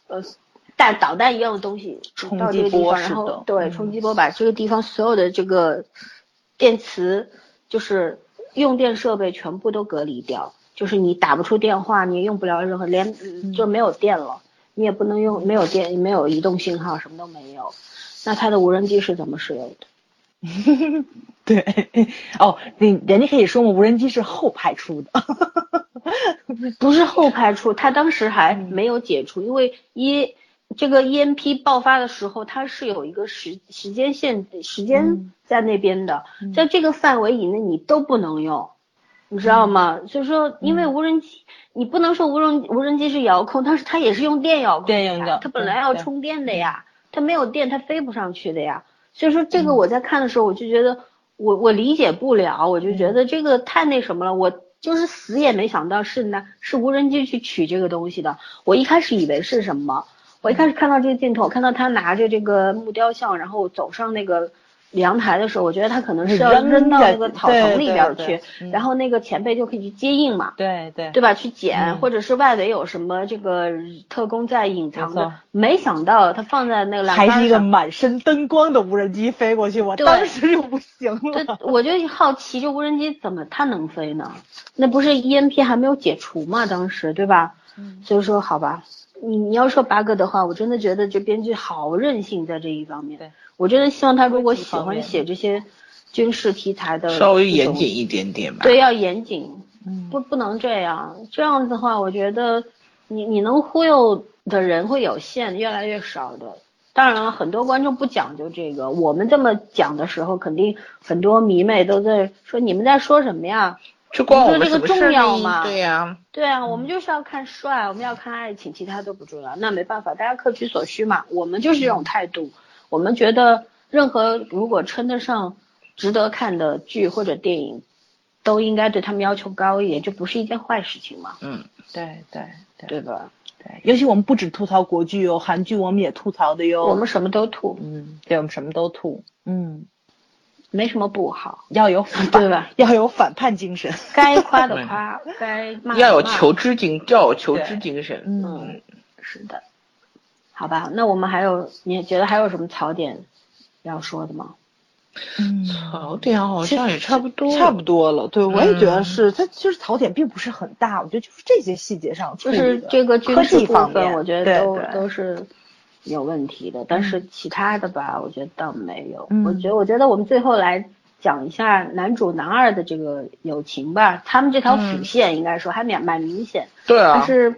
呃弹导弹一样的东西
冲
到这
击
个地
波
方，然
似
后
的嗯
对冲击波把这个地方所有的这个电磁就是用电设备全部都隔离掉，就是你打不出电话，你也用不了任何连
嗯
就没有电了，你也不能用没有电，没有移动信号，什么都没有。那它的无人机是怎么使用的？
对， 哦，那人家可以说嘛，无人机是后拍出的。嗯
不是后排除，他当时还没有解除，因为一这个 EMP 爆发的时候，它是有一个时时间限时
嗯
间在那边的，在这个范围以内你都不能用，你知道吗？
嗯
所以说，因为无人机，你不能说无人无人机是遥控，但是它也是用电遥控
电用
呀
的
它本来要
对对嗯
充电的呀，它没有电它飞不上去的呀。所以说这个
嗯
我在看的时候，我就觉得我我理解不了，我就
嗯
觉得这个太那什么了，我就是死也没想到是呢是无人机去取这个东西的，我一开始以为是什么。我一开始
嗯
看到这个镜头，看到他拿着这个木雕像，然后走上那个阳台的时候，我觉得他可能是要
扔
扔到
在
那个草丛里边儿
对对
去
对，嗯
然后那个前辈就可以去接应嘛，
对对
对吧？去捡，或者是外围有什么这个特工在隐藏
嗯没
的
错，
没想到他放在那个栏
还
杆
是一个
上。
满身灯光的无人机飞过去，我
对
当时就不行
对
了。，
我就好奇这无人机怎么它能飞呢？那不是 EMP 还没有解除嘛，当时对吧？
嗯
所以说好吧，你你要说 bug 的话，我真的觉得这编剧好任性在这一方面。
对，
我真的希望他如果喜
方
欢
面
写这些军事题材的，
稍微严谨，一点点吧。
对，要严谨，
嗯
不不能这样。这样子的话，我觉得你你能忽悠的人会有限，越来越少的。当然了，很多观众不讲究这个。我们这么讲的时候，肯定很多迷妹都在说你们在说什么呀？
这
你
关我
说
们
这
什
个
么
重
事儿
要
呢
吗
对呀、
对啊，我们就是要看帅，我们要看爱情，其他都不重要。那没办法，大家各取所需嘛。我们就是这种态度，我们觉得任何如果称得上值得看的剧或者电影，都应该对他们要求高一点，这不是一件坏事情嘛，
对对对
对吧？
对，尤其我们不只吐槽国剧哟，韩剧我们也吐槽的哟。
我们什么都吐，
嗯，对，我们什么都吐。嗯，
没什么不好，
要有反
对 吧？
要有反叛精神。
该夸的夸，该骂的骂
要有求知精，要有求知精神。
嗯，
嗯，是的。好吧，那我们还有，你觉得还有什么槽点要说的吗？
嗯
槽点好像也差不多，
差不多了。对，我也觉得
嗯
是，它其实槽点并不是很大，我觉得就是这些细节上
就
处理
是
的
这个军
科
事
技
部
方
分，
面
我觉得都
对对
都是有问题的，但是其他的吧，我觉得倒没有。
嗯
我觉得，我觉得我们最后来讲一下男主男二的这个友情吧，他们这条主线应该说还蛮蛮明显，
对啊，
但是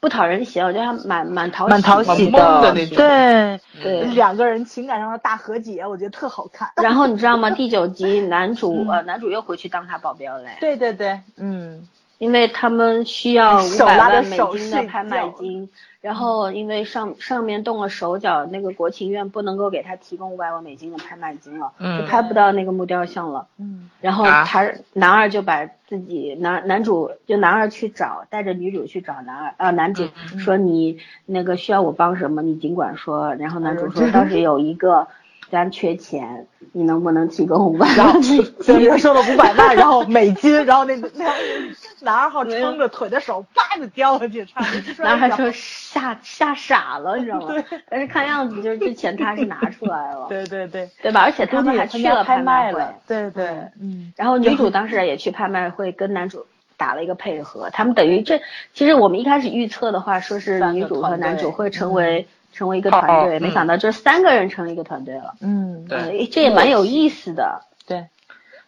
不讨人嫌，我觉得还蛮蛮讨
蛮讨
蛮
喜
懵的那种。
对，
对，
两个人情感上的大和解，我觉得特好看。
然后你知道吗？第九 集男主、呃男主又回去当他保镖嘞，
嗯对对对，嗯，
因为他们需要五
手
百
拉着
万美
手
金
睡
的
觉嗯
拍卖金，然后因为上上面动了手脚，那个国情院不能够给他提供五百万美金的拍卖金了，
嗯
就拍不到那个木雕像了。
嗯，
然后
啊
他、男二就把自己男男主就男二去找，带着女主去找男二啊、男主说你那个需要我帮什么，你尽管说。然后男主说当时有一个咱缺钱，你能不能提供五百万美金？
所 以他收了五百万，然后美金，然后那个那男二号撑着腿的手叭就掉下去，差点
然
摔
后还
着。
说吓吓傻了，你知道吗？但是看样子就是这钱他是拿出来了，
对对对，
对吧？而且他
估
们
计
还
也
去
参加
拍
拍卖
会，
了。对对，嗯，
然后女主当时也去拍卖会跟男主打了一个配合，他们等于这其实我们一开始预测的话，说是
三个
女主和
团队嗯
男主会成为、成为一个
好
团队，
嗯
没想到这三个人成了一个团队了，
嗯，
对
哎这也蛮有意思的。
对，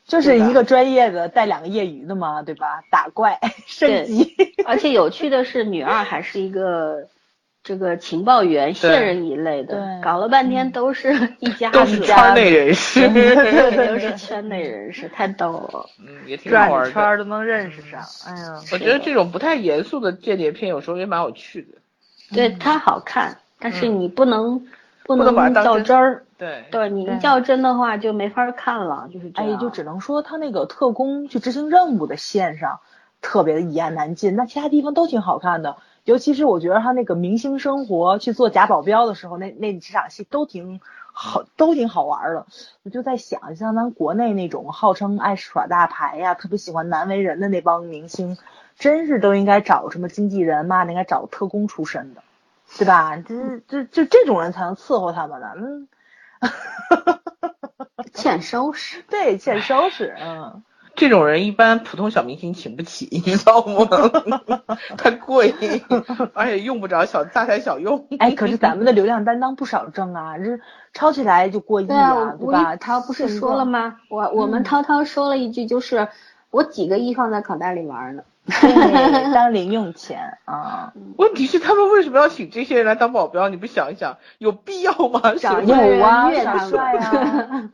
就是一个专业的带两个业余的嘛，对吧？打怪 升级，
而且有趣的是，女二还是一个这个情报员、线人一类的，
对嗯
搞了半天都 是一家
都是
子啊
圈内人士，
对，都是圈内人士，太逗了。
嗯，也挺好
转
玩
着圈
的。嗯
儿都能认识上。哎呀，
我觉得这种不太严肃的间谍片，有时候也蛮有趣的。
嗯
对，它好看，但是你不能、不
嗯不能把它
能
当
较
真
真儿。
对，
对你一
对
较真的话就没法看了，就是这
哎
样。，
就只能说他那个特工去执行任务的线上特别的一言难尽，那其他地方都挺好看的。尤其是我觉得他那个明星生活去做假保镖的时候，那那几场戏都挺好，都挺好玩儿的。我就在想，像咱国内那种号称爱耍大牌呀、特别喜欢难为人的那帮明星，真是都应该找什么经纪人嘛，应该找特工出身的，对吧？这这就这种人才能伺候他们呢。嗯，
欠收拾。
对，欠收拾，嗯。
这种人一般普通小明星请不起， 你知道吗？他贵，而且用不着小大材小用。
哎，可是咱们的流量担当不少挣啊，这抄起来就过亿
对啊，我嗯
对
吴
吧？
亦
他
涛不嗯是说了？吗？我我们涛涛说了一句，就是我几个亿放在口袋里玩呢。
对当零用钱啊，
问题是他们为什么要请这些人来当保镖？你不想一想，有必要吗？
长
是吧
相
有啊
越
耍
他
帅
们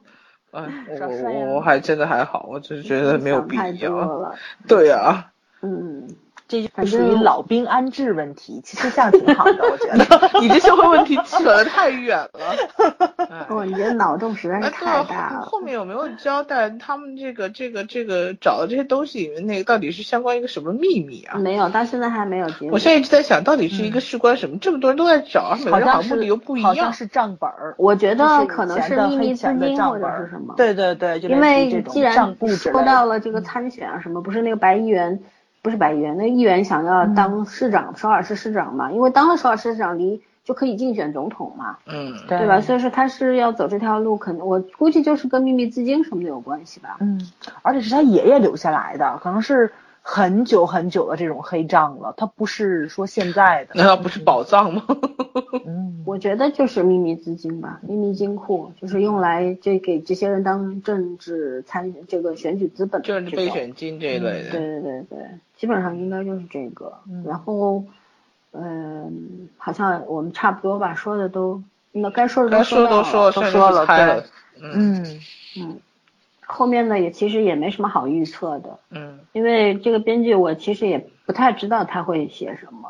啊
哎，
耍
我
帅呀
我我还真的还好，我只是觉得没有
想
必
太多
要。
了。
对啊，
嗯，
这就
反
属于
正
老兵安置问题，其实这样挺好的，我觉得。
你这社会问题扯得太远了。哎
哦，你这脑洞实在是
哎，对
太
了，
大了
后。后面有没有交代他们这个这个这个找的这些东西里面那个到底是相关一个什么秘密啊？
没有，到现在还没有结
我
果。
现在一直在想，到底是一个事关什么？这么多人都在找，每个
好
人
像
好像目的
是
又不一
好像
样。
是账本儿，
我觉
就
得
以
可能
前
是
的
秘
黑
密资
钱的
金
账
或
本
者
儿
是什么。
对对对，就
因
类似于
为
这
既
种账
然
簿之
说
类的嗯
到了这个参选啊什么，不是那个白议员，不是白议员，那议员想要
嗯
当市长，首尔市市长嘛，因为当了首尔市市长离就可以竞选总统嘛，
嗯，
对吧？所以说他是要走这条路，可能我估计就是跟秘密资金什么的有关系吧。
嗯，而且是他爷爷留下来的，可能是很久很久的这种黑账了，他不是说现在 的。
难道不是宝藏吗？
嗯，
我觉得就是秘密资金吧，秘密金库就是用来这给这些人当政治参这个选举资本的
就是
这
备
种
选金这一类
嗯对
的。
对对对，基本上应该就是这个。然后，嗯、好像我们差不多吧，说的都那该说的
该
都
说的
到
都说了，
了。
剩
说
下
了
就猜
对
了。嗯
嗯，
后面呢也其实也没什么好预测的，
嗯，
因为这个编剧我其实也不太知道他会写什么。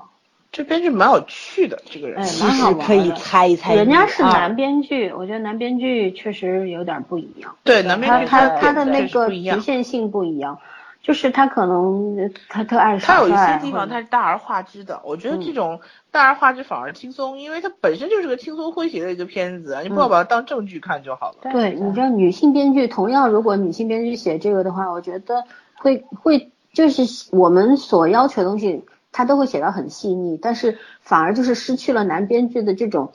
这编剧蛮有趣的，这个人
哎。
其
蛮好
实
玩
可以
的
猜一猜。
人家是男，编剧，我觉得男编剧确实有点不一样，
对，男编
他
剧
他
的
他的
点
那
确实
个
不一样
局。限性不一样，就是他可能呃他特爱耍
他有一
帅
些地
或
方
者
他是大而化之的，我觉得
嗯
这种大而化之反而轻松，因为它本身就是个轻松诙谐的一个片子，啊你不要把它当正剧看就好了。
对，你知道女性编剧，同样如果女性编剧写这个的话，我觉得会会就是我们所要求的东西，她都会写到很细腻，但是反而就是失去了男编剧的这种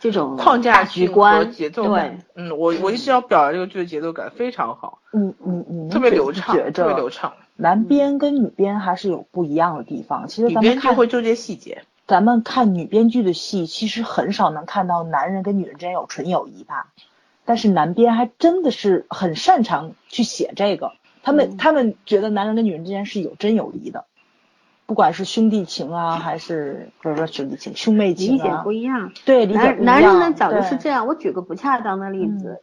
这种
框架
大
性
局
和
观，
节奏
对
感，，嗯，我我一直要表扬这个剧的节奏感非常好，
嗯嗯嗯，
特别流畅，
觉
特别流
着
畅，
男编跟女编还是有不一样的地方。其实
里
咱
边
们
就
看
会纠结细节。
咱们看女编剧的戏，其实很少能看到男人跟女人之间有纯友谊吧。但是男编还真的是很擅长去写这个，他
嗯
们、他们觉得男人跟女人之间是有真友谊的，不管是兄弟情啊，还是不是说兄弟情、兄妹
理
情
解
啊
不，一样。
对，理解不
男男
一
人的
样
角度是
对
这样，我举个不恰当的例子，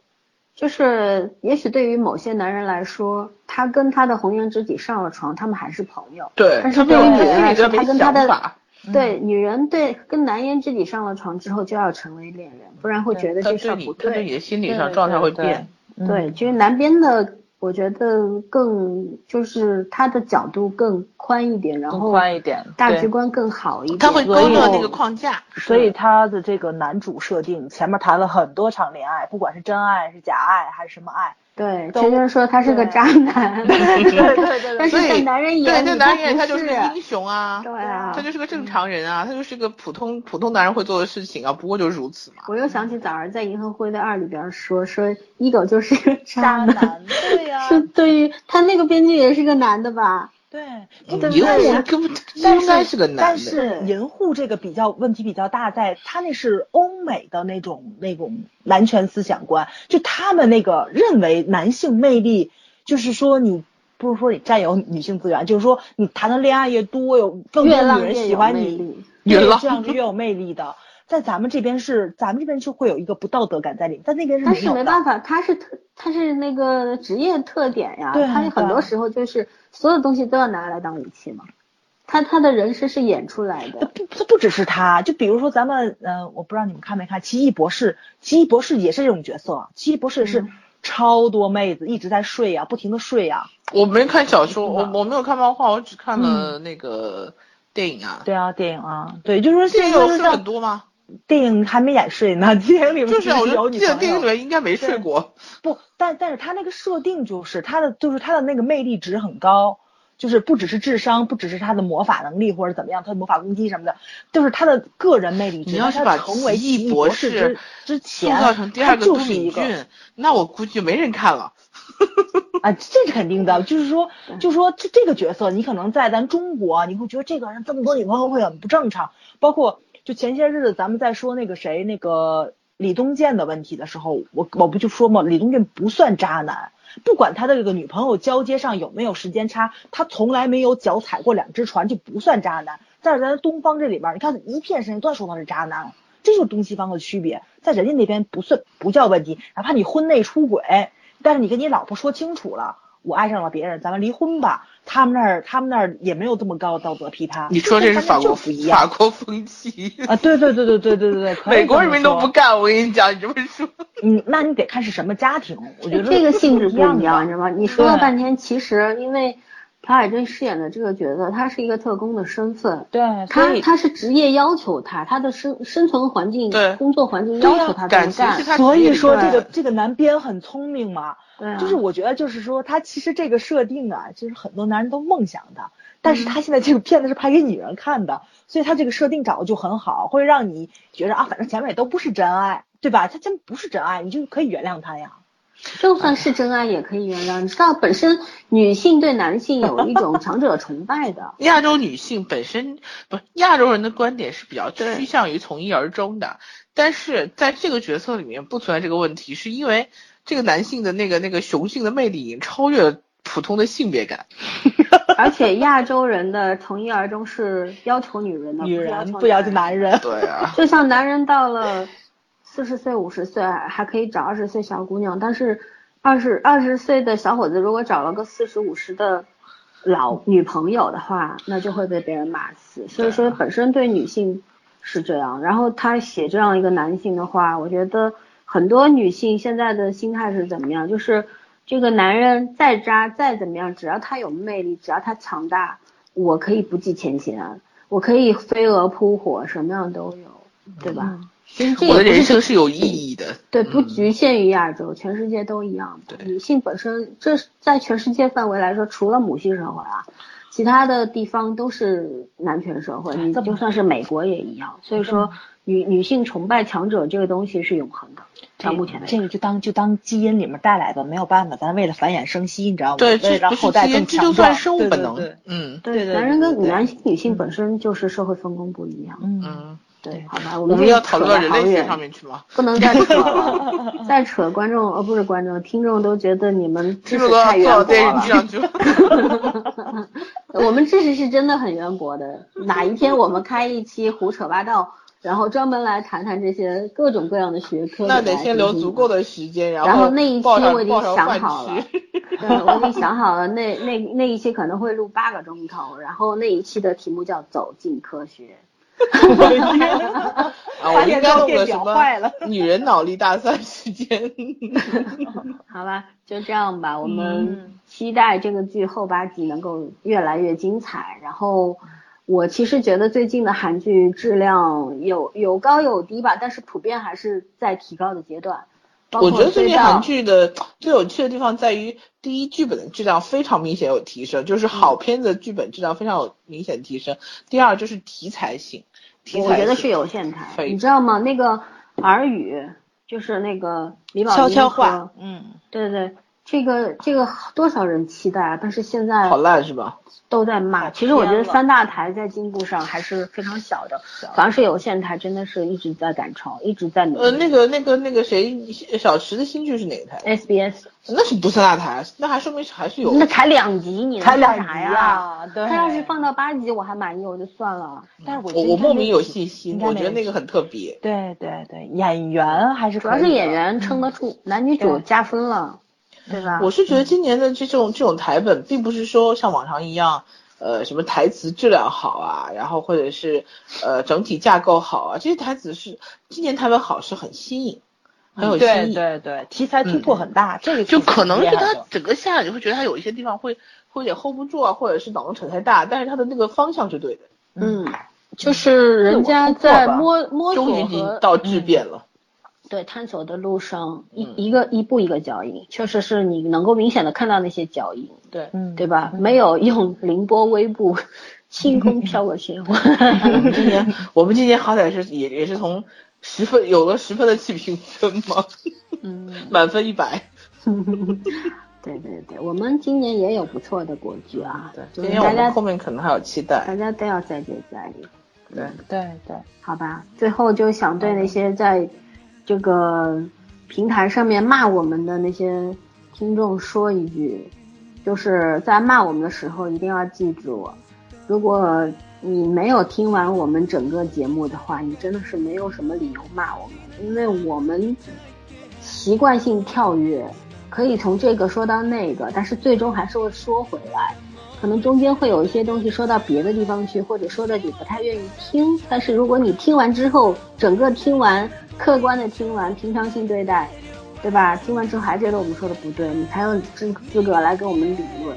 就是也许对于某些男人来说，他跟他的红颜知己上了床，他们还是朋友。
对，
但
他
是
没
对
有
于
自
女人来
己
说，
的
她
没
跟她
想
的
法，
对，女人对跟男人知己上了床之后就要成为恋人，不然会觉得
他
这事
对
儿
你
不
他对
对。
你的心理
对
上
对
状态会
对
变。
嗯
对，就是南边的，我觉得更就是他的角度更宽一点，然
更
后
宽一点，
大
对
局观更好一点。
他会
然
勾
后
勒那个框架，
所以他的这个男主设定，前面谈了很多场恋爱，不管是真爱、是假爱还是什么爱，
对，
都
这就是说他是个渣男。 对对对。但是
所以
在男人
对，
眼
那
里，
男人眼里
他
他就
不
是
是。
个英雄啊，
对啊
他，就是个正常人啊，他就是个普通普通男人会做的事情啊，不过就是如此嘛。
我又想起早儿在《银河护卫队二》里边说说 ego 就是个
渣
渣男，
男，对 呀、
是对于他那个编剧也是个男的吧？
对，嗯
银
对
护
不对呀
根本
但
应该是个男
但
的，
是银护这个比较问题比较大，在他那是欧美的那种那种男权思想观，就他们那个认为男性魅力就是说你。不是说你占有女性资源，就是说你谈的恋爱越多，有更
越
多
浪
女人
越
喜
有
欢
魅
你，
力。
越
浪
这样是越有魅力的。在咱们这边是，咱们这边就会有一个不道德感在里面，在那边是
但
没
是
有
没
的。
办法，他是特，他是那个职业特点呀。
对
他
对
很多时候就是所有东西都要拿来当武器嘛。他他的人设是演出来
他
的，
不，他不只是他，就比如说咱们，呃，我不知道你们看没看《奇异博士》，《奇异博士》也是这种角色，啊，《奇异博士》也
嗯
是超多妹子一直在睡呀、不停的睡啊呀、
我没看小说，
是
我
吧
我没有看漫画，我只看了那个电影啊。
对啊，电影啊，对，就是说
电
现
影
在
有
就是
睡
像
很多吗？
电影还没演睡呢，电影里面
就是啊，我
有
就
女
记得
朋
电影里
友。
面应该没睡过。
不，但但是他那个设定就是他的就是他的那个魅力值很高，就是不只是智商，不只是他的魔法能力或者怎么样，他的魔法攻击什么的，就是他的个人魅力值。
你要是
他
把
成为
奇异
奇异
博
博
士
之之
塑
前，
造成第二
他
个都
就是一
敏
个
俊，那我估计没人看了。
啊，这是肯定的，就是说，就是说这这个角色，你可能在咱中国，你会觉得这个人这么多女朋友会很不正常。包括就前些日子咱们在说那个谁，那个李东健的问题的时候，我我不就说嘛，李东健不算渣男，不管他的这个女朋友交接上有没有时间差，他从来没有脚踩过两只船，就不算渣男。在咱东方这里边，你看一片声音都在说他是渣男，这就是东西方的区别，在人家那边不算不叫问题，哪怕你婚内出轨，但是你跟你老婆说清楚了，我爱上了别人，咱们离婚吧。他们那儿他们那儿也没有这么高的道德批判。
你说这是法
就
国
不一样
法国风气，
啊？对对对对对对对对，可以
美国
这
人
么
民都
说
不干。我跟你讲，你这么说，
嗯，那你得看是什么家庭， 我觉得
这个性质
不
不
样
一
的
样，你知道吗？你说了
对
半天，其实因为朴海镇饰演的这个角色，他是一个特工的身份，
对，所
他
以
他是职业要求他，他的生生存环境
对、
工作环境
对
要
啊
求他这
感
么
情
干
是。他
所
职业
以
的
说
一
这
部
个
分，
这个男编很聪明嘛，
对啊，
就是我觉得就是说他其实这个设定啊，就是很多男人都梦想的，但是他现在这个片子是拍给女人看的，所以他这个设定找的就很好，会让你觉得啊，反正前面也都不是真爱，对吧？他真不是真爱，你就可以原谅他呀。
就算是真爱也可以原谅。你知道，本身女性对男性有一种强者崇拜的
亚洲女性本身不是亚洲人的观点是比较
对
趋向于从一而终的，但是在这个角色里面不存在这个问题，是因为这个男性的那个那个雄性的魅力已经超越了普通的性别感。
而且亚洲人的从一而终是要求女人的，
女
是
人不
不
要
要
求
求
男人，
对啊，
就像男人到了四十岁、五十岁还可以找二十岁小姑娘，但是二十二十岁的小伙子如果找了个四十五十的老女朋友的话，那就会被别人骂死。所以说，本身对女性是这样，然后他写这样一个男性的话，我觉得很多女性现在的心态是怎么样？就是这个男人再渣再怎么样，只要他有魅力，只要他强大，我可以不计前嫌，啊我可以飞蛾扑火，什么样都有，
嗯
对吧？其实这
我的
也不
人
是
生是有意义的。
对，不
嗯
局限于亚洲，全世界都一样的。
对
女性本身，这是在全世界范围来说，除了母系社会啊，其他的地方都是男权社
哎
会。你就算是美国也一样。所以说，女女性崇拜强者这个东西是永恒的，到目前为
这
止。
个就当就当基因里面带来吧，没有办法，咱为了繁衍生息，你知道吗？
对，
为了
这
让
不
后
是
代
基因，
更
这就
强
算
壮。
生物
对
本
对
能
对。
嗯
对对
男人
对
跟
对
男性、女性本身就是社会分工不一样。
嗯，
嗯，
对，好吧，我
我
们
们
这
要
个
讨论
扯
到
得
人
好
类学
远
上面去吗？
不能再扯了，再扯观众呃不是观众，听众都觉得你们知
这
识
个都要
太
坐
远
到
博
电视
了
机。上去了。
我们知识是真的很渊博的，哪一天我们开一期胡扯八道，然后专门来谈谈这些各种各样的学科。
那得先留足够。的时间，然
然
后
后那一期
抱上
我已经
抱上
想
饭
好了
吃
对，我已经想好了，那那那一期可能会录八个钟头，然后那一期的题目叫“走进科学
啊，我应该弄个什
发现到电表坏
么
了
女人脑力大赛时间。”。
好吧，就这样吧，我
嗯
们期待这个剧后八集能够越来越精彩。然后我其实觉得最近的韩剧质量有有高有低吧，但是普遍还是在提高的阶段。包
我
括
觉得最
追
近
到
韩剧的最有趣的地方在于，第一剧本的质量非常明显有提升，就是好片子的剧本质量非常有明显提升。第二就是题材性，题材性
我觉得是有限台，
非
你知道吗？那个儿语就是那个李宝英
悄悄
和
话，，嗯，
对对对，这个这个多少人期待啊！但是现在
好烂是吧？
都在骂。其实我觉得三大台在进步上还是非常小的，反而是有线台真的是一直在赶超，一直在努力。
呃，那个那个那个谁，小池的新剧是哪个台？
SBS
那是不算大台，那还说明还是有。
那才两集，你
才
能
两
干
集
啥呀？
啊，对。
他要是放到八集，我还满意，我就算了。
但是我
嗯
觉
我
得
我
应该
莫
没
名有信心
应，该
我
没
觉得
问
那
题
个很特别。
对对对，演员还是
主要
可
是
以
演
的，嗯
员撑
嗯
得住，男女主
对
加分了，对
啊
吧？
我是觉得今年的这种这种台本，并不是说像往常一样，呃，什么台词质量好啊，然后或者是呃整体架构好啊，这些台词是今年台本好是很新颖，很有
嗯对
新意。
对对，题材突破很大，这个
就
题材
可能
厉
是
害
他
的
整个下来，你会觉得他有一些地方会会有点 hold 不住啊，或者是脑洞扯太大，但是他的那个方向是对的，
嗯，就是人家在摸摸
终于
索
已经
和
到质变了。
对探索的路上，
嗯
一一个一步一个脚印，确实是你能够明显的看到那些脚印，
对，
嗯，
对吧？没有用凌波微步，轻 功飘过鲜花。
我们今年我们今年好歹是也也是从十分有了十分的起评分嘛，
嗯，
满分一百。
对对对，我们今年也有不错的国剧啊，就
今
是
天我
大
们
家
后面可能还有期待。
大家都要再接再厉。
对，
对对，
好吧，最后就想对那些在这个平台上面骂我们的那些听众说一句，就是在骂我们的时候一定要记住，如果你没有听完我们整个节目的话，你真的是没有什么理由骂我们，因为我们习惯性跳跃，可以从这个说到那个，但是最终还是会说回来。可能中间会有一些东西说到别的地方去，或者说的你不太愿意听。但是如果你听完之后，整个听完，客观的听完，平常心对待，对吧？听完之后还觉得我们说的不对，你才有资资格来跟我们理论。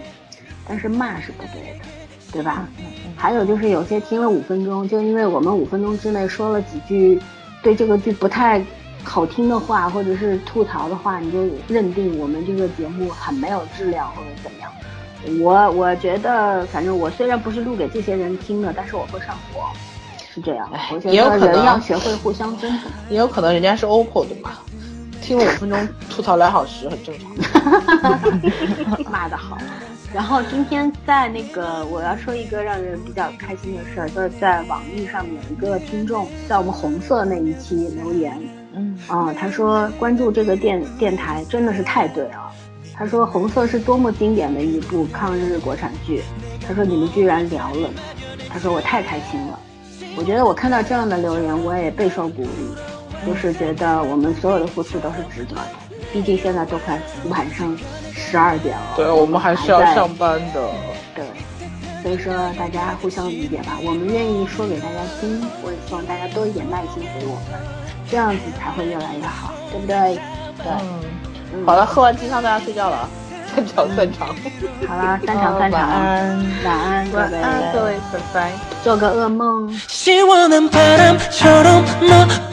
但是骂是不对的，对吧？
嗯
还有就是有些听了五分钟，就因为我们五分钟之内说了几句对这个剧不太好听的话，或者是吐槽的话，你就认定我们这个节目很没有质量或者怎么样。我我觉得，反正我虽然不是录给这些人听的，但是我会上火，是这样。我觉
哎也有可
得人
能啊
要学会互相尊重。
也有可能人家是 OPPO 的嘛，听了五分钟吐槽两小时很正常。
骂的好。然后今天在那个，我要说一个让人比较开心的事儿，就是在网易上面有一个听众在我们红色那一期留言，
嗯
啊、他说关注这个电电台真的是太对了。他说红色是多么经典的一部抗日国产剧，他说你们居然聊了，他说我太开心了。我觉得我看到这样的留言，我也备受鼓励，就是觉得我们所有的付出都是值得的。毕竟现在都快晚上十二点了，
对，我们还是要
还在
上班的。
对，所以说大家互相理解吧。我们愿意说给大家听，我也希望大家多一点耐心给我们，这样子才会越来越好，对不对？对，嗯
好了，喝完鸡汤大家睡觉了，啊， 三长三长，
好啦，散场散场，晚
嗯
安，晚安，各位，
各位，拜拜。
做个噩梦。
시원한 바람처럼 너